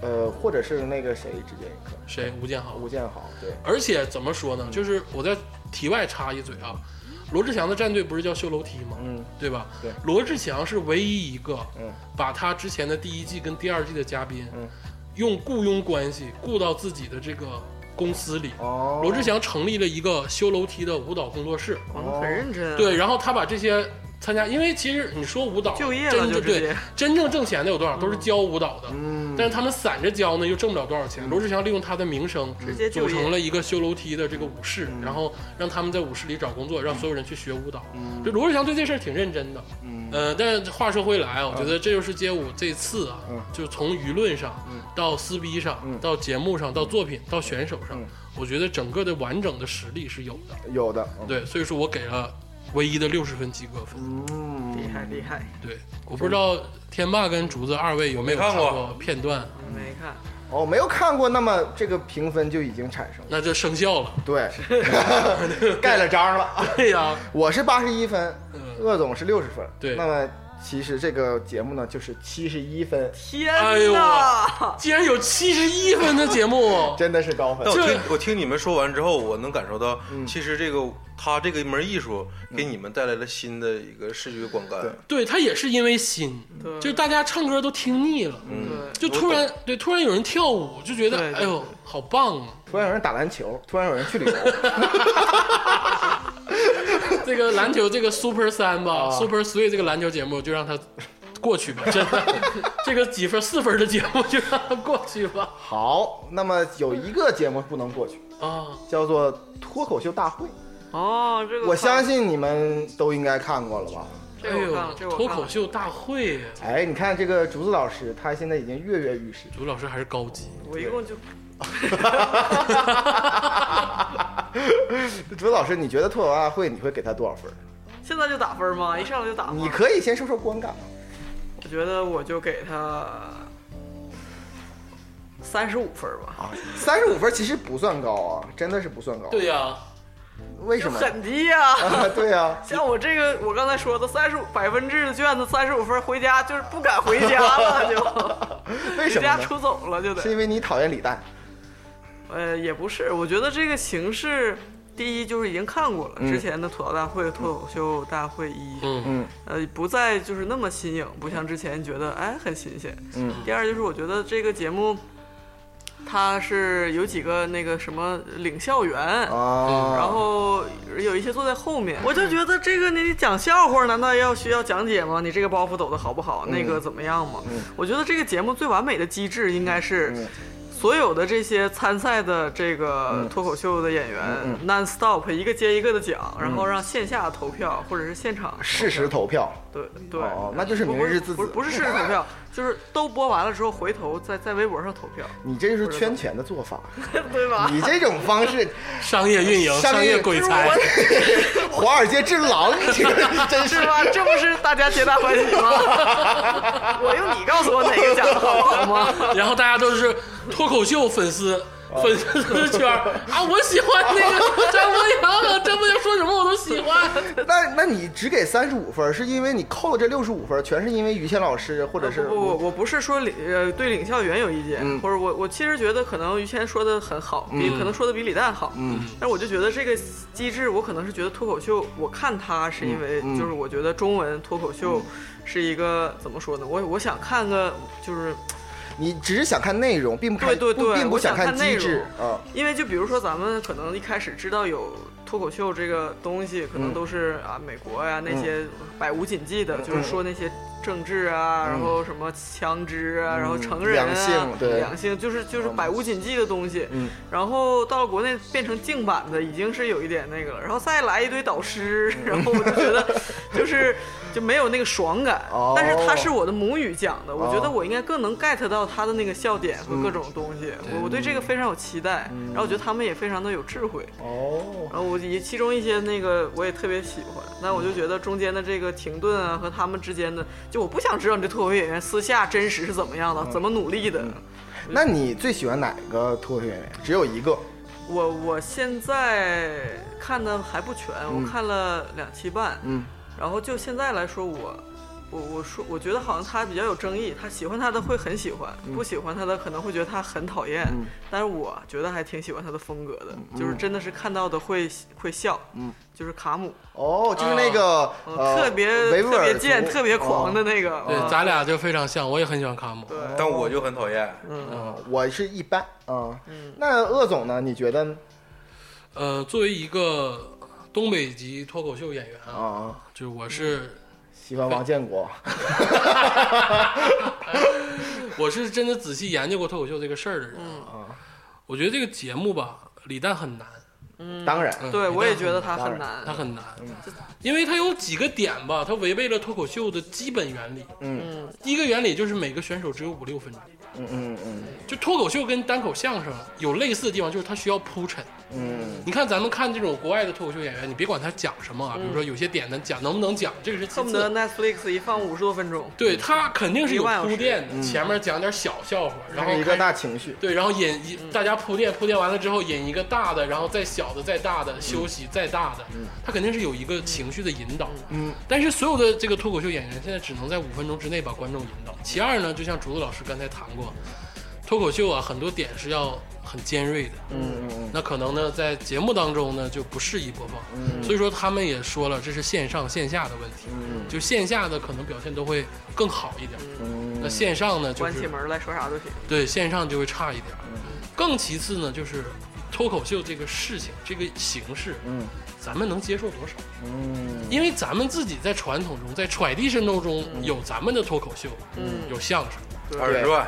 Speaker 4: 呃，或者是那个谁之间也可以，
Speaker 1: 谁？吴建豪。
Speaker 4: 吴建豪，对，
Speaker 1: 而且怎么说呢？
Speaker 2: 嗯
Speaker 1: 就是我在题外插一嘴啊，罗志祥的战队不是叫修楼梯吗？
Speaker 4: 嗯，
Speaker 1: 对吧？
Speaker 4: 对
Speaker 1: 罗志祥是唯一一个，
Speaker 4: 嗯，
Speaker 1: 把他之前的第一季跟第二季的嘉宾，
Speaker 4: 嗯，
Speaker 1: 用雇佣关系雇到自己的这个公司里。
Speaker 4: 哦，
Speaker 1: 罗志祥成立了一个修楼梯的舞蹈工作室，
Speaker 2: 我
Speaker 4: 哦
Speaker 2: 们很认真，，
Speaker 1: 对，然后他把这些参加，因为其实你说舞蹈
Speaker 2: 就业了
Speaker 1: 真
Speaker 2: 就
Speaker 1: 正
Speaker 2: 直接
Speaker 1: 对真正挣钱的有多少，都是教舞蹈的。
Speaker 4: 嗯，
Speaker 1: 但是他们散着教呢，又挣不了多少钱。罗志祥利用他的名声，
Speaker 2: 直接
Speaker 1: 组
Speaker 2: 就
Speaker 1: 成
Speaker 2: 业，
Speaker 1: 了一个修楼梯的这个舞室，
Speaker 4: 嗯
Speaker 1: 然后让他们在舞室里找工作，让所有人去学舞蹈。这罗志祥对这事儿挺认真的。
Speaker 4: 嗯
Speaker 1: 呃，但是话说回来啊，我觉得这就是街舞这次啊
Speaker 4: 嗯，
Speaker 1: 就从舆论上到撕逼上，
Speaker 4: 嗯
Speaker 1: 到节目上，到作品，到选手上
Speaker 4: 嗯，
Speaker 1: 我觉得整个的完整的实力是有的。
Speaker 4: 有的，嗯，
Speaker 1: 对，所以说我给了唯一的六十分及格分。
Speaker 4: 嗯，
Speaker 2: 厉害厉害，
Speaker 1: 对，我不知道天霸跟竹子二位有没有
Speaker 3: 没看过
Speaker 1: 过片段，
Speaker 2: 没看，
Speaker 4: 哦，没有看过，那么这个评分就已经产生了，
Speaker 1: 那就生效了。
Speaker 4: 对， 盖了章了。
Speaker 1: 对呀、
Speaker 4: 我是八十一分，
Speaker 1: 嗯，
Speaker 4: 鄂总是六十分，
Speaker 1: 对
Speaker 4: 那么其实这个节目呢就是七十一分，，
Speaker 2: 天
Speaker 1: 哎呦
Speaker 2: 哪，
Speaker 1: 竟然有七十一分的节目
Speaker 4: 真的是高分
Speaker 3: 但。我
Speaker 1: 这
Speaker 3: 听我听你们说完之后，我能感受到，
Speaker 4: 嗯
Speaker 3: 其实这个他这个一门艺术给你们带来了新的一个视觉观感。
Speaker 4: 对
Speaker 1: 对他也是因为新，
Speaker 2: 对
Speaker 1: 就是大家唱歌都听腻了，
Speaker 3: 嗯，
Speaker 1: 就突然对突然有人跳舞，就觉得
Speaker 2: 对对
Speaker 1: 哎呦好棒啊！
Speaker 4: 突然有人打篮球，突然有人去旅游，
Speaker 1: 这个篮球这个 Super 三吧、
Speaker 4: 啊
Speaker 1: s u p e r Three 这个篮球节目就让它过去 吧，真的，这个几分四分的节目就让它过去吧
Speaker 4: 好，那么有一个节目不能过去，
Speaker 1: 啊。
Speaker 4: 叫做脱口秀大会。
Speaker 2: 哦，这个
Speaker 4: 我
Speaker 2: 看
Speaker 4: 相，信你们都应该看过了吧？
Speaker 2: 这
Speaker 1: 哎
Speaker 2: 个我看
Speaker 1: 呦
Speaker 2: 了，，这个我
Speaker 1: 脱
Speaker 2: 看了
Speaker 1: 口秀大会，
Speaker 4: 哎，你看这个竹子老师，他现在已经跃跃欲试。
Speaker 1: 卢老师还是高级。
Speaker 2: 我一共就
Speaker 4: 竹子老师，你觉得脱口秀大会你会给他多少分？
Speaker 2: 现在就打分吗？一上来就打吗？
Speaker 4: 你可以先说说观感。
Speaker 2: 我觉得我就给他三十五分吧，
Speaker 4: 三十五分其实不算高啊，真的是不算高。
Speaker 1: 对，呀、
Speaker 4: 为
Speaker 2: 就
Speaker 4: 什么？
Speaker 2: 很低呀、
Speaker 4: 啊， 对呀、
Speaker 2: 像我这个，我刚才说的三十五百分制的卷子，三十五分回家就是不敢回家了，就
Speaker 4: 为
Speaker 2: 离
Speaker 4: 什
Speaker 2: 家
Speaker 4: 么呢？
Speaker 2: 出走了就得
Speaker 4: 是。因为你讨厌李诞。
Speaker 2: 呃，也不是，我觉得这个形式，第一就是已经看过了、之前的吐槽大会、脱口秀大会一，
Speaker 1: 嗯
Speaker 4: 嗯
Speaker 2: 呃，不再就是那么新颖，不像之前觉得哎很新鲜。
Speaker 4: 嗯，
Speaker 2: 第二就是我觉得这个节目，它是有几个那个什么领笑员。
Speaker 4: 啊，
Speaker 2: 嗯然后有一些坐在后
Speaker 4: 嗯
Speaker 2: 面，我就觉得这个你讲笑话难道要需要讲解吗？你这个
Speaker 4: 嗯
Speaker 2: 包袱抖得好不好？那个怎么样吗？我觉得这个节目最完美的机制应该是
Speaker 4: 嗯
Speaker 2: 所有的这些参赛的这个脱口秀的演员、non
Speaker 4: 嗯
Speaker 2: stop 一个接一个的讲，然后让线下投票或者是现场投票
Speaker 4: 适时投票，
Speaker 2: 对对、
Speaker 4: 哦那就是
Speaker 2: 不
Speaker 4: 明日之
Speaker 2: 不
Speaker 4: 子
Speaker 2: 不是适时投票，就是都播完了之后回头在在微博上 投票，
Speaker 4: 你这就是圈钱的做法，
Speaker 2: 嗯对吧？
Speaker 4: 你这种方式，
Speaker 1: 商业运营、
Speaker 4: 商业
Speaker 1: 商业鬼才，
Speaker 4: 华尔街之狼，你这个真是
Speaker 2: 是吧？这不是大家皆大欢喜 吗？我用你告诉我哪个讲的好不好吗？ 啊
Speaker 1: 然后大家都是脱口秀粉丝。粉丝圈儿啊，我喜欢那个张博洋，张博洋说什么我都喜欢。
Speaker 2: 啊
Speaker 4: 那那你只给三十五分，是因为你扣了这六十五分，全是因为于谦老师或者
Speaker 2: 啊不
Speaker 4: 是
Speaker 2: 不不，我不是说领呃对领笑员有意见，
Speaker 4: 嗯
Speaker 2: 或者我我其实觉得可能于谦说的很好，比、可能说的比李诞好，嗯，但是我就觉得这个机制，我可能是觉得脱口秀，我看它是因为、就是我觉得中文脱口秀是一个、怎么说呢？我我想看个就是
Speaker 4: 你只是想看内容，并不看
Speaker 2: 对对
Speaker 4: 不
Speaker 2: 对，
Speaker 4: 并不
Speaker 2: 我想
Speaker 4: 看
Speaker 2: 内容
Speaker 4: 机制啊。
Speaker 2: 因为就比如说咱们可能一开始知道有脱口秀这个东西，可
Speaker 4: 嗯
Speaker 2: 能都是啊美国呀、那些百无禁忌的，就是
Speaker 4: 嗯
Speaker 2: 说那些政治啊，然后什么枪支啊，然后成人啊，
Speaker 4: 两嗯性对
Speaker 2: 两性就是就是百无禁忌的东西。
Speaker 4: 嗯
Speaker 2: 然后到了国内变成净版的，已经是有一点那个了。然后再来一堆导师， 然后我就觉 得就是就没有那个爽感。
Speaker 4: 哦
Speaker 2: 但是他是我的母语讲的，我觉得我应该更能 get 到他的那个笑点和各种东西。我我对这个非常有期待，然后我觉得他们也非常的有智慧。
Speaker 4: 嗯哦，
Speaker 2: 然后我也其中一些那个我也特别喜欢，那我就觉得中间的这个停顿啊和他们之间的，就我不想知道你这脱口秀演员私下真实是怎么样的，怎么努力的。
Speaker 4: 那你最喜欢哪个脱口秀演员？只有一个，
Speaker 2: 我我现在看的还不全，我看了两期半，
Speaker 4: 嗯，
Speaker 2: 然后就现在来说我。我我说，我觉得好像他比较有争议，他喜欢他的会很喜欢，
Speaker 4: 嗯
Speaker 2: 不喜欢他的可能会觉得他很讨厌，但是我觉得还挺喜欢他的风格的，
Speaker 4: 嗯
Speaker 2: 就是真的是看到的会会笑，嗯，就是卡姆，
Speaker 4: 哦，就是那个
Speaker 2: 嗯
Speaker 4: 呃
Speaker 2: 特别
Speaker 4: 维吾
Speaker 2: 特
Speaker 4: 尔
Speaker 2: 别
Speaker 4: 族
Speaker 2: 贱、特别狂的
Speaker 4: 哦
Speaker 2: 那个，
Speaker 1: 对，
Speaker 2: 嗯
Speaker 1: 咱俩就非常像，我也很喜欢卡姆。
Speaker 2: 对
Speaker 3: 但我就很讨厌，
Speaker 4: 哦我是一般啊。
Speaker 2: 嗯
Speaker 4: 那鄂总呢？你觉得
Speaker 1: 呃，作为一个东北籍脱口秀演员啊，
Speaker 4: 啊？
Speaker 1: 就是我是
Speaker 4: 喜欢王建国？
Speaker 2: 嗯
Speaker 1: 我是真的仔细研究过脱口秀这个事儿的人
Speaker 2: 嗯
Speaker 1: 啊。我觉得这个节目吧，李诞很难，
Speaker 4: 当然，
Speaker 1: 嗯
Speaker 2: 对，我也觉得他
Speaker 4: 当
Speaker 2: 很
Speaker 4: 然
Speaker 2: 难，
Speaker 1: 他很难，
Speaker 2: 嗯
Speaker 1: 因为他有几个点吧，他违背了脱口秀的基本原理。
Speaker 4: 嗯
Speaker 1: 第一个原理就是每个选手只有五六分钟，
Speaker 4: 嗯嗯嗯
Speaker 1: 就脱口秀跟单口相声有类似的地方，就是它需要铺陈。
Speaker 4: 嗯
Speaker 1: 你看咱们看这种国外的脱口秀演员，你别管他讲什么啊，比如说有些点呢讲能不能讲，这个是其
Speaker 2: 嗯恨不
Speaker 1: 次
Speaker 2: 得。Netflix 一放五十多分钟，
Speaker 1: 对他肯定是有
Speaker 2: 一个半小时嗯
Speaker 1: 铺垫的，前面讲点小笑话，然
Speaker 4: 嗯，
Speaker 1: 后
Speaker 4: 是一
Speaker 1: 开
Speaker 4: 个
Speaker 1: 始
Speaker 4: 大情绪。
Speaker 1: 对，然后引一
Speaker 4: 嗯
Speaker 1: 大家铺垫，铺垫完了之后引一个大的，然后再小的，再大
Speaker 4: 嗯
Speaker 1: 的，休息，再大的，他肯定是有一个情绪的引导。
Speaker 4: 嗯，
Speaker 1: 但是所有的这个脱口秀演员现在只能在五分钟之内把观众引导。其二呢，就像竹子老师刚才谈过，脱口秀啊，很多点是要很尖锐的。
Speaker 4: 嗯嗯嗯
Speaker 1: 那可能呢，在节目当中呢就不适宜播放，
Speaker 4: 嗯
Speaker 1: 所以说他们也说了，这是线上线下的问题，
Speaker 4: 嗯
Speaker 1: 就线下的可能表现都会更好一点，
Speaker 4: 嗯
Speaker 1: 那线上呢就
Speaker 2: 关
Speaker 1: 是
Speaker 2: 起门来说啥都行。
Speaker 1: 对，线上就会差一点儿。
Speaker 4: 嗯
Speaker 1: 更其次呢，就是脱口秀这个事情，这个形式，
Speaker 4: 嗯，
Speaker 1: 咱们能接受多少？
Speaker 4: 嗯
Speaker 1: 因为咱们自己在传统中，在揣地神州中有咱们的脱口秀，
Speaker 2: 嗯
Speaker 1: 有相声，
Speaker 3: 二人转，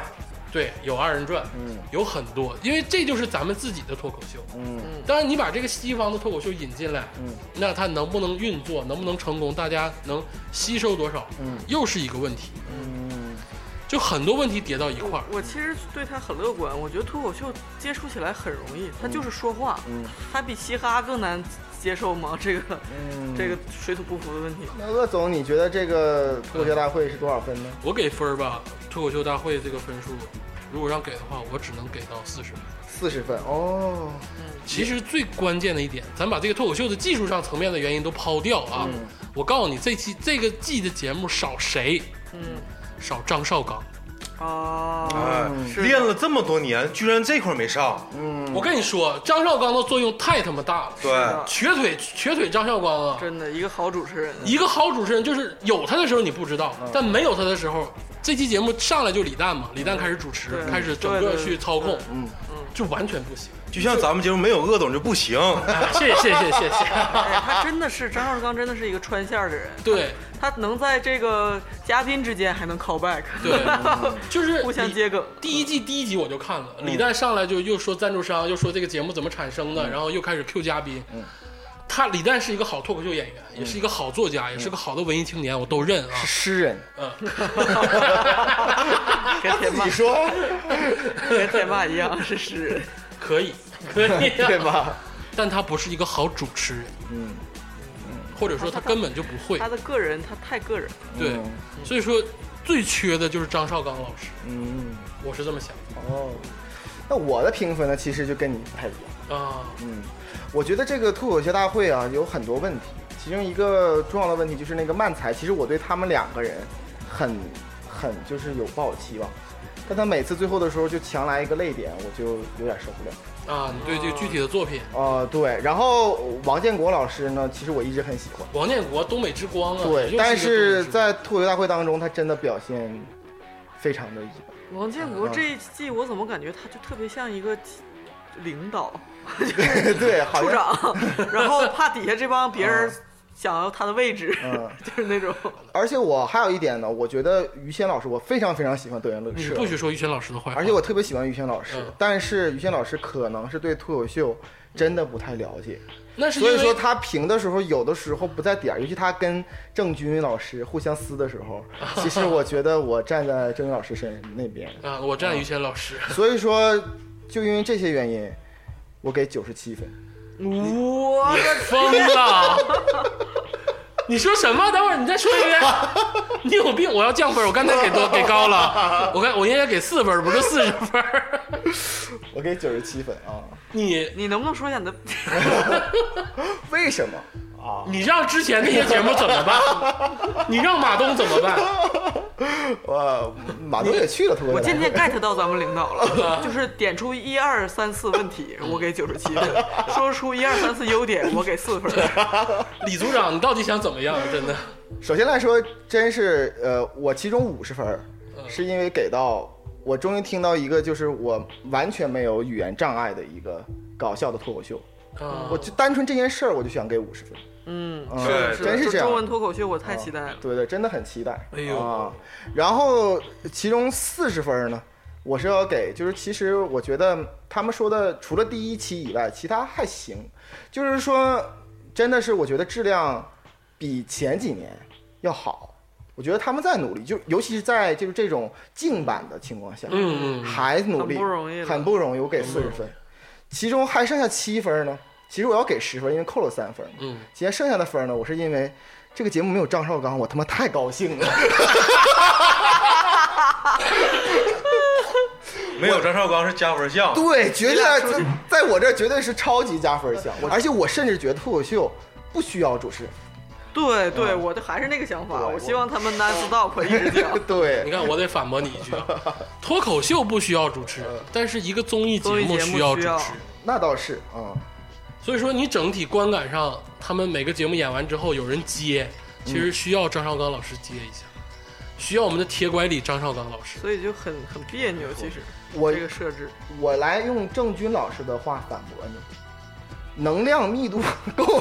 Speaker 1: 对，有二人转，
Speaker 4: 嗯
Speaker 1: 有很多，因为这就是咱们自己的脱口秀。
Speaker 4: 嗯
Speaker 1: 当然，你把这个西方的脱口秀引进来，
Speaker 4: 嗯
Speaker 1: 那它能不能运作，能不能成功，大家能吸收多少，
Speaker 4: 嗯
Speaker 1: 又是一个问题。
Speaker 4: 嗯，
Speaker 1: 就很多问题叠到一块儿，
Speaker 2: 我其实对他很乐观，我觉得脱口秀接触起来很容易，他就是说话，
Speaker 4: 嗯
Speaker 2: 他比嘻哈更难接受吗？这个、
Speaker 4: 嗯
Speaker 2: 这个水土不服的问题，嗯
Speaker 4: 那鄂总，你觉得这个脱口秀大会是多少分呢？
Speaker 1: 我给分儿吧，脱口秀大会这个分数，如果让给的话，我只能给到四十分。
Speaker 4: 四十分哦。
Speaker 1: 其实最关键的一点，咱把这个脱口秀的技术上层面的原因都抛掉啊，
Speaker 4: 嗯
Speaker 1: 我告诉你，这期这个季的节目少谁？
Speaker 2: 嗯
Speaker 1: 少张绍刚。
Speaker 2: 啊，
Speaker 3: 哎
Speaker 2: 是的
Speaker 3: 练了这么多年，居然这块没上，
Speaker 4: 嗯，
Speaker 1: 我跟你说，张绍刚的作用太他妈大了，
Speaker 3: 对，
Speaker 2: 的
Speaker 1: 瘸腿瘸腿张绍刚啊，
Speaker 2: 真的一个好主持人，啊
Speaker 1: 一个好主持人就是有他的时候你不知道，但没有他的时候这期节目上来就李诞嘛，李诞开始主持，
Speaker 2: 对
Speaker 1: 开始整个
Speaker 2: 对对
Speaker 1: 去操控
Speaker 2: 对，
Speaker 1: 嗯，就完全不行。
Speaker 3: 就像咱们节目没有鄂总就不 行，
Speaker 1: 谢谢谢谢谢谢，
Speaker 2: 哎呀，他真的是张绍刚，真的是一个穿线儿的人，
Speaker 1: 对
Speaker 2: 他能在这个嘉宾之间还能 call back，
Speaker 1: 对，就是
Speaker 2: 互相
Speaker 1: 你
Speaker 2: 接嗯梗。
Speaker 1: 第一季第一集我就看了，李诞上来就又说赞助商，又说这个节目怎么产生
Speaker 2: 嗯
Speaker 1: 的，然后又开始 Q 嘉宾。他李诞是一个好脱口秀演员，也是一个
Speaker 2: 嗯
Speaker 1: 好作家，也是个好的文艺青年，我都认啊。
Speaker 4: 诗人，
Speaker 1: 嗯，
Speaker 2: 跟田
Speaker 4: 自
Speaker 2: 爸
Speaker 4: 己说
Speaker 2: 跟田爸一样是诗人，
Speaker 1: 可 以，可以、
Speaker 4: 对？吧？
Speaker 1: 但他不是一个好主持人，
Speaker 4: 嗯，
Speaker 1: 或者说他根本就不会
Speaker 2: 他。嗯的个人他太个人了，
Speaker 1: 对，所以说最缺的就是张绍刚老师，
Speaker 4: 嗯，
Speaker 1: 我是这么想的
Speaker 4: 哦，那我的评分呢，其实就跟你不太一样。
Speaker 1: 啊。
Speaker 4: 嗯，我觉得这个脱口秀大会啊有很多问题，其中一个重要的问题就是那个漫才，其实我对他们两个人很很就是有抱有期望，但他每次最后的时候就强来一个泪点，我就有点受不了。
Speaker 1: 啊，你对这个具体的作品，
Speaker 4: 呃，对，然后王建国老师呢，其实我一直很喜欢，
Speaker 1: 王建国《东北之光》啊，又
Speaker 4: 对，
Speaker 1: 一个
Speaker 4: 但
Speaker 1: 东北
Speaker 4: 是
Speaker 1: 之光
Speaker 4: 在脱口秀大会当中，他真的表现非常的一般，
Speaker 2: 王建国这一季我怎么感觉他就特别像一个领导
Speaker 4: 对，好
Speaker 2: 处
Speaker 4: 像，
Speaker 2: 长， 然后怕底下这帮别人
Speaker 4: 啊
Speaker 2: 想要他的位置，
Speaker 4: 嗯，
Speaker 2: 就是那种
Speaker 4: 而且我还有一点呢，我觉得于谦老师，我非常非常喜欢德云乐
Speaker 1: 你嗯
Speaker 4: 社，
Speaker 1: 不许说于谦老师的坏话，
Speaker 4: 而且我特别喜欢于谦老师，
Speaker 1: 嗯
Speaker 4: 但是于谦老师可能是对脱口秀真的不太了解，
Speaker 1: 那嗯是因
Speaker 4: 所
Speaker 1: 为
Speaker 4: 以说他评的时候有的时候不在点儿，尤其他跟郑钧老师互相撕的时 候，其实我觉得我站在郑钧老师身那边，
Speaker 1: 啊，我站于谦老师，
Speaker 4: 所以说就因为这些原因，我给九十七分。
Speaker 2: 我
Speaker 1: 你疯了！ 你说什么？等会儿你再说一遍。 你有病！我要降分，我刚才给多给高了，我刚我应该给四分，不是四十分。
Speaker 4: 我给九十七分啊！
Speaker 1: 你
Speaker 2: 你能不能说一下 你的？
Speaker 4: 为什么？
Speaker 1: 你让之前那些节目怎么办？你让马东怎么办？
Speaker 4: 我马东也去了脱口秀
Speaker 2: 我
Speaker 4: 大会，
Speaker 2: 渐渐 get 到咱们领导
Speaker 4: 嗯
Speaker 2: 了，就是点出一二三四问题，我给九十七分； 说出一二三四优点，我给四 分。
Speaker 1: 李组长，你到底想怎么样？啊真的，
Speaker 4: 首先来说，真是呃，我其中五十分儿，是因为给到我终于听到一个就是我完全没有语言障碍的一个搞笑的脱口秀，
Speaker 1: 啊
Speaker 4: 我就单纯这件事儿我就想给五十分，
Speaker 2: 嗯，
Speaker 4: 嗯
Speaker 3: 是
Speaker 2: 是
Speaker 4: 真是
Speaker 2: 就
Speaker 4: 这样嗯
Speaker 2: 中。文脱口秀，我太期待了。
Speaker 4: 对对，真的很期待。
Speaker 1: 哎呦
Speaker 4: 啊，然后其中四十分儿呢，我是要给，就是其实我觉得他们说的除了第一期以外，其他还行，就是说真的是我觉得质量比前几年要好，我觉得他们在努力，就尤其是在就是这种竞版的情况下，
Speaker 1: 嗯嗯
Speaker 4: 还努力，
Speaker 2: 很不容易了
Speaker 4: 很不容易，我给四十分，其中还剩下七分儿呢，其实我要给十分，因为扣了三分嘛。
Speaker 1: 嗯，
Speaker 4: 今天剩下的分儿呢，我是因为这个节目没有张绍刚，我他妈太高 兴了。
Speaker 3: 没有张绍刚是加分项。
Speaker 4: 对，绝对在在我这儿绝对是超级加分项。而且我甚至觉得脱口秀不需要主持人。
Speaker 2: 对对，我的还是那个想法，
Speaker 4: 对
Speaker 2: 我希望他们 non stop 一直讲。
Speaker 1: 嗯你
Speaker 4: 对，
Speaker 1: 看我得反驳你一句啊，脱口秀不需要主持，但是一个综艺节
Speaker 2: 综艺节
Speaker 1: 目
Speaker 2: 目
Speaker 1: 需要主
Speaker 2: 需要
Speaker 1: 持。
Speaker 4: 那倒是啊、嗯
Speaker 1: 所以说，你整体观感上，他们每个节目演完之后有人接，其实需要张绍刚老师接一下，需要我们的铁拐李张绍刚老师。
Speaker 2: 所以就很很别扭，其实
Speaker 4: 我
Speaker 2: 这个设置，
Speaker 4: 我来用郑钧老师的话反驳你，能量密度 够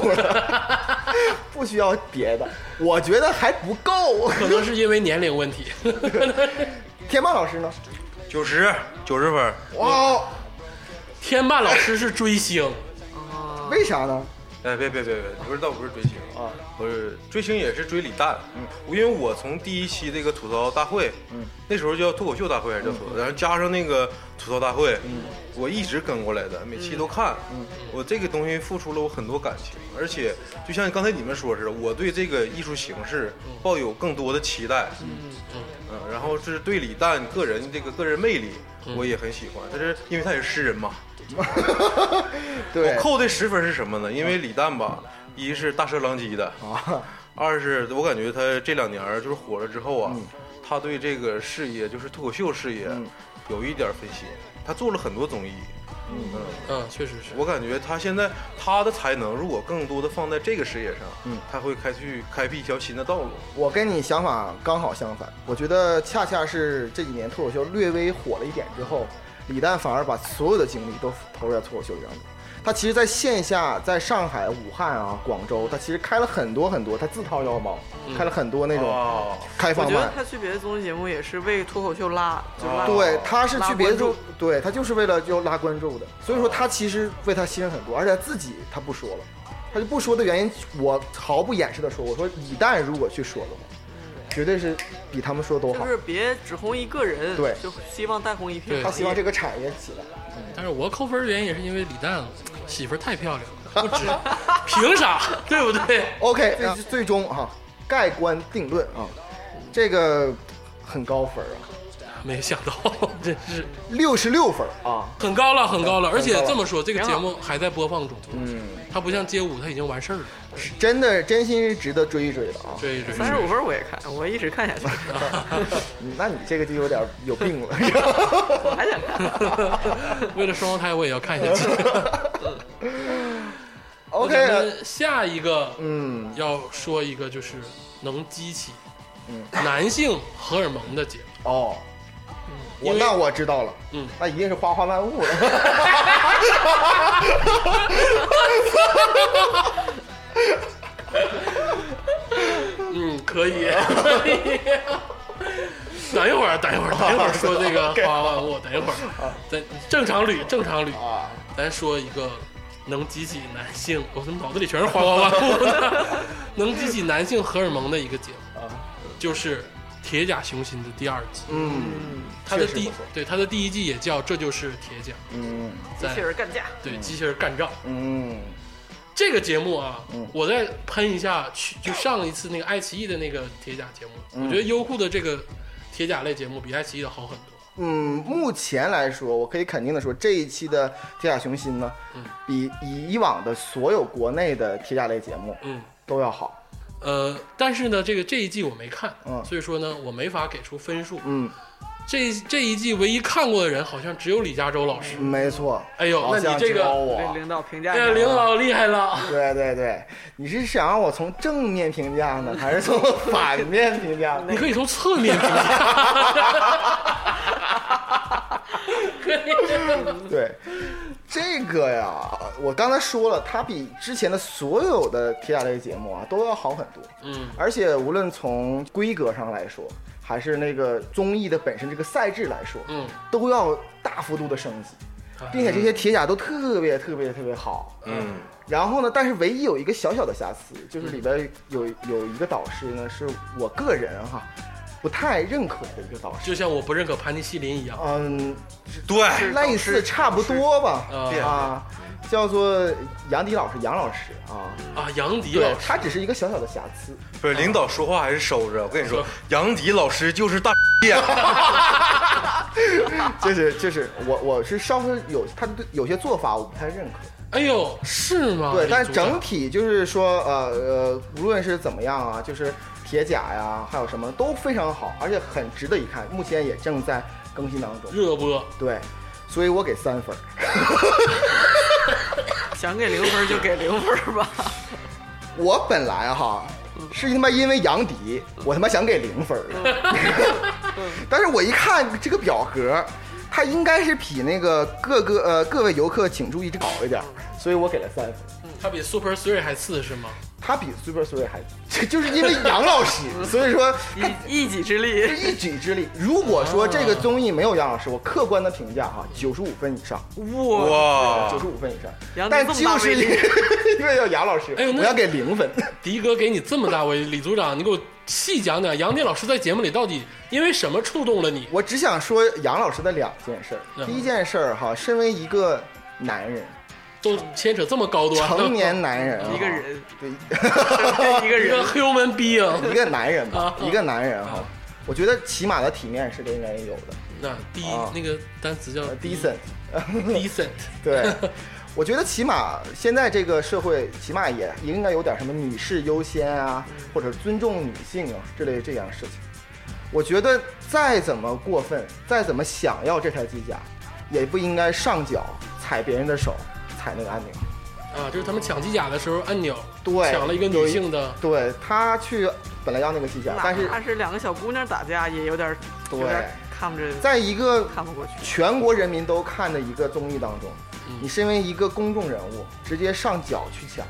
Speaker 4: 了，不需要别的。我觉得还不够。
Speaker 1: 可能是因为年龄问题，
Speaker 4: 天霸老师呢？
Speaker 3: 九十九十分，
Speaker 4: 哇，
Speaker 1: 天霸老师是追星，
Speaker 4: 为啥呢？
Speaker 3: 哎，别别别别，不是倒不是追星
Speaker 4: 啊，
Speaker 3: 不是追星也是追李诞，
Speaker 4: 嗯，
Speaker 3: 因为我从第一期这个吐槽大会，
Speaker 4: 嗯，
Speaker 3: 那时候叫脱口秀大会还是叫吐槽，然后加上那个吐槽大会，嗯，我一直跟过来的，每期都看，嗯，我这个东西付出了我很多感情，而且就像刚才你们说似的，我对这个艺术形式抱有更多的期待，嗯嗯，然后是对李诞个人这个个人魅力，我也很喜欢，但是因为他也是诗人嘛，
Speaker 4: 对
Speaker 3: 我，扣这十分是什么呢？因为李诞吧，一是大舌狼藉的，二是我感觉他这两年儿就是火了之后啊，他对这个事业，就是脱口秀事业，有一点儿分心。他做了很多综艺，
Speaker 1: 嗯，确实是。
Speaker 3: 我感觉他现在他的才能如果更多的放在这个视野上，
Speaker 4: 嗯，
Speaker 3: 他会开去开辟一条新的道路。
Speaker 4: 我跟你想法刚好相反，我觉得恰恰是这几年脱口秀略微火了一点之后，李诞反而把所有的精力都投入在脱口秀上面。他其实在线下，在上海、武汉啊、广州，他其实开了很多很多，他自掏腰包开了很多那种
Speaker 3: 哦，
Speaker 4: 开
Speaker 2: 我
Speaker 4: 放
Speaker 2: 觉
Speaker 4: 麦
Speaker 2: 得。他去别的综艺节目也是为脱口秀拉，就拉。
Speaker 4: 对，他是去别的
Speaker 2: 拉关
Speaker 4: 州
Speaker 2: 注，
Speaker 4: 对他就是为了就拉关注的，所以说他其实为他牺牲很多，而且他自己他不说了，他就不说的原因，我毫不掩饰的说，我说李诞如果去说的话，绝对是比他们说都
Speaker 2: 就
Speaker 4: 好
Speaker 2: 是，别只红一个人，
Speaker 4: 对
Speaker 2: 就希望带红一片。
Speaker 1: 对
Speaker 4: 他希望这个产业起来。
Speaker 1: 但是我扣分儿原因也是因为李诞媳妇儿太漂亮了，不值，凭啥？ 对不对？
Speaker 4: OK，最最终哈、盖棺定论啊，这个很高分啊，
Speaker 1: 没想到， 真是
Speaker 4: 六十六分啊，
Speaker 1: 很高了，很高了。而且
Speaker 4: 很高了
Speaker 1: 这么说，这个
Speaker 2: 挺
Speaker 1: 节
Speaker 2: 好
Speaker 1: 目还在播放中，嗯，它不像街舞，它已经完事儿了。
Speaker 4: 是真的真心是值得追一追的啊。
Speaker 1: 追一追，
Speaker 2: 三十五分我也看，我一直看下去，
Speaker 4: 嗯那你这个就有点有病了。
Speaker 2: 我还想看。
Speaker 1: 为了双胞胎，我也要看下去。我咱
Speaker 4: OK，呃
Speaker 1: 们下一个
Speaker 4: 嗯，
Speaker 1: 要说一个就是能激起
Speaker 4: 嗯
Speaker 1: 男性荷尔蒙的节目。
Speaker 4: 哦，我
Speaker 1: 因为
Speaker 4: 那我知道了，
Speaker 1: 嗯，
Speaker 4: 那一定是花花漫 舞了。
Speaker 1: 嗯，可以。 等一会儿，等一会儿，等一会儿说这 个花万物，等一会儿，咱正常捋，正常捋，
Speaker 4: 啊
Speaker 1: 咱说一个能激起男性，我怎么脑子里全是花花万物 呢？能激起男性荷尔蒙的一个节目，
Speaker 4: 啊，
Speaker 1: 就是《铁甲雄心》的第二季，
Speaker 4: 嗯，
Speaker 1: 它的
Speaker 4: 确实
Speaker 1: 第
Speaker 4: 不错
Speaker 1: 对它的第一季也叫《这就是铁甲
Speaker 4: 嗯》，
Speaker 1: 在
Speaker 2: 确实干架，
Speaker 1: 对机器人干仗。
Speaker 4: 嗯
Speaker 1: 这个节目啊
Speaker 4: 嗯，
Speaker 1: 我再喷一下去，就上一次那个爱奇艺的那个铁甲节目，
Speaker 4: 嗯
Speaker 1: 我觉得优酷的这个铁甲类节目比爱奇艺的好很多。
Speaker 4: 嗯，目前来说，我可以肯定的说，这一期的《铁甲雄心》呢，
Speaker 1: 嗯
Speaker 4: 比以往的所有国内的铁甲类节目
Speaker 1: 嗯，
Speaker 4: 都要好。
Speaker 1: 呃，但是呢，这个这一季我没看，
Speaker 4: 嗯
Speaker 1: 所以说呢，我没法给出分数。
Speaker 4: 嗯，
Speaker 1: 这这一季唯一看过的人好像只有李嘉洲老师。
Speaker 4: 没错。
Speaker 1: 哎呦，
Speaker 4: 嗯好
Speaker 1: 那你
Speaker 4: 想
Speaker 1: 这
Speaker 4: 教
Speaker 1: 个，
Speaker 2: 这
Speaker 4: 我，
Speaker 2: 领导评价
Speaker 1: 哎
Speaker 2: 一下
Speaker 1: 呀，领导厉害了。
Speaker 4: 对对对，你是想让我从正面评价呢，还是从反面评价呢
Speaker 1: 你？可以从侧 面评价，可 以，
Speaker 4: 对，这个呀，我刚才说了，它比之前的所有的铁甲类节目啊都要好很多。
Speaker 1: 嗯，
Speaker 4: 而且无论从规格上来说，还是那个综艺的本身这个赛制来说，
Speaker 1: 嗯，
Speaker 4: 都要大幅度的升级，并且这些铁甲都特别特别特别好。
Speaker 3: 嗯，
Speaker 4: 然后呢，但是唯一有一个小小的瑕疵，就是里边有有一个导师呢，是我个人哈不太认可的一个导师。
Speaker 1: 就像我不认可盘尼西林一样。
Speaker 4: 嗯，
Speaker 3: 对，
Speaker 4: 类似差不多吧
Speaker 1: 啊，
Speaker 4: 啊，叫做杨迪老师，杨老师啊，
Speaker 1: 啊，杨迪
Speaker 4: 对
Speaker 1: 老师，
Speaker 4: 他只是一个小小的瑕疵，
Speaker 3: 不是领导说话还是收着。我跟你说
Speaker 1: 说，
Speaker 3: 杨迪老师就是大呀，
Speaker 4: 就是就是我我是稍微有他对有些做法我不太认可，
Speaker 1: 哎呦，是吗？
Speaker 4: 对，
Speaker 1: 李
Speaker 4: 但是
Speaker 1: 啊组
Speaker 4: 整
Speaker 1: 长
Speaker 4: 体就是说呃呃，无论是怎么样啊，就是铁甲呀，还有什么都非常好，而且很值得一看，目前也正在更新当中，
Speaker 1: 热播，
Speaker 4: 对，所以我给三分儿，
Speaker 2: 想给零分就给零分 吧。
Speaker 4: 我本来哈是他妈因为杨迪，我他妈想给零分儿的，
Speaker 2: 嗯
Speaker 4: 但是我一看这个表格，他应该是比那个各个呃各位游客请注意这高一点儿，所以我给了三分。
Speaker 1: 他比 Super Three 还次是吗？
Speaker 4: 他比 Super Three 还， 这就是因为杨老师， 所以说他
Speaker 2: 一一己之
Speaker 4: 是
Speaker 2: 力，
Speaker 4: 一举之力。如果说这个综艺没有杨老师，我客观的评价哈，九十五分以上，
Speaker 2: 哇！
Speaker 3: 哇
Speaker 4: 九，十五分以上。
Speaker 2: 哦杨迪
Speaker 4: 但
Speaker 2: 这么大
Speaker 4: 就是
Speaker 2: 威
Speaker 4: 因
Speaker 2: 力
Speaker 4: 为 因为要杨老师，
Speaker 1: 哎呦那
Speaker 4: 我要给零分。
Speaker 1: 迪哥给你这么大威，李组长，你给我细讲讲杨迪老师在节目里到底因为什么触动了你？
Speaker 4: 我只想说杨老师的两件事儿。
Speaker 1: 嗯
Speaker 4: 第一件事儿哈，身为一个男人，
Speaker 1: 都牵扯这么高端，
Speaker 4: 成年男人啊，
Speaker 2: 一个
Speaker 1: 哦
Speaker 2: 人，
Speaker 4: 对
Speaker 2: 一个
Speaker 1: 一个
Speaker 2: 人，
Speaker 1: human being，
Speaker 4: 一个男 人吧，
Speaker 1: 啊
Speaker 4: 一个男人
Speaker 2: 嗯
Speaker 4: 哈
Speaker 1: 啊，
Speaker 4: 我觉得起码的体面是应该有的。
Speaker 1: 那第一
Speaker 4: 啊
Speaker 1: 那个单词叫
Speaker 2: 嗯
Speaker 4: 呃 decent，
Speaker 1: decent，
Speaker 4: 对， 我觉得起码现在这个社会，起码也也应该有点什么女士优先啊，
Speaker 2: 嗯
Speaker 4: 或者尊重女性啊之类这样的事情。我觉得再怎么过分，再怎么想要这台机甲，也不应该上缴踩别人的手，踩那个按钮。
Speaker 1: 啊，就是他们抢机甲的时候按钮
Speaker 4: 对，
Speaker 1: 抢了一个
Speaker 4: 有
Speaker 1: 女性的，
Speaker 4: 对他去本来要那个机甲，但是
Speaker 2: 哪怕是两个小姑娘打架，也有点有
Speaker 4: 对
Speaker 2: 点，看不着，
Speaker 4: 在一个
Speaker 2: 看不过去。
Speaker 4: 全国人民都看的一个综艺当中，
Speaker 1: 嗯
Speaker 4: 你身为一个公众人物，直接上脚去抢，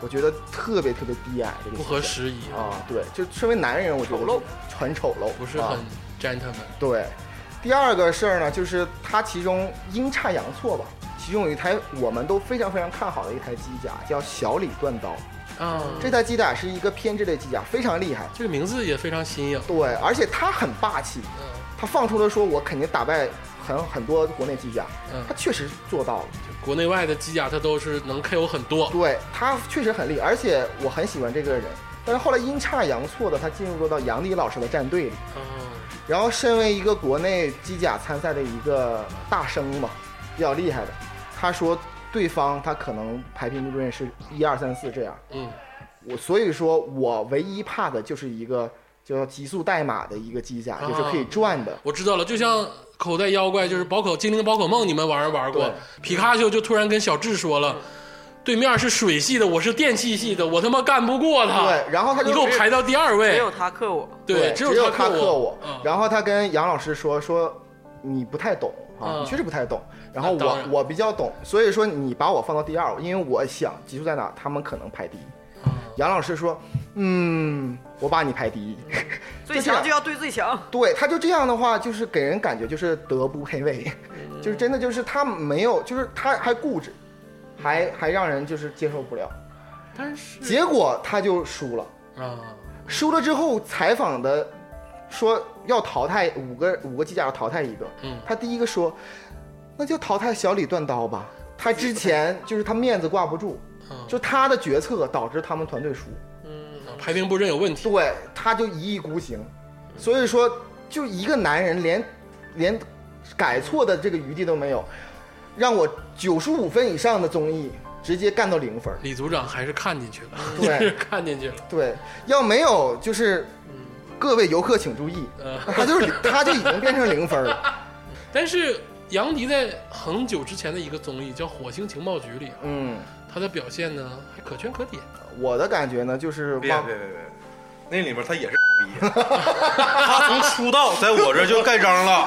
Speaker 4: 我觉得特别特别低矮，这个
Speaker 1: 不合
Speaker 4: 形
Speaker 1: 时宜
Speaker 4: 象，啊。对，就身为男人，我觉得
Speaker 2: 丑陋，
Speaker 4: 很丑陋，
Speaker 1: 不是
Speaker 4: 啊
Speaker 1: 很 gentleman。
Speaker 4: 对，第二个事儿呢，就是它其中阴差阳错吧，其中有一台我们都非常非常看好的一台机甲，叫小李断刀。
Speaker 1: 啊，
Speaker 4: 这台机甲是一个偏执类机甲，非常厉害。
Speaker 1: 这个名字也非常新颖。
Speaker 4: 对，而且它很霸气，
Speaker 1: 嗯，
Speaker 4: 它放出了说我肯定打败很很多国内机甲
Speaker 1: 嗯，
Speaker 4: 它确实做到了。
Speaker 1: 国内外的机甲它都是能 KO 很多。
Speaker 4: 对，它确实很厉害，而且我很喜欢这个人。但是后来阴差阳错的，他进入到杨迪老师的战队里，
Speaker 1: 嗯，
Speaker 4: 然后身为一个国内机甲参赛的一个大生吧，比较厉害的，他说对方他可能排兵布阵是一二三四这样，
Speaker 1: 嗯，
Speaker 4: 我所以说我唯一怕的就是一个叫极速代码的一个机甲，
Speaker 1: 啊
Speaker 4: 就是可以转的。
Speaker 1: 我知道了，就像口袋妖怪，就是宝可精灵宝可梦，你们玩没玩过
Speaker 4: 对？
Speaker 1: 皮卡丘就突然跟小智说了，对面是水系的，我是电气系的，我他妈干不过他。
Speaker 4: 对，然后他就
Speaker 1: 你给我
Speaker 4: 直接
Speaker 1: 排到第二
Speaker 2: 只
Speaker 1: 位
Speaker 2: 有。他克我，
Speaker 1: 对，
Speaker 4: 只
Speaker 1: 有
Speaker 4: 他
Speaker 1: 克
Speaker 4: 我。
Speaker 1: 嗯
Speaker 4: 然后他跟杨老师说说你不太懂啊，
Speaker 1: 嗯
Speaker 4: 你确实不太懂。然后
Speaker 1: 那当
Speaker 4: 我
Speaker 1: 然
Speaker 4: 我比较懂，所以说你把我放到第二，因为我想极速在哪，他们可能排第一。杨老师说，嗯，我把你排第一。
Speaker 1: 嗯
Speaker 2: 最
Speaker 4: 这样
Speaker 2: 强就要对最强。
Speaker 4: 对，他就这样的话，就是给人感觉就是德不配位，
Speaker 1: 嗯
Speaker 4: 就是真的就是他没有，就是他还固执，还还让人就是接受不了。
Speaker 1: 嗯但是
Speaker 4: 结果他就输了。
Speaker 1: 啊，
Speaker 4: 输了之后，采访的说要淘汰五个五个机甲要淘汰一个，
Speaker 1: 嗯
Speaker 4: 他第一个说，那就淘汰小李断刀吧。他之前就是他面子挂不住，
Speaker 1: 嗯
Speaker 4: 就他的决策导致他们团队输，
Speaker 1: 啊排兵布阵有问题。
Speaker 4: 对，他就一意孤行，所以说就一个男人连连改错的这个余地都没有，让我九十五分以上的综艺直接干到零分儿。
Speaker 1: 李组长还是看进去了，
Speaker 4: 对
Speaker 1: 还是看进去了。
Speaker 4: 对，要没有就是各位游客请注意，
Speaker 1: 嗯，
Speaker 4: 他就是他就已经变成零分了。
Speaker 1: 但是杨迪在很久之前的一个综艺叫《火星情报局》里，
Speaker 4: 嗯，
Speaker 1: 他的表现呢还可圈可点。
Speaker 4: 我的感觉呢就是
Speaker 3: 别
Speaker 4: 忘
Speaker 3: 别别别，那里面他也是逼，他从出道在我这儿就盖章了，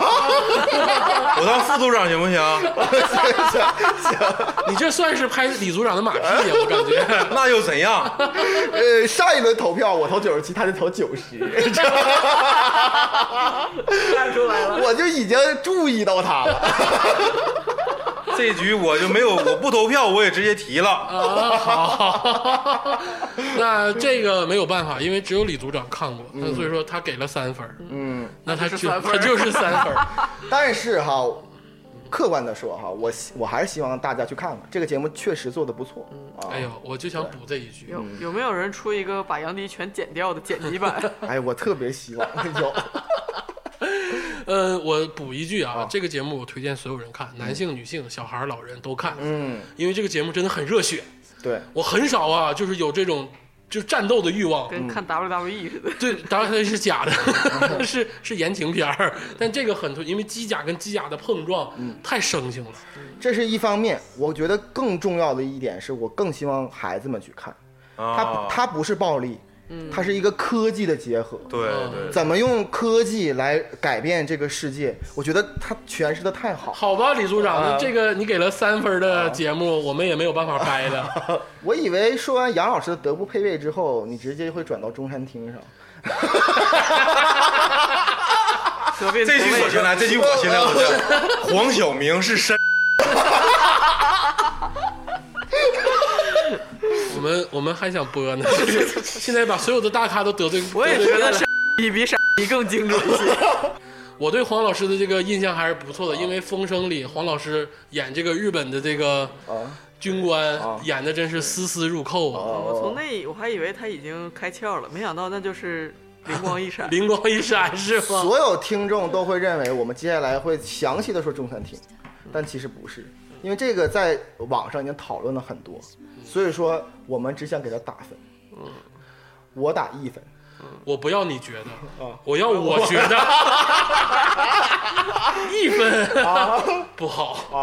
Speaker 3: 我当副组长行不行？
Speaker 1: 你这算是拍李组长的马屁呀，我感觉。
Speaker 3: 哎那又怎样？
Speaker 4: 呃上一轮投票我投九十七，他就投九十，
Speaker 2: 看出来了，
Speaker 4: 我就已经注意到他了。
Speaker 3: 这局我就没有，我不投票我也直接提了。
Speaker 1: 啊，好， 那这个没有办法，因为只有李组长看过，那所以说他给了三分儿，
Speaker 4: 嗯，
Speaker 1: 那他就
Speaker 2: 三分
Speaker 1: 他
Speaker 2: 儿
Speaker 1: 就是三分儿。
Speaker 4: 但是哈，客观的说哈，我希我还是希望大家去看看这个节目，确实做的不错啊。
Speaker 1: 哎呦，我就想补这一句，
Speaker 2: 有有没有人出一个把杨迪全剪掉的剪辑 版？
Speaker 4: 哎，我特别希望 有。
Speaker 1: 呃，我补一句啊，这个节目我推荐所有人看，男性、女性、小孩儿、老人都看，
Speaker 4: 嗯，
Speaker 1: 因为这个节目真的很热血。
Speaker 4: 对，
Speaker 1: 我很少啊，就是有这种就战斗的欲望。
Speaker 2: 跟
Speaker 4: 嗯
Speaker 2: 看 WWE 似的。
Speaker 1: 对，当然它是假的， 是是言情片儿，但这个很突，因为机甲跟机甲的碰撞太生性了。
Speaker 4: 这是一方面，我觉得更重要的一点是我更希望孩子们去看，它
Speaker 3: 啊，
Speaker 4: 它不是暴力，
Speaker 2: 嗯
Speaker 4: 它是一个科技的结合。
Speaker 3: 对对，
Speaker 4: 怎么用科技来改变这个世界？我觉得他诠释的太好。
Speaker 1: 好吧，李组长，
Speaker 4: 啊
Speaker 1: 那这个你给了三分的节目，我们也没有办法掰了。
Speaker 4: 我以为说完杨老师的德不配位之后，你直接会转到中山厅上。
Speaker 2: 责备
Speaker 3: 这局我先来，这局我先来，我先来。黄晓明是深，
Speaker 1: 我们我们还想播呢， 现在把所有的大咖都得罪。
Speaker 2: 我也觉
Speaker 1: 得
Speaker 2: 得
Speaker 1: 罪
Speaker 2: 是你比傻逼更精准一些。
Speaker 1: 我对黄老师的这个印象还是不错的，因为《风声》里黄老师演这个日本的这个
Speaker 4: 啊
Speaker 1: 军官
Speaker 4: 啊，
Speaker 1: 演的真是丝丝入扣啊，
Speaker 2: 嗯我从
Speaker 4: 哦，
Speaker 2: 那我还以为他已经开窍了，没想到那就是 灵光一闪。
Speaker 1: 灵光一闪是吗？
Speaker 4: 哦所有听众都会认为我们接下来会详细的说中山厅，
Speaker 2: 嗯
Speaker 4: 但其实不是，因为这个在网上已经讨论了很多，
Speaker 2: 嗯
Speaker 4: 所以说我们只想给他打分。我打一分。
Speaker 1: 我不要你觉得，我要我觉得，一分 不好。
Speaker 4: 啊，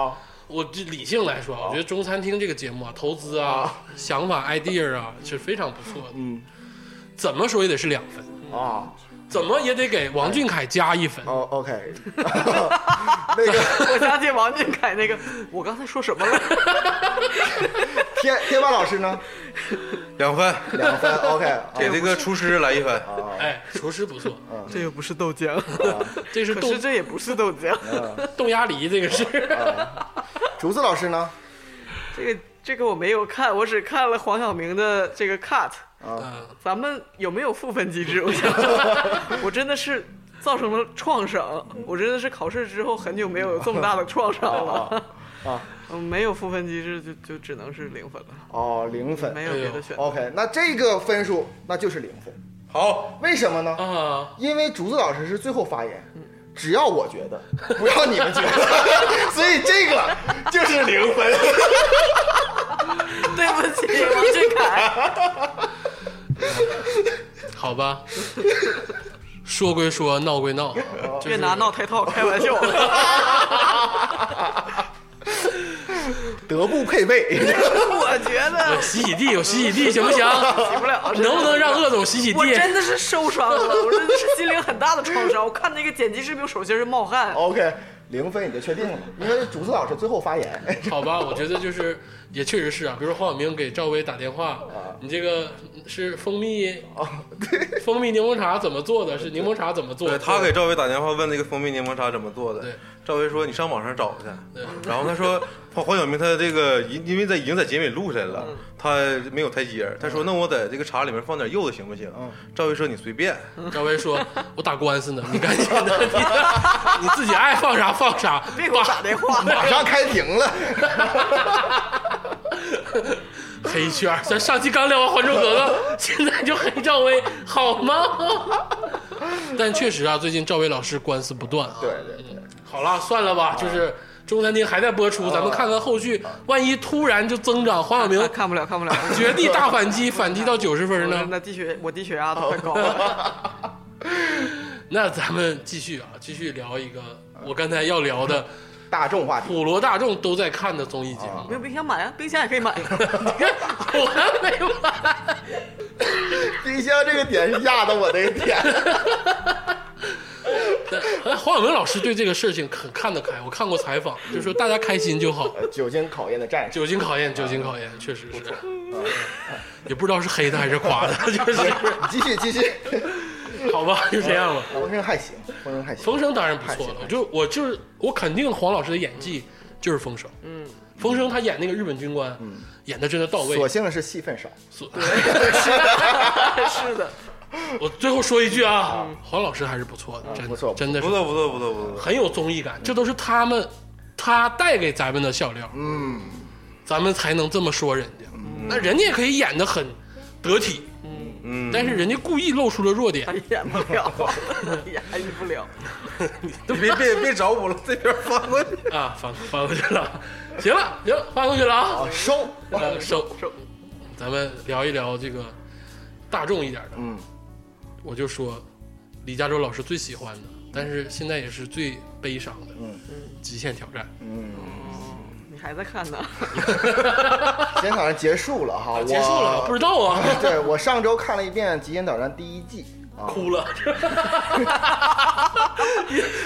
Speaker 1: 我这理性来说啊，我觉得《中餐厅》这个节目啊，投资啊、想法、idea 啊，是非常不错的。
Speaker 4: 嗯
Speaker 1: 怎么说也得是两分，
Speaker 4: 啊
Speaker 1: 怎么也得给王俊凯加一分。
Speaker 4: 哦，OK，那个
Speaker 2: 我想起王俊凯那个，我刚才说什么了？
Speaker 4: 天天霸老师呢？
Speaker 3: 两分，
Speaker 4: 两分，OK，啊
Speaker 3: 给这个厨师来一分。
Speaker 4: 啊
Speaker 1: 哎，厨师不错，
Speaker 2: 这又不是豆浆，
Speaker 1: 这是
Speaker 2: 可
Speaker 1: 豆
Speaker 2: 是这也不是豆浆，
Speaker 1: 豆芽梨，这个是。
Speaker 4: 竹子老师呢？
Speaker 2: 这个这个我没有看，我只看了黄晓明的这个 cut。
Speaker 1: 嗯，
Speaker 2: 咱们有没有复分机制？我想， 我真的是造成了创伤，我真的是考试之后很久没有这么大的创伤了。
Speaker 4: 啊，
Speaker 2: 嗯，没有复分机制就就只能是零分了，
Speaker 4: 哦，零分
Speaker 1: 哎
Speaker 2: 没有别的选
Speaker 1: 哦
Speaker 2: 择。
Speaker 4: ，OK，那这个分数那就是零分，
Speaker 3: 好，
Speaker 4: 为什么呢？
Speaker 1: 啊，
Speaker 4: 因为竹子老师是最后发言，只要我觉得，不要你们觉得， 所以这个就是零分。
Speaker 2: 对不起，王俊凯，
Speaker 1: 好吧。说归说，闹归闹，
Speaker 2: 别拿闹太套开玩笑了。
Speaker 4: 德不配位，
Speaker 2: 我觉得
Speaker 1: 洗洗地有洗洗地行不行？
Speaker 2: 起不了，真的
Speaker 1: 能不能让鄂总洗洗
Speaker 2: 我
Speaker 1: 地？
Speaker 2: 真的是受伤了，我真的是心灵很大的创伤。我看那个剪辑视频，我手心是冒汗。
Speaker 1: 哦
Speaker 4: OK，零分你就确定了，因为竹子老师最后发言。
Speaker 1: 好吧，我觉得就是也确实是啊，比如说黄晓明给赵薇打电话，你这个是蜂蜜
Speaker 4: 啊，对，
Speaker 1: 蜂蜜柠檬茶怎么做的？是柠檬茶怎么做
Speaker 3: 对
Speaker 1: 的？
Speaker 3: 他给赵薇打电话问那个蜂蜜柠檬茶怎么做
Speaker 1: 对
Speaker 3: 的，赵薇说你上网上找去
Speaker 1: 对。
Speaker 3: 然后他说黄黄晓明他这个因因为在已经在结尾录下来了，他没有台阶儿，他说那我在这个茶里面放点柚子行不行？赵薇说你随便。
Speaker 1: 赵薇说：“我打官司呢，你赶紧的，你你自己爱放啥放啥，
Speaker 2: 别给我打电 话，
Speaker 4: 马上开庭了。
Speaker 1: 黑圈儿。咱上期刚聊完《还珠格格》， 现在就黑赵薇，好吗？ 但确实啊，最近赵薇老师官司不断啊。
Speaker 4: 对对对，
Speaker 1: 好了，算了吧，就是中餐厅还在播出，咱们看看后续，万一突然就增长，黄晓明
Speaker 2: 啊看不了，看 不了。
Speaker 1: 绝地大反击，反击到九十分
Speaker 2: 我
Speaker 1: 呢
Speaker 2: 真？的低血，我低血压都快啊高了。
Speaker 1: 那咱们继续啊，继续聊一个我刚才要聊的
Speaker 4: 大众话题
Speaker 1: 普罗大众都在看的综艺节目。
Speaker 2: 没有冰箱买啊，冰箱也可以 买。
Speaker 1: 我还没完。
Speaker 4: 冰箱这个点是压的我的点。
Speaker 1: 但哎黄晓明老师对这个事情很看得开，我看过采访，就说大家开心就好。
Speaker 4: 呃 酒精考验的战士，
Speaker 1: 酒精考验，酒精考验，确实是，也不知道是黑的还是夸的，就是
Speaker 4: 你继续 继续。
Speaker 1: 好吧，就这样吧。
Speaker 4: 风声还行，风声还行。
Speaker 1: 风声当然不错了，我就我就是我肯定黄老师的演技就是风声。嗯，风声他演那个日本军官，演的真的到位
Speaker 4: 所。幸是戏份少，
Speaker 1: 所
Speaker 2: 是的，
Speaker 1: 我最后说一句啊，黄老师还是不错的，真
Speaker 4: 不错
Speaker 1: 的真的是
Speaker 3: 不错不错不错 不错，
Speaker 1: 很有综艺感，这都是他们他带给咱们的笑料，嗯，咱们才能这么说人家。那人家也可以演得很得体，
Speaker 3: 嗯，
Speaker 1: 但是人家故意露出了弱点
Speaker 2: 他，哎演不了， 演不了。
Speaker 3: 你别别别找我了，这边翻过去。
Speaker 1: 啊，翻翻过去了，行了行，翻过去了啊，
Speaker 4: 啊，收。
Speaker 1: 呃收收，咱们聊一聊这个大众一点的，
Speaker 4: 嗯，
Speaker 1: 我就说李嘉洲老师最喜欢的，但是现在也是最悲伤的，
Speaker 4: 嗯
Speaker 1: 《极限挑战》
Speaker 2: 你还 在看呢？
Speaker 4: 今天早上结束了哈，我
Speaker 1: 啊结束了， 不知道啊，
Speaker 4: 对我上周看了一遍《极限挑战》第一季啊，
Speaker 1: 哭了，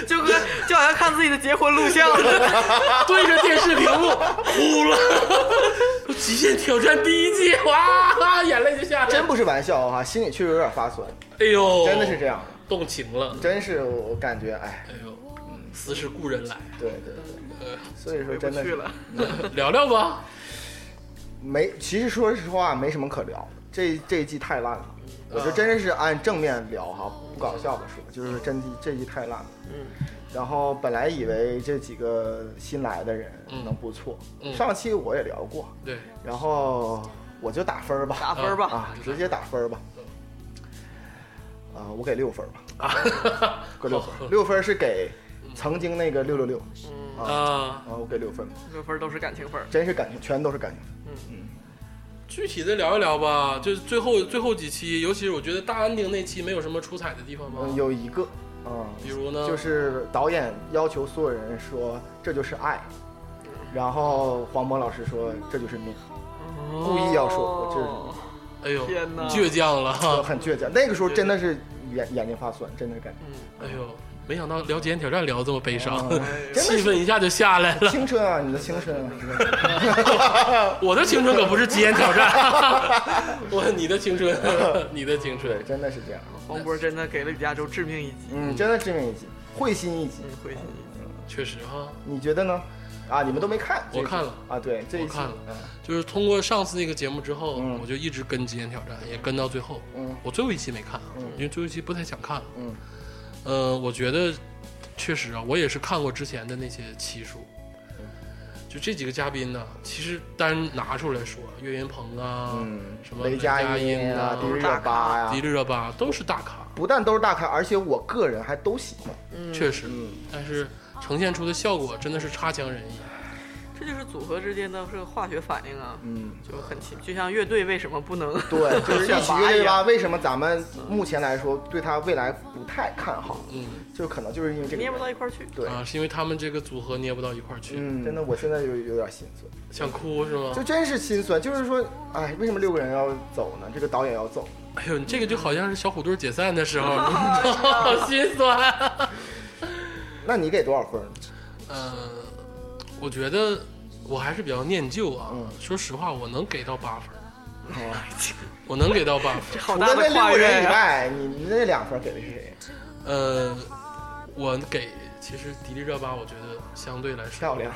Speaker 2: 就跟就好像看自己的结婚录像 似的。
Speaker 1: 对着电视屏 幕哭了，《极限挑战》第一季，哇，眼泪就下来，
Speaker 4: 真，不是玩笑啊哈、心里确实有点发酸，
Speaker 1: 哎呦，
Speaker 4: 真的是这样，
Speaker 1: 动情了，
Speaker 4: 真是我我感觉，哎，
Speaker 1: 哎呦，思是故人来，呃
Speaker 4: 对对对，所以说
Speaker 2: 回不
Speaker 4: 真的
Speaker 2: 去
Speaker 4: 是
Speaker 2: 了，
Speaker 1: 聊聊吧，
Speaker 4: 没，其实说实话没什么可聊的，这这一季太烂了，我就真是按正面聊哈，不搞笑的说，就是真的这一季太烂了。
Speaker 2: 嗯。
Speaker 4: 然后本来以为这几个新来的人能不错，
Speaker 1: 嗯
Speaker 4: 上期我也聊过，
Speaker 1: 对，
Speaker 4: 然后我就打分儿吧，
Speaker 2: 打分儿吧。
Speaker 4: 啊，直接打分儿吧。啊，我给六分儿吧。 给六分
Speaker 1: 哦
Speaker 4: 儿，六分儿是给曾经那个六六六
Speaker 1: 啊，
Speaker 4: 啊，我给六分儿，
Speaker 2: 六分都是感情分儿，
Speaker 4: 真是感情，全都是感情。
Speaker 1: 具体的聊一聊吧，就是最后最后几期，尤其是我觉得大安定那期没有什么出彩的地方
Speaker 4: 嗯，
Speaker 1: 吗？
Speaker 4: 有一个啊，
Speaker 1: 哦比如呢，
Speaker 4: 就是导演要求所有人说这就是爱，然后黄渤老师说这就是命，
Speaker 2: 故
Speaker 1: 哦
Speaker 4: 故意要说我
Speaker 2: 哦
Speaker 1: 哎呦，
Speaker 2: 天哪
Speaker 1: 倔强了
Speaker 4: 这是
Speaker 1: 哈，
Speaker 4: 很倔强。那个时候真的是眼眼睛发酸，真的 感觉
Speaker 1: 哎呦，没想到聊极限挑战聊得这么悲 伤，
Speaker 4: 嗯真的
Speaker 1: 气
Speaker 4: 是
Speaker 1: 氛一下就下来了。
Speaker 4: 青春啊，你的青春啊，
Speaker 1: 我的青春可不是极限挑战， 我你的青 春，你的青春，
Speaker 4: 真的是这样。
Speaker 2: 黄渤真的给了李嘉洲致命一击，
Speaker 4: 嗯，真的致命一击，会心一击。
Speaker 2: 嗯会心一击。
Speaker 1: 确实哈。
Speaker 4: 你觉得呢？啊，你们都没看？这一
Speaker 1: 我
Speaker 4: 集
Speaker 1: 看了
Speaker 4: 啊，对，这一
Speaker 1: 我
Speaker 4: 期
Speaker 1: 看了
Speaker 4: 嗯
Speaker 1: 就是通过上次那个节目之后，
Speaker 4: 嗯
Speaker 1: 我就一直跟《极限挑战》，也跟到最后。
Speaker 4: 嗯
Speaker 1: 我最后一期没看啊，因为最后一期不太想看了。
Speaker 4: 嗯
Speaker 1: 呃，我觉得确实啊，我也是看过之前的那些期数，
Speaker 4: 嗯
Speaker 1: 就这几个嘉宾呢，其实单拿出来说，岳云鹏啊，
Speaker 4: 嗯，
Speaker 1: 什么
Speaker 4: 雷
Speaker 1: 佳
Speaker 4: 佳音啊，迪丽
Speaker 1: 迪
Speaker 4: 热巴呀、
Speaker 1: 丽热巴都是大咖，
Speaker 4: 不但都是大咖，而且我个人还都喜欢。
Speaker 1: 确实，
Speaker 4: 嗯
Speaker 1: 但是呈现出的效果真的是差强人意。
Speaker 2: 这就是组合之间的这个化学反应啊，
Speaker 4: 嗯，
Speaker 2: 就很奇，就像乐队为什么不能？
Speaker 4: 对，就是一
Speaker 2: 选
Speaker 4: 起
Speaker 2: 拔
Speaker 4: 乐
Speaker 2: 一
Speaker 4: 队吧，
Speaker 2: 样
Speaker 4: 为什么咱们目前来说对他未来不太看好？
Speaker 1: 嗯
Speaker 4: 就可能就是因为这个
Speaker 2: 捏
Speaker 4: 原
Speaker 2: 不
Speaker 4: 因。
Speaker 2: 到一块儿去。
Speaker 4: 对，
Speaker 1: 啊，是因为他们这个组合捏不到一块儿去，
Speaker 4: 嗯，真的，我现在有有点心酸。
Speaker 1: 想哭是吗？
Speaker 4: 就真是心酸，就是说，哎，为什么六个人要走呢？这个导演要走，
Speaker 1: 哎呦，你这个就好像是小虎队解散的时 候，好心酸。
Speaker 4: 那你给多少分？
Speaker 1: 呃，我觉得我还是比较念旧啊。
Speaker 4: 嗯啊
Speaker 1: 说实话，我能给到八分儿，我能给到八分儿。
Speaker 2: 好
Speaker 4: 除
Speaker 2: 大
Speaker 4: 了
Speaker 2: 的
Speaker 4: 那六
Speaker 2: 跨
Speaker 4: 个
Speaker 2: 越
Speaker 4: 人以
Speaker 2: 呀、
Speaker 4: 外，你你那两分给的是谁？
Speaker 1: 呃，我给其实迪丽热巴，我觉得相对来说
Speaker 4: 漂亮，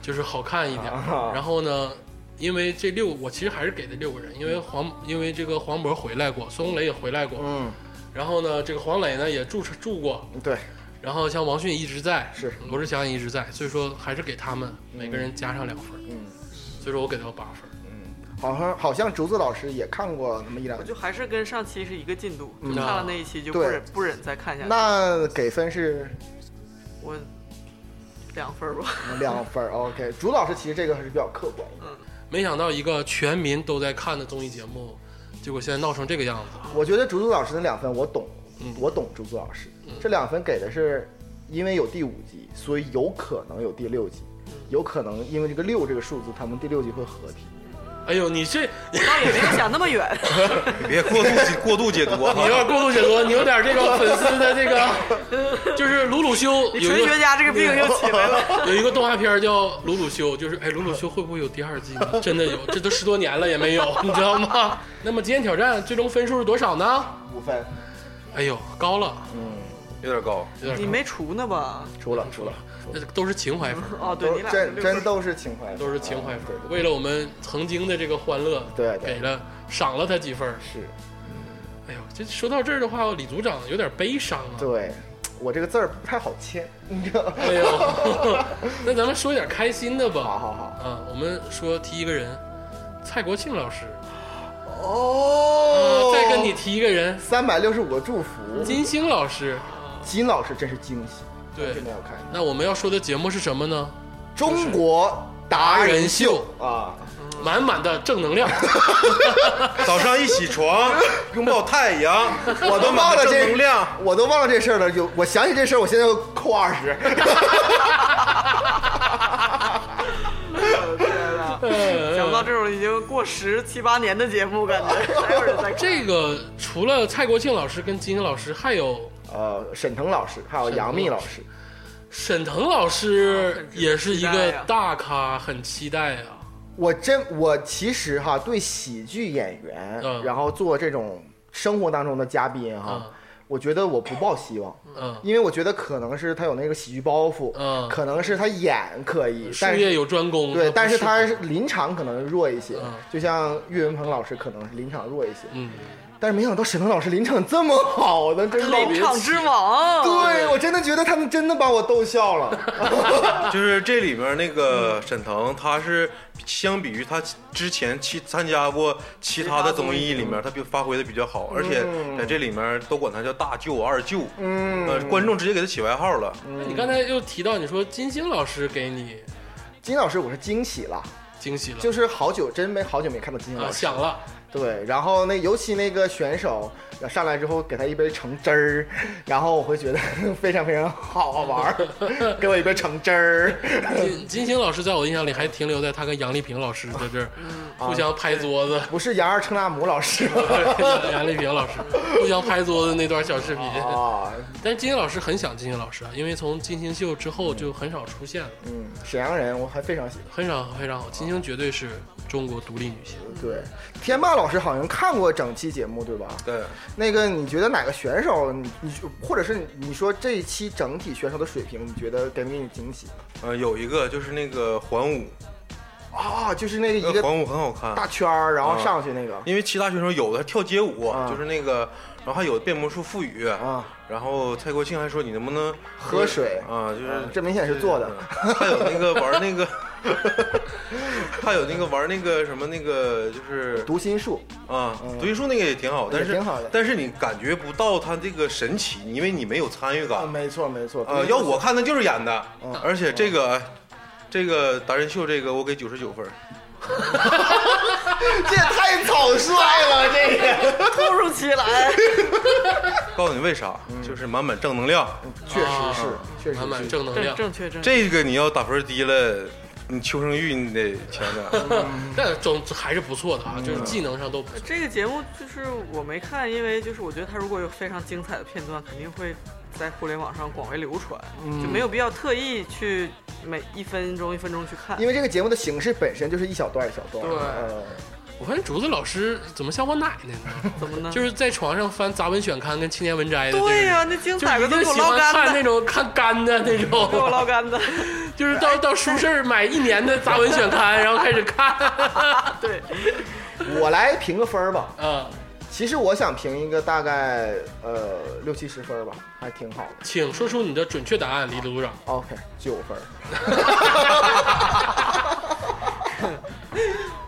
Speaker 1: 就是好看一点儿。
Speaker 4: 啊
Speaker 1: 然后呢，因为这六，我其实还是给的六个人，因为黄，因为这个黄渤回来过，孙红雷也回来过，
Speaker 4: 嗯，
Speaker 1: 然后呢，这个黄磊呢也住住过，
Speaker 4: 对，
Speaker 1: 然后像王迅一直在，嗯
Speaker 4: 是
Speaker 1: 罗志祥也一直在，所以说还是给他们
Speaker 2: 嗯
Speaker 1: 每个人加上两分，
Speaker 4: 嗯
Speaker 1: 所以说我给到八分。
Speaker 4: 嗯，好像好像竹子老师也看过那么一两
Speaker 2: 我，就还是跟上期是一个进度，就
Speaker 1: 嗯
Speaker 2: 看了那一期就不
Speaker 4: 对
Speaker 2: 忍不忍再看下去。
Speaker 4: 那给分是
Speaker 2: 我两分儿吧，
Speaker 4: 两分。OK，竹子老师其实这个还是比较客观的，
Speaker 1: 没想到一个全民都在看的综艺节目，结果现在闹成这个样子。
Speaker 4: 我觉得竹子老师那两分我懂
Speaker 1: 嗯，
Speaker 4: 我懂竹子老师这两分给的是，因为有第五集，所以有可能有第六集，
Speaker 1: 嗯
Speaker 4: 有可能因为这个六这个数字，他们第六集会合体。
Speaker 1: 哎呦，你这 你
Speaker 2: 倒也没有想那么 远。
Speaker 3: 你别过度解过度解 读啊！
Speaker 1: 有点过度解读，你有点这个粉丝的这 个，就是鲁鲁修有
Speaker 2: 你
Speaker 1: 一
Speaker 2: 纯学
Speaker 1: 个
Speaker 2: 家这个病又起来 了。
Speaker 1: 有一个动画片叫《鲁鲁修》，就是哎，鲁鲁修会不会有第二季 呢？真的有，这都十多年了也没有， 你知道吗？那么今天挑战最终分数是多少呢？
Speaker 4: 五分，
Speaker 1: 哎呦，高了，
Speaker 3: 有点高。
Speaker 1: 有点高
Speaker 2: 你没除呢吧？
Speaker 4: 除了除了，
Speaker 1: 那都是情怀粉。
Speaker 2: 哦，对
Speaker 4: 都
Speaker 2: 你俩
Speaker 4: 真
Speaker 2: 六分
Speaker 4: 真都是情怀粉，
Speaker 1: 都是情怀
Speaker 4: 啊
Speaker 1: 粉
Speaker 4: 对
Speaker 1: 儿，为了我们曾经的这个欢乐，
Speaker 4: 对对
Speaker 1: 给了赏了他几分儿。
Speaker 4: 是，
Speaker 1: 哎呦，这说到这儿的话，李组长有点悲伤啊。
Speaker 4: 对我这个字儿不太好签，你知道吗？
Speaker 1: 哎呦， 那咱们说点开心的吧。
Speaker 4: 好好好，
Speaker 1: 啊，我们说提一个人，蔡国庆老师。
Speaker 4: 哦
Speaker 1: 呃再跟你提一个人，
Speaker 4: 三百六十五个祝福，
Speaker 1: 金星老师。
Speaker 4: 金老师真是惊喜，
Speaker 1: 对
Speaker 4: 真，的要看
Speaker 1: 那我们要说的节目是什么呢？
Speaker 4: 中国达人秀
Speaker 1: 达
Speaker 4: 啊，
Speaker 1: 满满的正 能量。
Speaker 3: 早上一起床，拥抱太阳，
Speaker 4: 我都忘了
Speaker 3: 正
Speaker 4: 这
Speaker 3: 能量。，
Speaker 4: 我都忘了这事儿了，就我想起这事儿，我现在就扣二十。
Speaker 1: 呃
Speaker 2: 想不到这种已经过十七八年的节目，感觉 还有人在看。
Speaker 1: 这个除了蔡国庆老师跟金星老师，还有
Speaker 4: 呃，沈腾老师还有杨幂老师，
Speaker 1: 沈腾老师也是一
Speaker 2: 啊很期
Speaker 1: 个
Speaker 2: 待啊
Speaker 1: 大咖，很期待啊。
Speaker 4: 我真我其实哈对喜剧演员，
Speaker 1: 嗯
Speaker 4: 然后做这种生活当中的嘉宾
Speaker 1: 嗯
Speaker 4: 哈，我觉得我不抱希望。
Speaker 1: 嗯，
Speaker 4: 因为我觉得可能是他有那个喜剧包袱，
Speaker 1: 嗯
Speaker 4: 可能是他演可以，
Speaker 1: 术
Speaker 4: 但
Speaker 1: 业
Speaker 4: 是
Speaker 1: 有专攻。啊
Speaker 4: 对，但是
Speaker 1: 不
Speaker 4: 他是临场可能弱一些，
Speaker 1: 嗯
Speaker 4: 就像岳云鹏老师可能是临场弱一些，
Speaker 1: 嗯，
Speaker 4: 但是没想到沈腾老师临场这么好呢，真是
Speaker 2: 临场之王，
Speaker 4: 对我真的觉得他们真的把我逗 笑了，
Speaker 3: 就是这里面那个沈腾，他是相比于他之前去参加过其他的综艺里面，他比发挥的比较好，而且在这里面都管他叫大舅、二舅，
Speaker 4: 嗯
Speaker 3: 呃，观众直接给他起外号了。
Speaker 1: 那嗯你刚才又提到你说金星老师给你
Speaker 4: 金老师我是惊喜了，
Speaker 1: 惊喜了，
Speaker 4: 就是好久真没好久没看到金
Speaker 1: 啊
Speaker 4: 老师，
Speaker 1: 想了，
Speaker 4: 对，然后那尤其那个选手上来之后，给他一杯橙汁儿，然后我会觉得 非常非常好玩 儿，给我一杯橙汁儿，
Speaker 1: 金金星老师在我印象里还停留在他跟杨丽萍老师在 这儿
Speaker 2: 嗯
Speaker 4: 啊
Speaker 1: 互相拍桌子，
Speaker 4: 不是杨二称大母老师吗？
Speaker 1: 杨杨丽萍老师互相拍桌子那段小视频。
Speaker 4: 啊，
Speaker 1: 但是金星老师很想金星老师啊，因为从金星秀之后就很少出现了，
Speaker 4: 嗯，沈阳人我还非常喜欢。
Speaker 1: 很少非常好。金星绝对是中国独立女星，
Speaker 4: 对，天霸老师好像看过整期节目对吧？
Speaker 3: 对，
Speaker 4: 那个你觉得哪个选手，你你或者是你你说这一期整体选手的水平，你觉得给没给你惊喜？
Speaker 3: 呃，有一个就是那个环舞，
Speaker 4: 啊，就是那个
Speaker 3: 那
Speaker 4: 一
Speaker 3: 个
Speaker 4: 个
Speaker 3: 环舞很好看，
Speaker 4: 大圈儿，然后
Speaker 3: 嗯
Speaker 4: 上去那个
Speaker 3: 因为其他选手有的跳街舞，
Speaker 4: 啊
Speaker 3: 就是那个，然后还有变魔术腹语，
Speaker 4: 啊，
Speaker 3: 然后蔡国庆还说你能不能
Speaker 4: 喝水
Speaker 3: 啊，就是、
Speaker 4: 嗯这明显是做的
Speaker 3: 嗯还有那个玩那个， 还有那个玩那个什么那个就是
Speaker 4: 读心术
Speaker 3: 啊
Speaker 4: 嗯，
Speaker 3: 读心术那个也挺好，但是
Speaker 4: 挺好的
Speaker 3: 但是你感觉不到他这个神奇，因为你没有参与
Speaker 4: 啊，
Speaker 3: 感。
Speaker 4: 没错没错
Speaker 3: 呃，要我看那就是演的
Speaker 4: 嗯，
Speaker 3: 而且这个这个达人秀这个我给九十九分儿。
Speaker 4: 这也太草率了，这个
Speaker 2: 突如其来，
Speaker 3: 告诉你为啥，
Speaker 4: 嗯
Speaker 3: 就是满满正能量。
Speaker 4: 确实是
Speaker 1: 啊，
Speaker 4: 确实
Speaker 1: 满满
Speaker 4: 是。
Speaker 1: 正能
Speaker 2: 正
Speaker 1: 量。
Speaker 2: 正确正确。
Speaker 3: 这个你要打分低了，你求生欲你得强 点。
Speaker 1: 但总之还是不错的啊，就是技能上都不错。
Speaker 2: 这个节目就是我没看，因为就是我觉得它如果有非常精彩的片段，肯定会在互联网上广为流传，就
Speaker 1: 嗯
Speaker 2: 没有必要特意去每一分钟一分钟去看
Speaker 4: 因。为这个节目的形式本身就是一小段一小段，
Speaker 2: 对
Speaker 4: 呃
Speaker 1: 我发现竹子老师怎么像我奶奶呢？
Speaker 2: 怎么呢？
Speaker 1: 就是在床上翻杂文选刊跟青年文摘的。
Speaker 2: 对呀、
Speaker 1: 呀、
Speaker 2: 那精
Speaker 1: 就
Speaker 2: 彩
Speaker 1: 是
Speaker 2: 的
Speaker 1: 一
Speaker 2: 都
Speaker 1: 定
Speaker 2: 给我
Speaker 1: 喜
Speaker 2: 捞
Speaker 1: 欢
Speaker 2: 干
Speaker 1: 看那
Speaker 2: 的，
Speaker 1: 种看干的那种，
Speaker 2: 给我捞干的。
Speaker 1: 就是到到书市儿买一年的杂文选刊，然后开始看。
Speaker 2: 对，
Speaker 4: 呃我来评个分儿吧。
Speaker 1: 啊，
Speaker 4: 其实我想评一个大概呃六七十分儿吧，还挺好的。
Speaker 1: 请说出你的准确答案，李组长。
Speaker 4: OK，九分儿。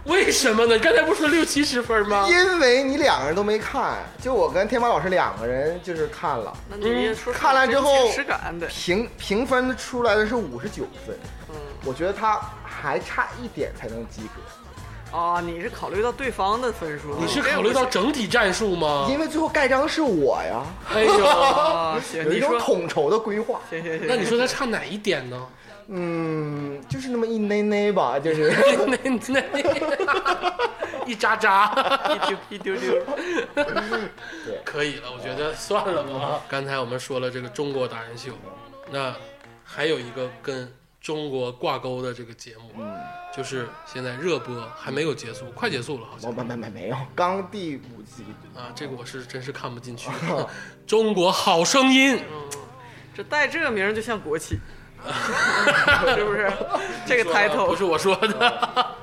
Speaker 1: 为什么呢？你刚才不是说六七十分吗？
Speaker 4: 因为你两个人都没看，就我跟天马老师两个人就是看了，
Speaker 2: 那你也说
Speaker 4: 看了之后
Speaker 2: 实感对，
Speaker 4: 评评分出来的是五十九分，
Speaker 2: 嗯，
Speaker 4: 我觉得他还差一点才能及 格，
Speaker 2: 哦，你是考虑到对方的分数，
Speaker 1: 你是考虑到整体战术吗？
Speaker 4: 因为最后盖章是我呀，
Speaker 1: 哎呦，
Speaker 2: 啊？行，
Speaker 4: 有一
Speaker 2: 你
Speaker 4: 种
Speaker 2: 说
Speaker 4: 统筹的规划，
Speaker 2: 行行行，
Speaker 1: 那你说他差哪一点呢？
Speaker 4: 嗯，就是那么一内内吧，就是。
Speaker 1: 那那 一渣渣。
Speaker 2: 一丢一丢丢，
Speaker 1: 可以了，我觉得算了吧。刚才我们说了这个中国达人秀，那还有一个跟中国挂钩的这个节目，就是现在热播还没有结束，快结束了好
Speaker 4: 我
Speaker 1: 像
Speaker 4: 哦没没没没有，刚第五集，
Speaker 1: 啊，这个我是真是看不进去。中国好声音，
Speaker 2: 这带这个名儿就像国 企，是不是？这个
Speaker 1: 不
Speaker 2: title
Speaker 1: 是我说的。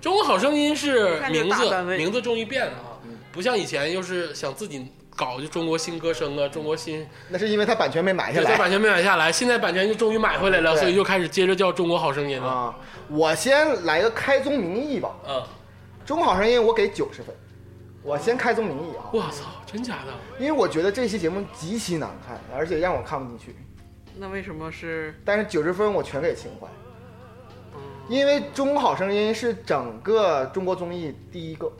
Speaker 1: 中国好声音是
Speaker 2: 看这
Speaker 1: 名
Speaker 2: 大
Speaker 1: 字
Speaker 2: 单，位
Speaker 1: 名字终于变了啊，不像以前又是想自己搞就中国新歌声啊，中国新
Speaker 4: 那是因为他版权没买下
Speaker 1: 对，这
Speaker 4: 来
Speaker 1: 版权没买下来，现在版权就终于买回来了，
Speaker 4: 对
Speaker 1: 所以又开始接着叫中国好声音了。
Speaker 4: 啊。我先来个开宗明义吧，
Speaker 1: 嗯，
Speaker 4: 《中国好声音》我给九十分，我先开宗明义啊。
Speaker 1: 我操，真假的？
Speaker 4: 因为我觉得这期节目极其难看，而且让我看不进去。
Speaker 2: 那为什么是
Speaker 4: 但是九十分我全给情怀，因为《中国好声音》是整个中国综艺第一个，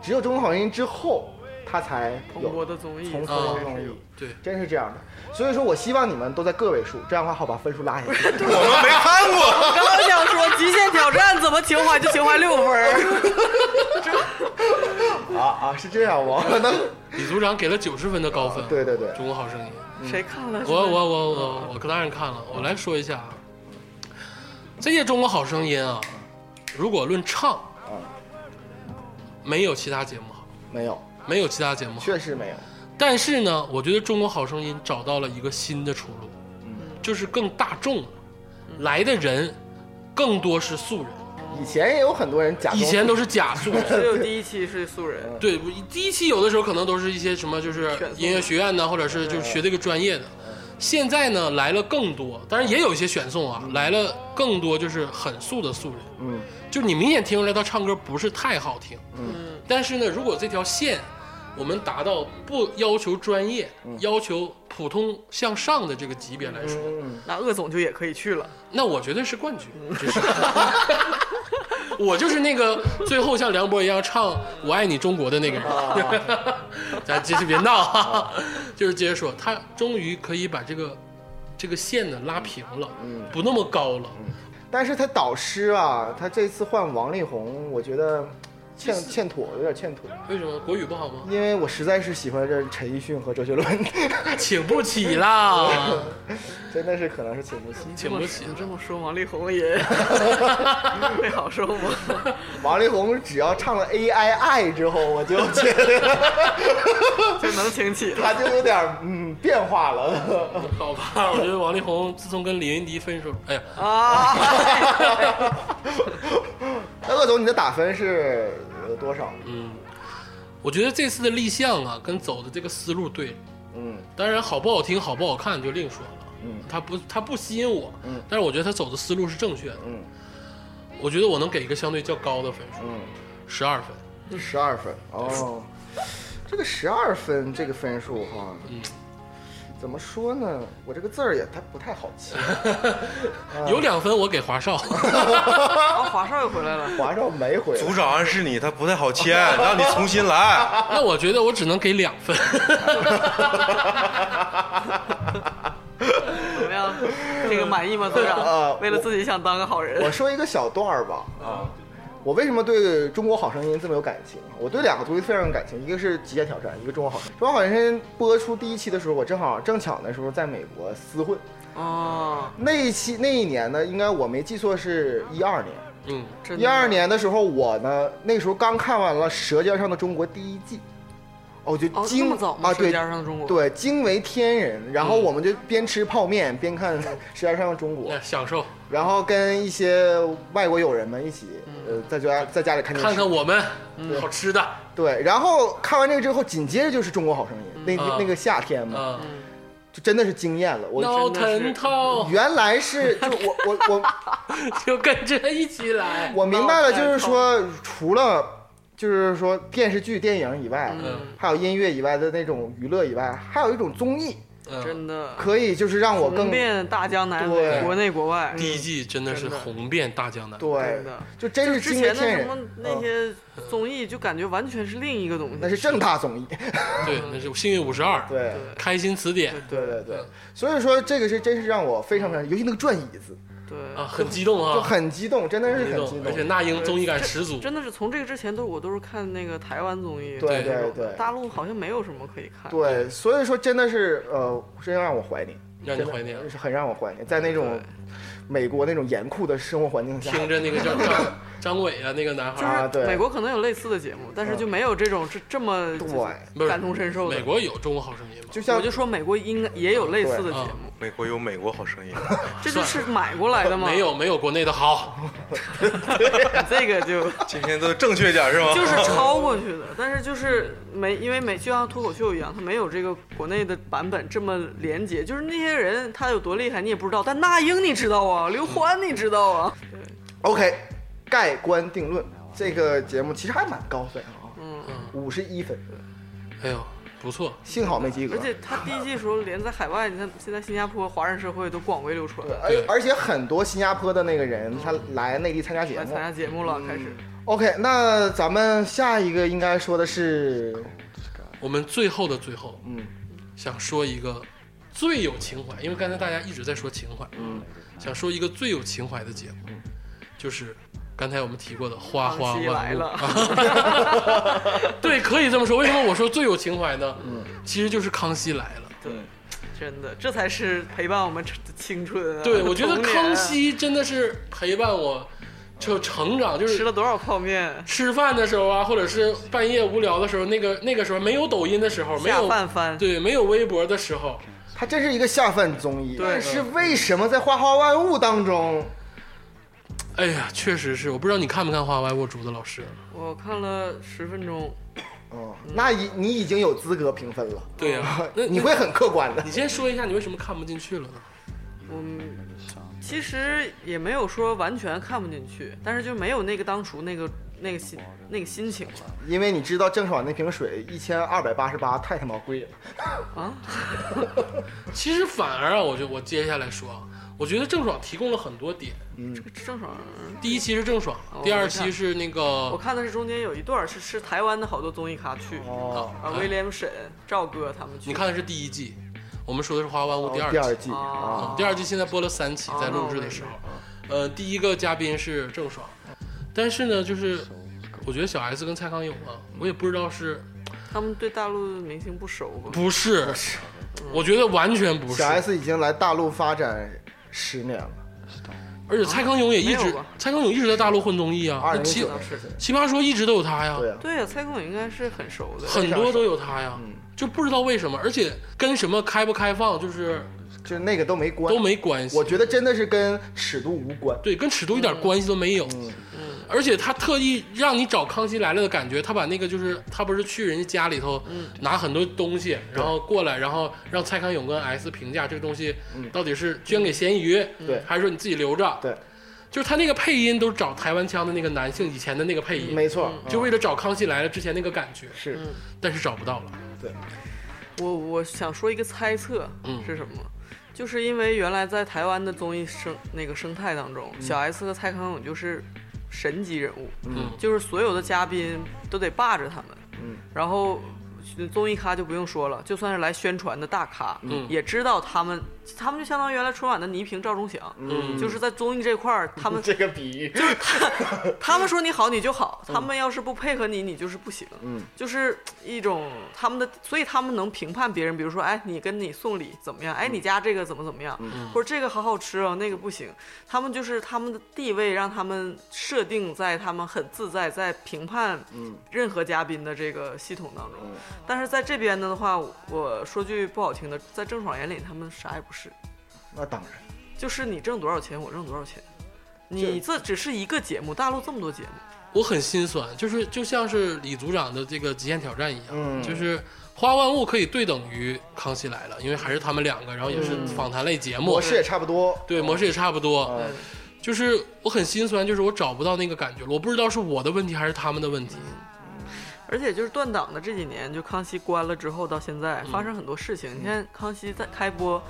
Speaker 4: 只有《中国好声音》之后，它才
Speaker 2: 彭博
Speaker 4: 有
Speaker 2: 的综艺？啊
Speaker 4: 重
Speaker 1: 播
Speaker 4: 播
Speaker 1: 的
Speaker 4: 综艺，
Speaker 1: 对，
Speaker 4: 真是这样的。所以说我希望你们都在个位数，这样的话好把分数拉下去。
Speaker 3: 我们没看过，
Speaker 2: 我刚刚想说《极限挑战》怎么情怀就情怀六分儿，
Speaker 4: 啊啊，是这样吗？ 那
Speaker 1: 李组长给了九十分的高分。
Speaker 4: 对对对
Speaker 1: 中国好声音，
Speaker 4: 嗯
Speaker 2: 谁看了？
Speaker 1: 我我我我我当然看了，我来说一下啊，这届中国好声音啊，如果论唱，
Speaker 4: 啊
Speaker 1: 没有其他节目好，
Speaker 4: 没有，
Speaker 1: 没有其他节目好。
Speaker 4: 确实没有。
Speaker 1: 但是呢，我觉得《中国好声音》找到了一个新的出路，
Speaker 4: 嗯
Speaker 1: 就是更大众了，来的人更多是素人，
Speaker 4: 以前也有很多人假装
Speaker 1: 以前都是假素人。
Speaker 2: 只有第一期是素人，
Speaker 1: 对，不第一期有的时候可能都是一些什么，就是
Speaker 2: 选送
Speaker 1: 音乐学院呐，或者是就是学这个专业的。现在呢，来了更多，当然也有一些选送啊，来了更多就是很素的素人。
Speaker 4: 嗯，
Speaker 1: 就是你明显听出来他唱歌不是太好听，
Speaker 2: 嗯，
Speaker 1: 但是呢，如果这条线我们达到不要求专业、要求普通向上的这个级别来说，
Speaker 4: 嗯
Speaker 2: 那鄂总就也可以去了。
Speaker 1: 那我绝对是冠军，这是我就是那个最后像梁博一样唱“我爱你中国”的那个人。 咱继续别闹啊，就是接着说，他终于可以把这个这个线呢拉平了，不那么高了。
Speaker 4: 但是他导师啊，他这次换王力宏，我觉得欠欠妥，有点欠妥，
Speaker 1: 为什么国语不好吗？
Speaker 4: 因为我实在是喜欢这陈奕迅和周杰伦，
Speaker 1: 请不起啦，
Speaker 4: 真的是可能是请不起。
Speaker 1: 请不起
Speaker 2: 你。这么说，王力 宏也会好受吗？
Speaker 4: 王力宏只要唱了 A I I 之后，我就觉得
Speaker 2: 就能请起 了。
Speaker 4: 他就有点儿嗯变化了。
Speaker 1: 好吧，我觉得王力宏自从跟李云迪分手，哎呀，
Speaker 2: 啊，
Speaker 4: 那鄂总，你的打分是呃多少？
Speaker 1: 我觉得这次的立项啊，跟走的这个思路对。
Speaker 4: 嗯
Speaker 1: 当然，好不好听、好不好看就另说了。
Speaker 4: 嗯
Speaker 1: 他不，他不吸引我。
Speaker 4: 嗯
Speaker 1: 但是我觉得他走的思路是正确的。
Speaker 4: 嗯
Speaker 1: 我觉得我能给一个相对较高的分数，
Speaker 4: 嗯，
Speaker 1: 十二分。
Speaker 4: 十二分哦。这个十二分这个分数哈，
Speaker 1: 嗯
Speaker 4: 怎么说呢？我这个字儿也它不太好记。啊
Speaker 1: 有两分我给华 少，
Speaker 2: 哦，华少又回来了。
Speaker 4: 华少没回来，
Speaker 3: 组长暗示你他不太好签，让你重新来。
Speaker 1: 那我觉得我只能给两 分。
Speaker 2: 怎么样？这个满意吗，组
Speaker 4: 呃
Speaker 2: 长？为了
Speaker 4: 我
Speaker 2: 自己想当个好
Speaker 4: 我
Speaker 2: 人，
Speaker 4: 说一个小段儿吧啊。我为什么对《中国好声音》这么有感情？我对两个东西非常有感情，一个是《极限挑战》，一个《中国好声音》。《中国好声音》播出第一期的时候，我正好正巧那时候在美国厮混。
Speaker 2: 哦，
Speaker 4: 那一期那一年呢，应该我没记错是一二年。
Speaker 1: 嗯，
Speaker 2: 真的
Speaker 4: 一二年的时候，我呢那时候刚看完了《舌尖上的中国》第一季，哦，我就
Speaker 2: 哦，这
Speaker 4: 惊
Speaker 2: 么早吗？
Speaker 4: 啊，
Speaker 2: 舌
Speaker 4: 对
Speaker 2: 尖上的中国，嗯
Speaker 4: 对，惊为天人。然后我们就边吃泡面边看《 舌尖上的中国》
Speaker 1: 那，享受，
Speaker 4: 然后跟一些外国友人们一起，
Speaker 2: 嗯
Speaker 4: 呃，在家在家里看电视，
Speaker 1: 看看我们、嗯、好吃的啊、
Speaker 4: 对，然后看完这个之后，紧接着就是《中国好声音》那
Speaker 1: 啊
Speaker 4: 那个夏天嘛，
Speaker 2: 嗯，
Speaker 4: 就真的是惊艳了。我
Speaker 1: 闹
Speaker 2: 真的是
Speaker 1: 腾腾
Speaker 4: 原来是就我我 我
Speaker 1: 就跟着一起 来。
Speaker 4: 我明白了，就是说除了就是说电视剧、电影以外，
Speaker 1: 嗯
Speaker 4: 还有音乐以外的那种娱乐以外，还有一种综艺
Speaker 1: 嗯，
Speaker 2: 真的
Speaker 4: 可以就是让我更
Speaker 2: 红
Speaker 4: 对
Speaker 2: 遍大江南
Speaker 4: 对
Speaker 2: 北，国内国外。
Speaker 1: 第一季真的是
Speaker 2: 真的
Speaker 1: 红遍大江南北。
Speaker 2: 真的，
Speaker 4: 就真是
Speaker 2: 之
Speaker 4: 惊为
Speaker 2: 前的
Speaker 4: 天
Speaker 2: 什
Speaker 4: 人
Speaker 2: 么。那
Speaker 4: 嗯
Speaker 2: 些综艺，就感觉完全是另一个东西。
Speaker 4: 那是正大综艺，
Speaker 1: 对，那是幸运五十二，
Speaker 4: 对
Speaker 1: 开心词典
Speaker 4: 对对对，所以说这个是真是让我非常非常，尤其那个转椅子，
Speaker 2: 对
Speaker 1: 啊，很激动
Speaker 4: 就
Speaker 1: 啊，
Speaker 4: 很激动，真的是
Speaker 1: 激
Speaker 4: 很
Speaker 1: 动
Speaker 4: 激
Speaker 1: 而且
Speaker 4: 动。
Speaker 1: 那英综艺感十足。
Speaker 2: 真的是从这个之前都我都是看那个台湾综艺，
Speaker 1: 对
Speaker 4: 对对对
Speaker 2: 大陆好像没有什么可以看。
Speaker 4: 对，所以说真的是呃，真让我怀念，
Speaker 1: 让你
Speaker 4: 真的
Speaker 1: 怀念啊
Speaker 4: 是很让我怀念，在那种美国那种严酷的生活环境下，
Speaker 1: 听着那个叫张张伟啊，那个男孩
Speaker 4: 啊
Speaker 1: 儿，
Speaker 2: 就
Speaker 4: 对嗯
Speaker 2: 是美国可能有类似的节目，但是就没有这种这这么
Speaker 4: 对
Speaker 1: 不是
Speaker 2: 感同身受的。
Speaker 1: 美国有《中国好声音》吗？
Speaker 4: 就像
Speaker 2: 我就说美国应该也有类似的
Speaker 1: 对
Speaker 2: 节目，
Speaker 3: 美国有美国好声音，
Speaker 2: 这就是买过来的吗？
Speaker 1: 啊没，有没有国内的好，
Speaker 2: 这 个就
Speaker 3: 今天都正确点儿是吗？
Speaker 2: 就是抄过去的，但是就是没，因为每就像脱口秀一样，它没有这个国内的版本这么廉洁。就是那些人他有多厉害你也不知道，但那英你知道啊，刘欢你知道啊，
Speaker 4: OK，盖棺定论，这个节目其实还蛮高分啊，
Speaker 2: 嗯，
Speaker 4: 五十一分，
Speaker 1: 哎呦不错，
Speaker 4: 幸好没及格
Speaker 2: 而。且他第一季时候连在海外，你看现在新加坡华人社会都广为流传，
Speaker 1: 对
Speaker 4: 而而且很多新加坡的那个人，他来内地参加节
Speaker 2: 来
Speaker 4: 目
Speaker 2: 参。加节目了，开始
Speaker 1: 嗯
Speaker 4: OK，那咱们下一个应该说的是，
Speaker 1: 我们最后的最后，
Speaker 4: 嗯，
Speaker 1: 想说一个最有情怀，因为刚才大家一直在说情怀，嗯，想说一个最有情怀的节目，就是刚才我们提过的《花花
Speaker 2: 康熙
Speaker 1: 万
Speaker 2: 来
Speaker 1: 物》
Speaker 2: 了。
Speaker 1: 对，可以这么说。为什么我说最有情怀呢？其实就是《康熙来了》。
Speaker 2: 对，真的，这才是陪伴我们青青春啊！
Speaker 1: 对，我觉得
Speaker 2: 童年啊
Speaker 1: 康熙真的是陪伴我，就成长，就是
Speaker 2: 吃了多少泡面，
Speaker 1: 吃饭的时候啊，或者是半夜无聊的时候，那个那个时候没有抖音的时候，没
Speaker 2: 下
Speaker 1: 有
Speaker 2: 饭翻，
Speaker 1: 对没有微博的时候，
Speaker 4: 他真是一个下饭综艺。
Speaker 2: 对
Speaker 4: 但是为什么在《花花万物》当中，
Speaker 1: 哎呀，确实是，我不知道你看没看《花外我竹子老师？
Speaker 2: 我看了十分钟，
Speaker 4: 嗯，那已你已经有资格评分了，哦
Speaker 1: 对呀、那
Speaker 4: 你会很客观的
Speaker 1: 你。先说一下你为什么看不进去了呢？
Speaker 2: 嗯，其实也没有说完全看不进去，但是就没有那个当初那个那个心那个心情了
Speaker 4: 因为你知道郑爽那瓶水一千二百八十八太他妈贵了，
Speaker 2: 啊！
Speaker 1: 其实反而啊，我就我接下来说啊，我觉得郑爽提供了很多点。
Speaker 2: 郑爽，
Speaker 1: 第一期是郑爽
Speaker 2: 哦，
Speaker 1: 第
Speaker 2: 我
Speaker 1: 二
Speaker 2: 没看
Speaker 1: 期是那
Speaker 2: 我
Speaker 1: 个
Speaker 2: 看的是中间有一段是是台湾的好多综艺咖去，
Speaker 4: 哦，
Speaker 2: 啊，威廉姆沈、赵哥他们去。
Speaker 1: 你看的是第一季，我们说的是《花湾屋》第
Speaker 4: 第
Speaker 1: 二
Speaker 4: 二
Speaker 1: 季。
Speaker 4: 季
Speaker 2: 哦
Speaker 4: 啊，
Speaker 1: 第二季现在播了三期，
Speaker 4: 哦
Speaker 1: 在录制的时候，呃，第一个嘉宾是郑爽，但是呢，就是我觉得小 S 跟蔡康永啊，我也不知道是
Speaker 2: 他们对大陆明星不熟吧？
Speaker 1: 不是，我觉得完全不是
Speaker 4: 小。S 已经来大陆发展十年了，
Speaker 1: 而且蔡康永也一
Speaker 2: 没有
Speaker 1: 直
Speaker 2: 吧，
Speaker 1: 蔡康永一直在大陆混综艺啊，
Speaker 4: 二
Speaker 1: 那
Speaker 4: 零
Speaker 1: 奇
Speaker 4: 九
Speaker 2: 是
Speaker 1: 奇葩说一直都有他呀，
Speaker 4: 对啊，
Speaker 2: 对呀、蔡康永应该是很熟的。
Speaker 1: 很多都有他呀
Speaker 4: 嗯，
Speaker 1: 就不知道为什么，而且跟什么开不开放就是
Speaker 4: 就是那个都没关
Speaker 1: 都，没关系
Speaker 4: 我。觉得真的是跟尺度无关。
Speaker 1: 对，跟尺度一点关系都没有。
Speaker 4: 嗯
Speaker 1: 而且他特意让你找《康熙来了》的感觉，他把那个就是他不是去人家家里头
Speaker 4: 嗯
Speaker 1: 拿很多东西，然后过来，然后让蔡康永跟 S 评价这个东西到底是捐给咸鱼，
Speaker 4: 对
Speaker 1: 还是说你自己留着？
Speaker 4: 嗯对，
Speaker 1: 就是他那个配音都找台湾腔的那个男性以前的那个配音，
Speaker 4: 没错，
Speaker 1: 就
Speaker 4: 嗯
Speaker 1: 为了找《康熙来了》之前那个感觉，
Speaker 4: 是
Speaker 1: 但是找不到了。
Speaker 2: 我我想说一个猜测
Speaker 1: 嗯
Speaker 2: 是什么？就是因为原来在台湾的综艺生那个生态当
Speaker 4: 嗯
Speaker 2: 中，小 S 和蔡康永就是神级人物，
Speaker 1: 嗯
Speaker 2: 就是所有的嘉宾都得霸着他们，
Speaker 4: 嗯，
Speaker 2: 然后综艺咖就不用说了，就算是来宣传的大咖，
Speaker 1: 嗯
Speaker 2: 也知道他们，他们就相当于原来春晚的倪萍、赵忠祥，
Speaker 1: 嗯
Speaker 2: 就是在综艺这块儿，他们
Speaker 4: 这个比喻，
Speaker 2: 他们说你好你就好，他们要是不配合你，你就是不行。
Speaker 4: 嗯，
Speaker 2: 就是一种他们的，所以他们能评判别人，比如说，哎，你跟你送礼怎么样？哎，你家这个怎么怎么样？或者这个好好吃啊，那个不行。他们就是他们的地位让他们设定在他们很自在，在评判任何嘉宾的这个系统当中。但是在这边的话，我说句不好听的，在郑爽眼里，他们啥也不是。
Speaker 4: 那当然，
Speaker 2: 就是你挣多少钱，我挣多少钱。你这只是一个节目，大陆这么多节目，
Speaker 1: 我很心酸，就是就像是李组长的这个《极限挑战》一样，
Speaker 4: 嗯
Speaker 1: 就是花万物可以对等于《康熙来了》，因为还是他们两个，然后也是访谈类节目，
Speaker 4: 嗯模式也差不多，
Speaker 1: 对模式也差不多。
Speaker 4: 嗯
Speaker 1: 就是我很心酸，就是我找不到那个感觉了，我不知道是我的问题还是他们的问题。
Speaker 4: 嗯
Speaker 2: 而且就是断档的这几年，就康熙关了之后到现
Speaker 4: 嗯
Speaker 2: 在，发生很多事情。你看康熙在开播，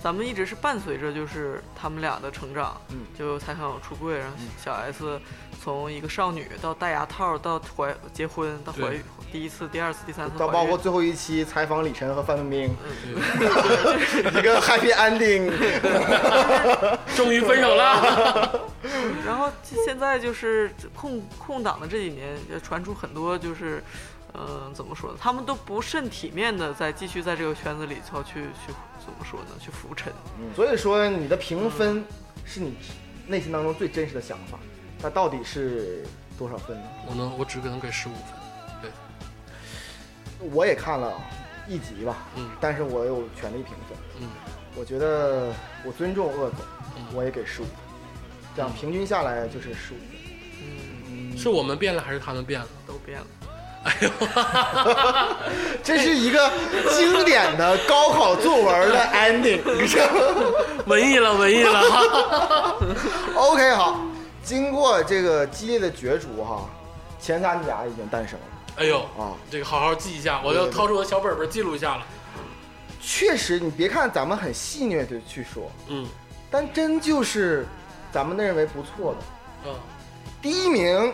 Speaker 2: 咱们一直是伴随着就是他们俩的成长，
Speaker 4: 嗯
Speaker 2: 就蔡康永出柜，然后小 S 从一个少女到戴牙套，到怀结婚，到怀孕，第一次、第二次、第三次
Speaker 4: 到
Speaker 2: 怀
Speaker 4: 包
Speaker 2: 孕
Speaker 4: 括。最后一期采访李晨和范冰冰， 一个 happy ending，
Speaker 1: 终于分手了，
Speaker 2: 然后现在就是空空档的这几年，也传出很多就是，嗯、怎么说呢？他们都不甚体面的在继续在这个圈子里头去去怎么说呢？去浮沉。
Speaker 4: 嗯所以说你的评分是你内心当中最真实的想法，那到底是多少分呢？
Speaker 1: 我能我只可能给十五分，
Speaker 4: 我也看了一集吧，
Speaker 1: 嗯
Speaker 4: 但是我有权利评分，
Speaker 1: 嗯，
Speaker 4: 我觉得我尊重恶总，我也给十五分，这样平均下来就是十五分。
Speaker 1: 是我们变了还是他们变了？哎
Speaker 2: 都变了。
Speaker 4: 这是一个经典的高考作文 的 ending 你知道吗。
Speaker 1: 文艺了，文艺 了，
Speaker 4: OK，好，经过这个激烈的角逐哈，前三甲已经诞生了
Speaker 1: 哎呦，
Speaker 4: 啊。
Speaker 1: 这个好好记一下，我要掏出我的小本本记录一下了。
Speaker 4: 确实，你别看咱们很戏谑的去说，
Speaker 1: 嗯
Speaker 4: 但真就是咱们认为不错的
Speaker 1: 嗯，
Speaker 4: 哦第一名，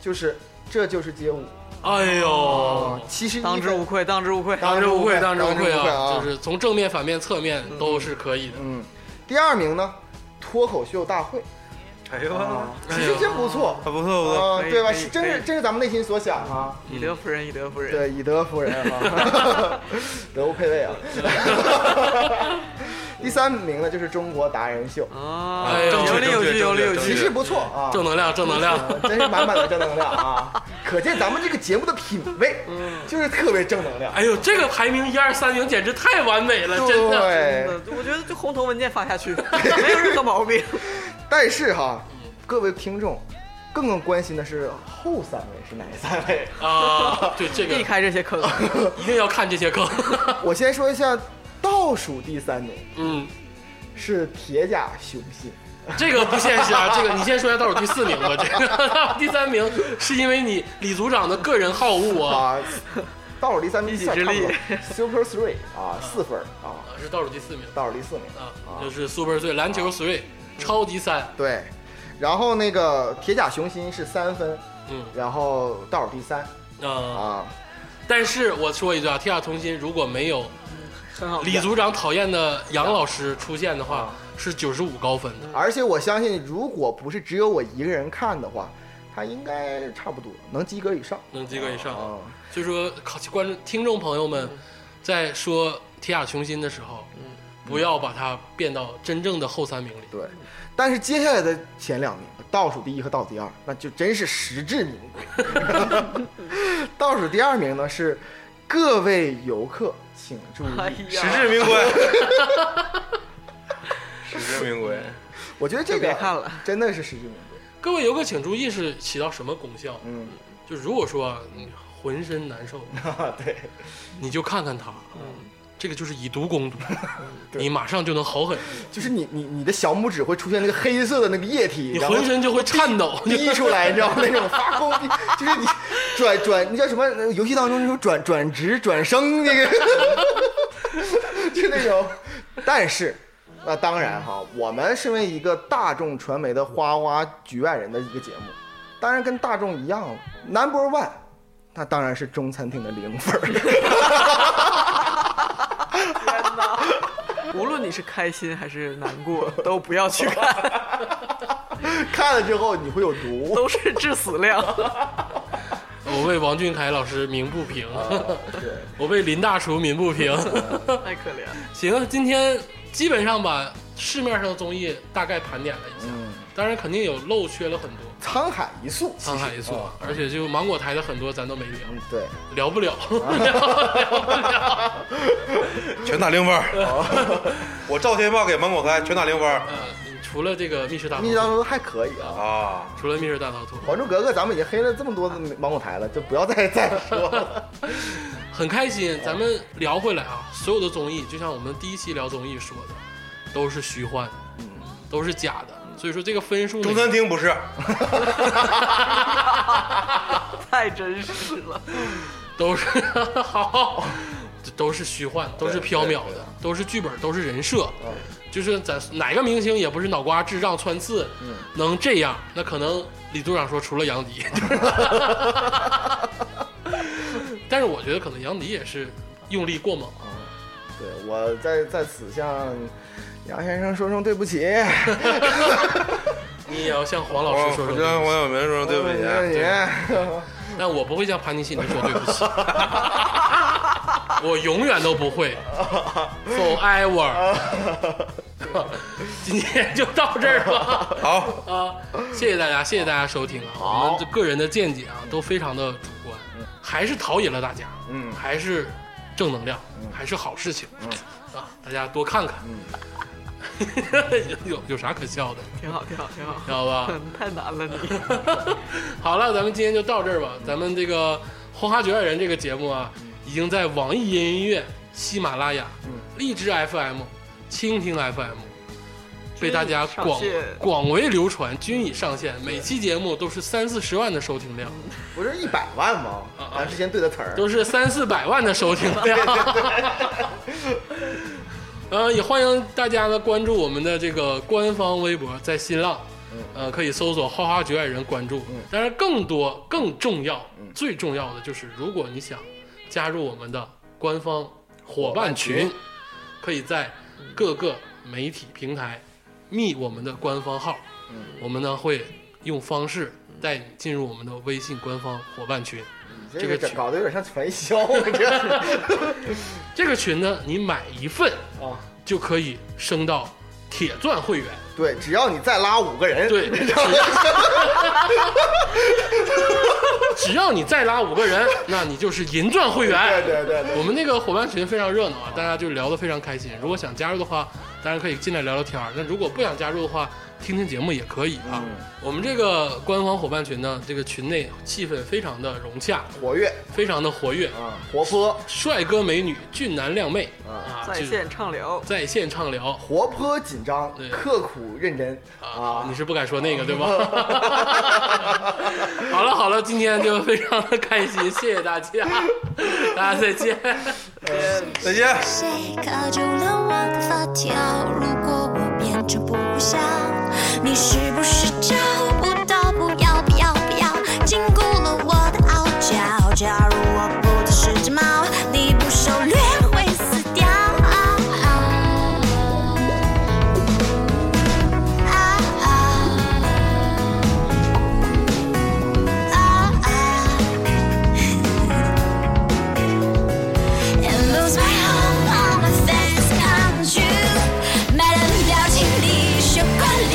Speaker 4: 就是这就是街舞
Speaker 1: 哎呦
Speaker 4: 啊，，七十一
Speaker 2: 哦当之无
Speaker 4: 分。
Speaker 2: 愧，当之无愧。
Speaker 4: 当
Speaker 1: 之无愧，
Speaker 4: 当
Speaker 1: 当之无
Speaker 4: 之无愧
Speaker 1: 愧
Speaker 4: 啊
Speaker 1: 就是从正面、反面、侧面都是可以的。
Speaker 4: 嗯，第二名呢，脱口秀大会
Speaker 3: 哎呦，
Speaker 4: 啊，
Speaker 1: 哎
Speaker 4: 其
Speaker 1: 呦
Speaker 4: 实真不错
Speaker 3: 还不错不错，
Speaker 4: 啊，
Speaker 2: 可以
Speaker 4: 对吧？
Speaker 2: 可以
Speaker 4: 是真
Speaker 2: 可
Speaker 4: 是
Speaker 2: 以
Speaker 4: 真是咱们内心所想啊。
Speaker 2: 以德服人，以德服人。
Speaker 4: 对，以德服人 啊，德不配位啊。第三名呢，就是中国达人秀，
Speaker 2: 啊
Speaker 1: 哎，呦
Speaker 2: 有理有据，有理有
Speaker 3: 正
Speaker 4: 其
Speaker 3: 确
Speaker 2: 据。
Speaker 4: 实不错啊，呃
Speaker 1: 正能量，正能量。
Speaker 4: 真是满满的正能量啊！可见咱们这个节目的品味，就是特别正能量。
Speaker 1: 嗯哎呦，这个排名一二三名简直太完美了，真的。
Speaker 4: 对，
Speaker 2: 真的我觉得就红头文件发下去，没有任何毛病。
Speaker 4: 但是哈，各位听众，更更关心的是后三位是哪三位？
Speaker 1: 啊，对这个
Speaker 2: 避开这些坑。
Speaker 1: 一定要看这些坑。
Speaker 4: 我先说一下倒数第三名
Speaker 1: 嗯，
Speaker 4: 是铁甲雄心，
Speaker 1: 这个不现实 啊。这个你先说一下倒数第四名 吧。这个第三名是因为你李组长的个人好恶啊。
Speaker 4: 啊，倒数第三名，
Speaker 2: 一己
Speaker 4: 差
Speaker 2: 之
Speaker 4: 不
Speaker 2: 力
Speaker 4: 多 Super Three 啊，四分儿啊，
Speaker 1: 啊，是倒数第四名
Speaker 4: 倒数第四名。
Speaker 1: 啊
Speaker 4: 啊，
Speaker 1: 就是 Super Three 篮球 Three 超级三，
Speaker 4: 对，然后那个铁甲雄心是三分，
Speaker 1: 嗯
Speaker 4: 然后倒数第三
Speaker 1: 啊。
Speaker 4: 啊，
Speaker 1: 但是我说一句啊，铁甲同心如果没有
Speaker 2: 很好。
Speaker 1: 李组长讨厌的杨老师出现的
Speaker 4: 啊
Speaker 1: 话，是九十五高分的。
Speaker 4: 而且我相信，如果不是只有我一个人看的话，他应该差不多能及格以上。
Speaker 1: 能及格以上。
Speaker 4: 啊，
Speaker 1: 所以说，考观众听众朋友们，在说铁甲雄心的时候，
Speaker 4: 嗯
Speaker 1: 不要把它变到真正的后三名里。
Speaker 4: 对。但是接下来的前两名，倒数第一和倒数第二，那就真是实至名归。 倒数第二名呢是各位游客请注意，
Speaker 2: 哎呀，
Speaker 3: 实至名 归，实至名归。
Speaker 4: 我觉得这
Speaker 2: 就别
Speaker 4: 个
Speaker 2: 看了
Speaker 4: 真的是实至名 归。
Speaker 1: 各位游客请注意，是起到什么功效？
Speaker 4: 嗯，
Speaker 1: 就如果说啊你浑身难 受，
Speaker 4: 对，
Speaker 1: 你就看看它，
Speaker 4: 嗯
Speaker 1: 这个就是以毒 攻毒，你马上就能好很多，
Speaker 4: 就是你你你的小拇指会出现那个黑色的那个液体，
Speaker 1: 你
Speaker 4: 然后
Speaker 1: 浑身就会颤抖。
Speaker 4: 滴 出来，你知道吗？那种发光，就是你转转，那叫什么？呃游戏当中那种转转职、转生那个， 就那种。但是，那当然哈，我们身为一个大众传媒的花花局外人的一个节目，当然跟大众一样，Number One，那当然是中餐厅的零分儿。
Speaker 2: 天哪！无论你是开心还是难过，都不要去看，
Speaker 4: 看了之后你会有毒。
Speaker 2: 都是致死量。
Speaker 1: 我为王俊凯老师鸣不平，
Speaker 4: 啊对，
Speaker 1: 我为林大厨鸣不平。
Speaker 2: 太可怜了。
Speaker 1: 行，今天基本上把市面上的综艺大概盘点了一下，
Speaker 4: 嗯，
Speaker 1: 当然肯定有漏缺了很多，
Speaker 4: 沧海一粟，其实
Speaker 1: 沧海一粟
Speaker 4: 啊，
Speaker 1: 而且就芒果台的很多咱都没聊，
Speaker 4: 嗯，对，
Speaker 1: 聊不 了，聊不了。
Speaker 3: 全打零分儿。哦我赵天霸给芒果台全打零分儿
Speaker 1: 呃，除了这个密室大逃
Speaker 4: 密室当
Speaker 1: 脱，
Speaker 4: 中还可以啊。
Speaker 3: 啊！
Speaker 1: 除了密室大逃脱，
Speaker 4: 《还珠格格》咱们已经黑了这么多的芒果台了，就不要再再说了。
Speaker 1: 很开心。咱们聊回来啊，所有的综艺，就像我们第一期聊综艺说的，都是虚幻的，
Speaker 4: 嗯
Speaker 1: 都是假的。所以说这个分数
Speaker 3: 中
Speaker 1: 呢，
Speaker 3: 餐厅不是，
Speaker 2: 太真实了，
Speaker 1: 都是
Speaker 4: 哦
Speaker 1: 好，都是虚幻，都是缥缈的，都是剧本，都是人设。
Speaker 4: 嗯
Speaker 1: 就是咱哪个明星也不是脑瓜智障穿刺，能这样？那可能李组长说除了杨迪， 但是我觉得可能杨迪也是用力过猛，啊
Speaker 4: 对我在在此向杨先生说声对不起，
Speaker 1: 啊你也要向黄老
Speaker 3: 我
Speaker 1: 师说说
Speaker 3: 哦我跟黄晓明说
Speaker 1: 对不起。
Speaker 3: 对不起。
Speaker 4: 起。
Speaker 1: 但我不会向盘尼西林说对不起， 我永远都不会。Forever。今天就到这儿吧。
Speaker 3: 好，
Speaker 1: 啊，谢谢大家，谢谢大家收听啊，我们这个人的见解啊都非常的主观，还是陶冶了大家，
Speaker 4: 嗯
Speaker 1: 还是正能量，还是好事情，啊，大家多看看， 有有有啥可笑的，
Speaker 2: 挺好，挺好，挺好
Speaker 1: 知。道吧？
Speaker 2: 太难了你，
Speaker 1: 好了，咱们今天就到这儿吧，咱们这个《花花局外人》这个节目啊，已经在网易云音乐、喜马拉雅、荔枝 FM、蜻蜓 FM。被大家
Speaker 2: 上
Speaker 1: 广
Speaker 2: 线
Speaker 1: 广为流传，均已上线。每期节目都是三四十万的收听量，
Speaker 4: 不是一百万吗？
Speaker 1: 啊
Speaker 4: 咱之前对的词儿。
Speaker 1: 都是三四百万的收听量。 呃，也欢迎大家呢关注我们的这个官方微博，在新浪，呃，可以搜索“花花局外人”关注。当然，更多、更重要、最重要的就是，如果你想加入我们的官方伙伴
Speaker 4: 伙伴
Speaker 1: 群，可以在各个媒体平台密我们的官方号，我们呢会用方式带你进入我们的微信官方伙伴群。
Speaker 4: 你这
Speaker 1: 这个
Speaker 4: 个
Speaker 1: 曲
Speaker 4: 搞得有点像传销，这样
Speaker 1: 这个群呢，你买一份
Speaker 4: 啊。
Speaker 1: 就可以升到铁钻 会员。
Speaker 4: 对，只要你再拉五个人，
Speaker 1: 对，只只要你再拉五个 人，那你就是银钻会员。
Speaker 4: 对对对对
Speaker 1: 我们那个伙伴群非常热闹啊，大家就聊得非常开心。如果想加入的话，当然可以进来聊聊天儿。但如果不想加入的话，听听节目也可以
Speaker 4: 嗯
Speaker 1: 啊。我们这个官方伙伴群呢，这个群内气氛非常的融洽，
Speaker 4: 活跃
Speaker 1: 非常的活跃，
Speaker 4: 啊，活泼，
Speaker 1: 帅哥美女、俊男靓妹啊，
Speaker 2: 在
Speaker 1: 就是
Speaker 2: 线畅聊，
Speaker 1: 在线畅聊
Speaker 4: 活泼紧张
Speaker 1: 对，
Speaker 4: 刻苦认真
Speaker 1: 啊，
Speaker 4: 啊
Speaker 1: 你。是不敢说那个对吧？ 好了好了，今天就非常的开心，谢谢大家，大家再见。
Speaker 3: 再见。
Speaker 5: 谁靠住了我的发条？如果我变成不笑，你是不是找不到？不要不要不要！禁锢了我的傲娇。假如我不再是只猫，你不狩猎会死掉。啊啊啊啊啊啊 And lose my hope on my face on you，每人表情里、血管里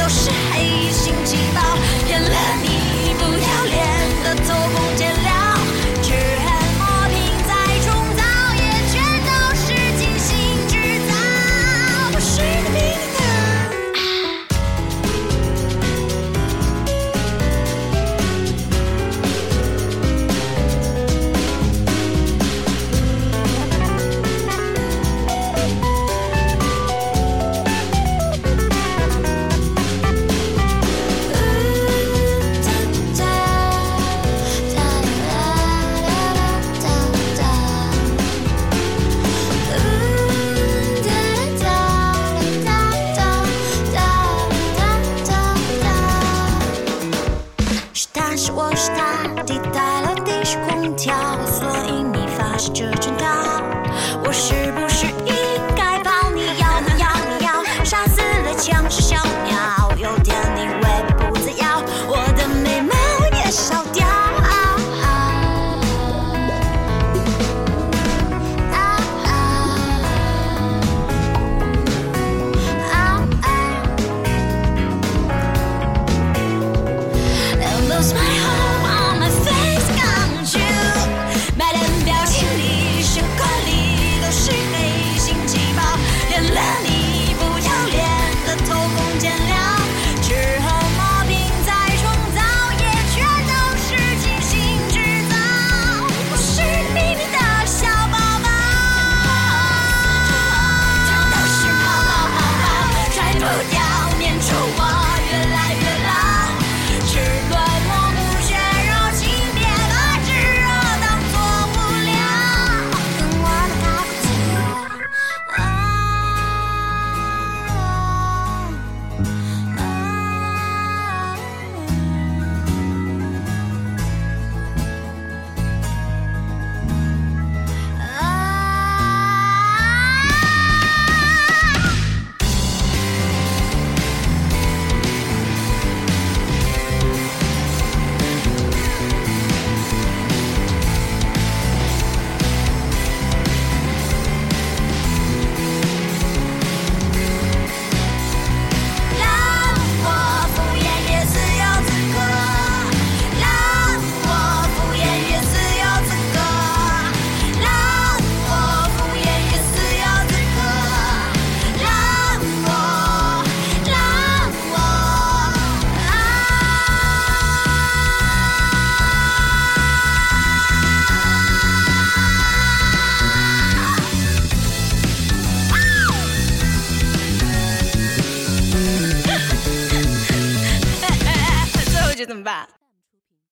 Speaker 5: 都是黑心细胞，骗了你不要脸的偷工减料，只恨磨平再重造，也全都是精心制造，不是你命的。Ooh, da da da da da da. Ooh, da da da da da da da. 是他是我是他，替代了地是空调，所以你发射这圈套。我是不是应该跑？你要你要你要，杀死了强势小鸟，有天你会不再要，我的眉毛也烧掉。啊啊啊啊 And lose my hope on my face on you，每人表情里、血管里都是黑心细胞，骗了你不要脸的偷工减料，之后磨平再创造，也全都是精心制造，我是秘密的小宝宝，全都是泡泡泡泡，甩不掉，粘住我，越来越老。吃软我不血肉，请别把炙热当作无聊。跟我的咖啡啊啊啊！让我敷衍也自由自个，让我敷衍也自由自个，让我敷衍也自由自个，让我让我啊！最后一句怎么办？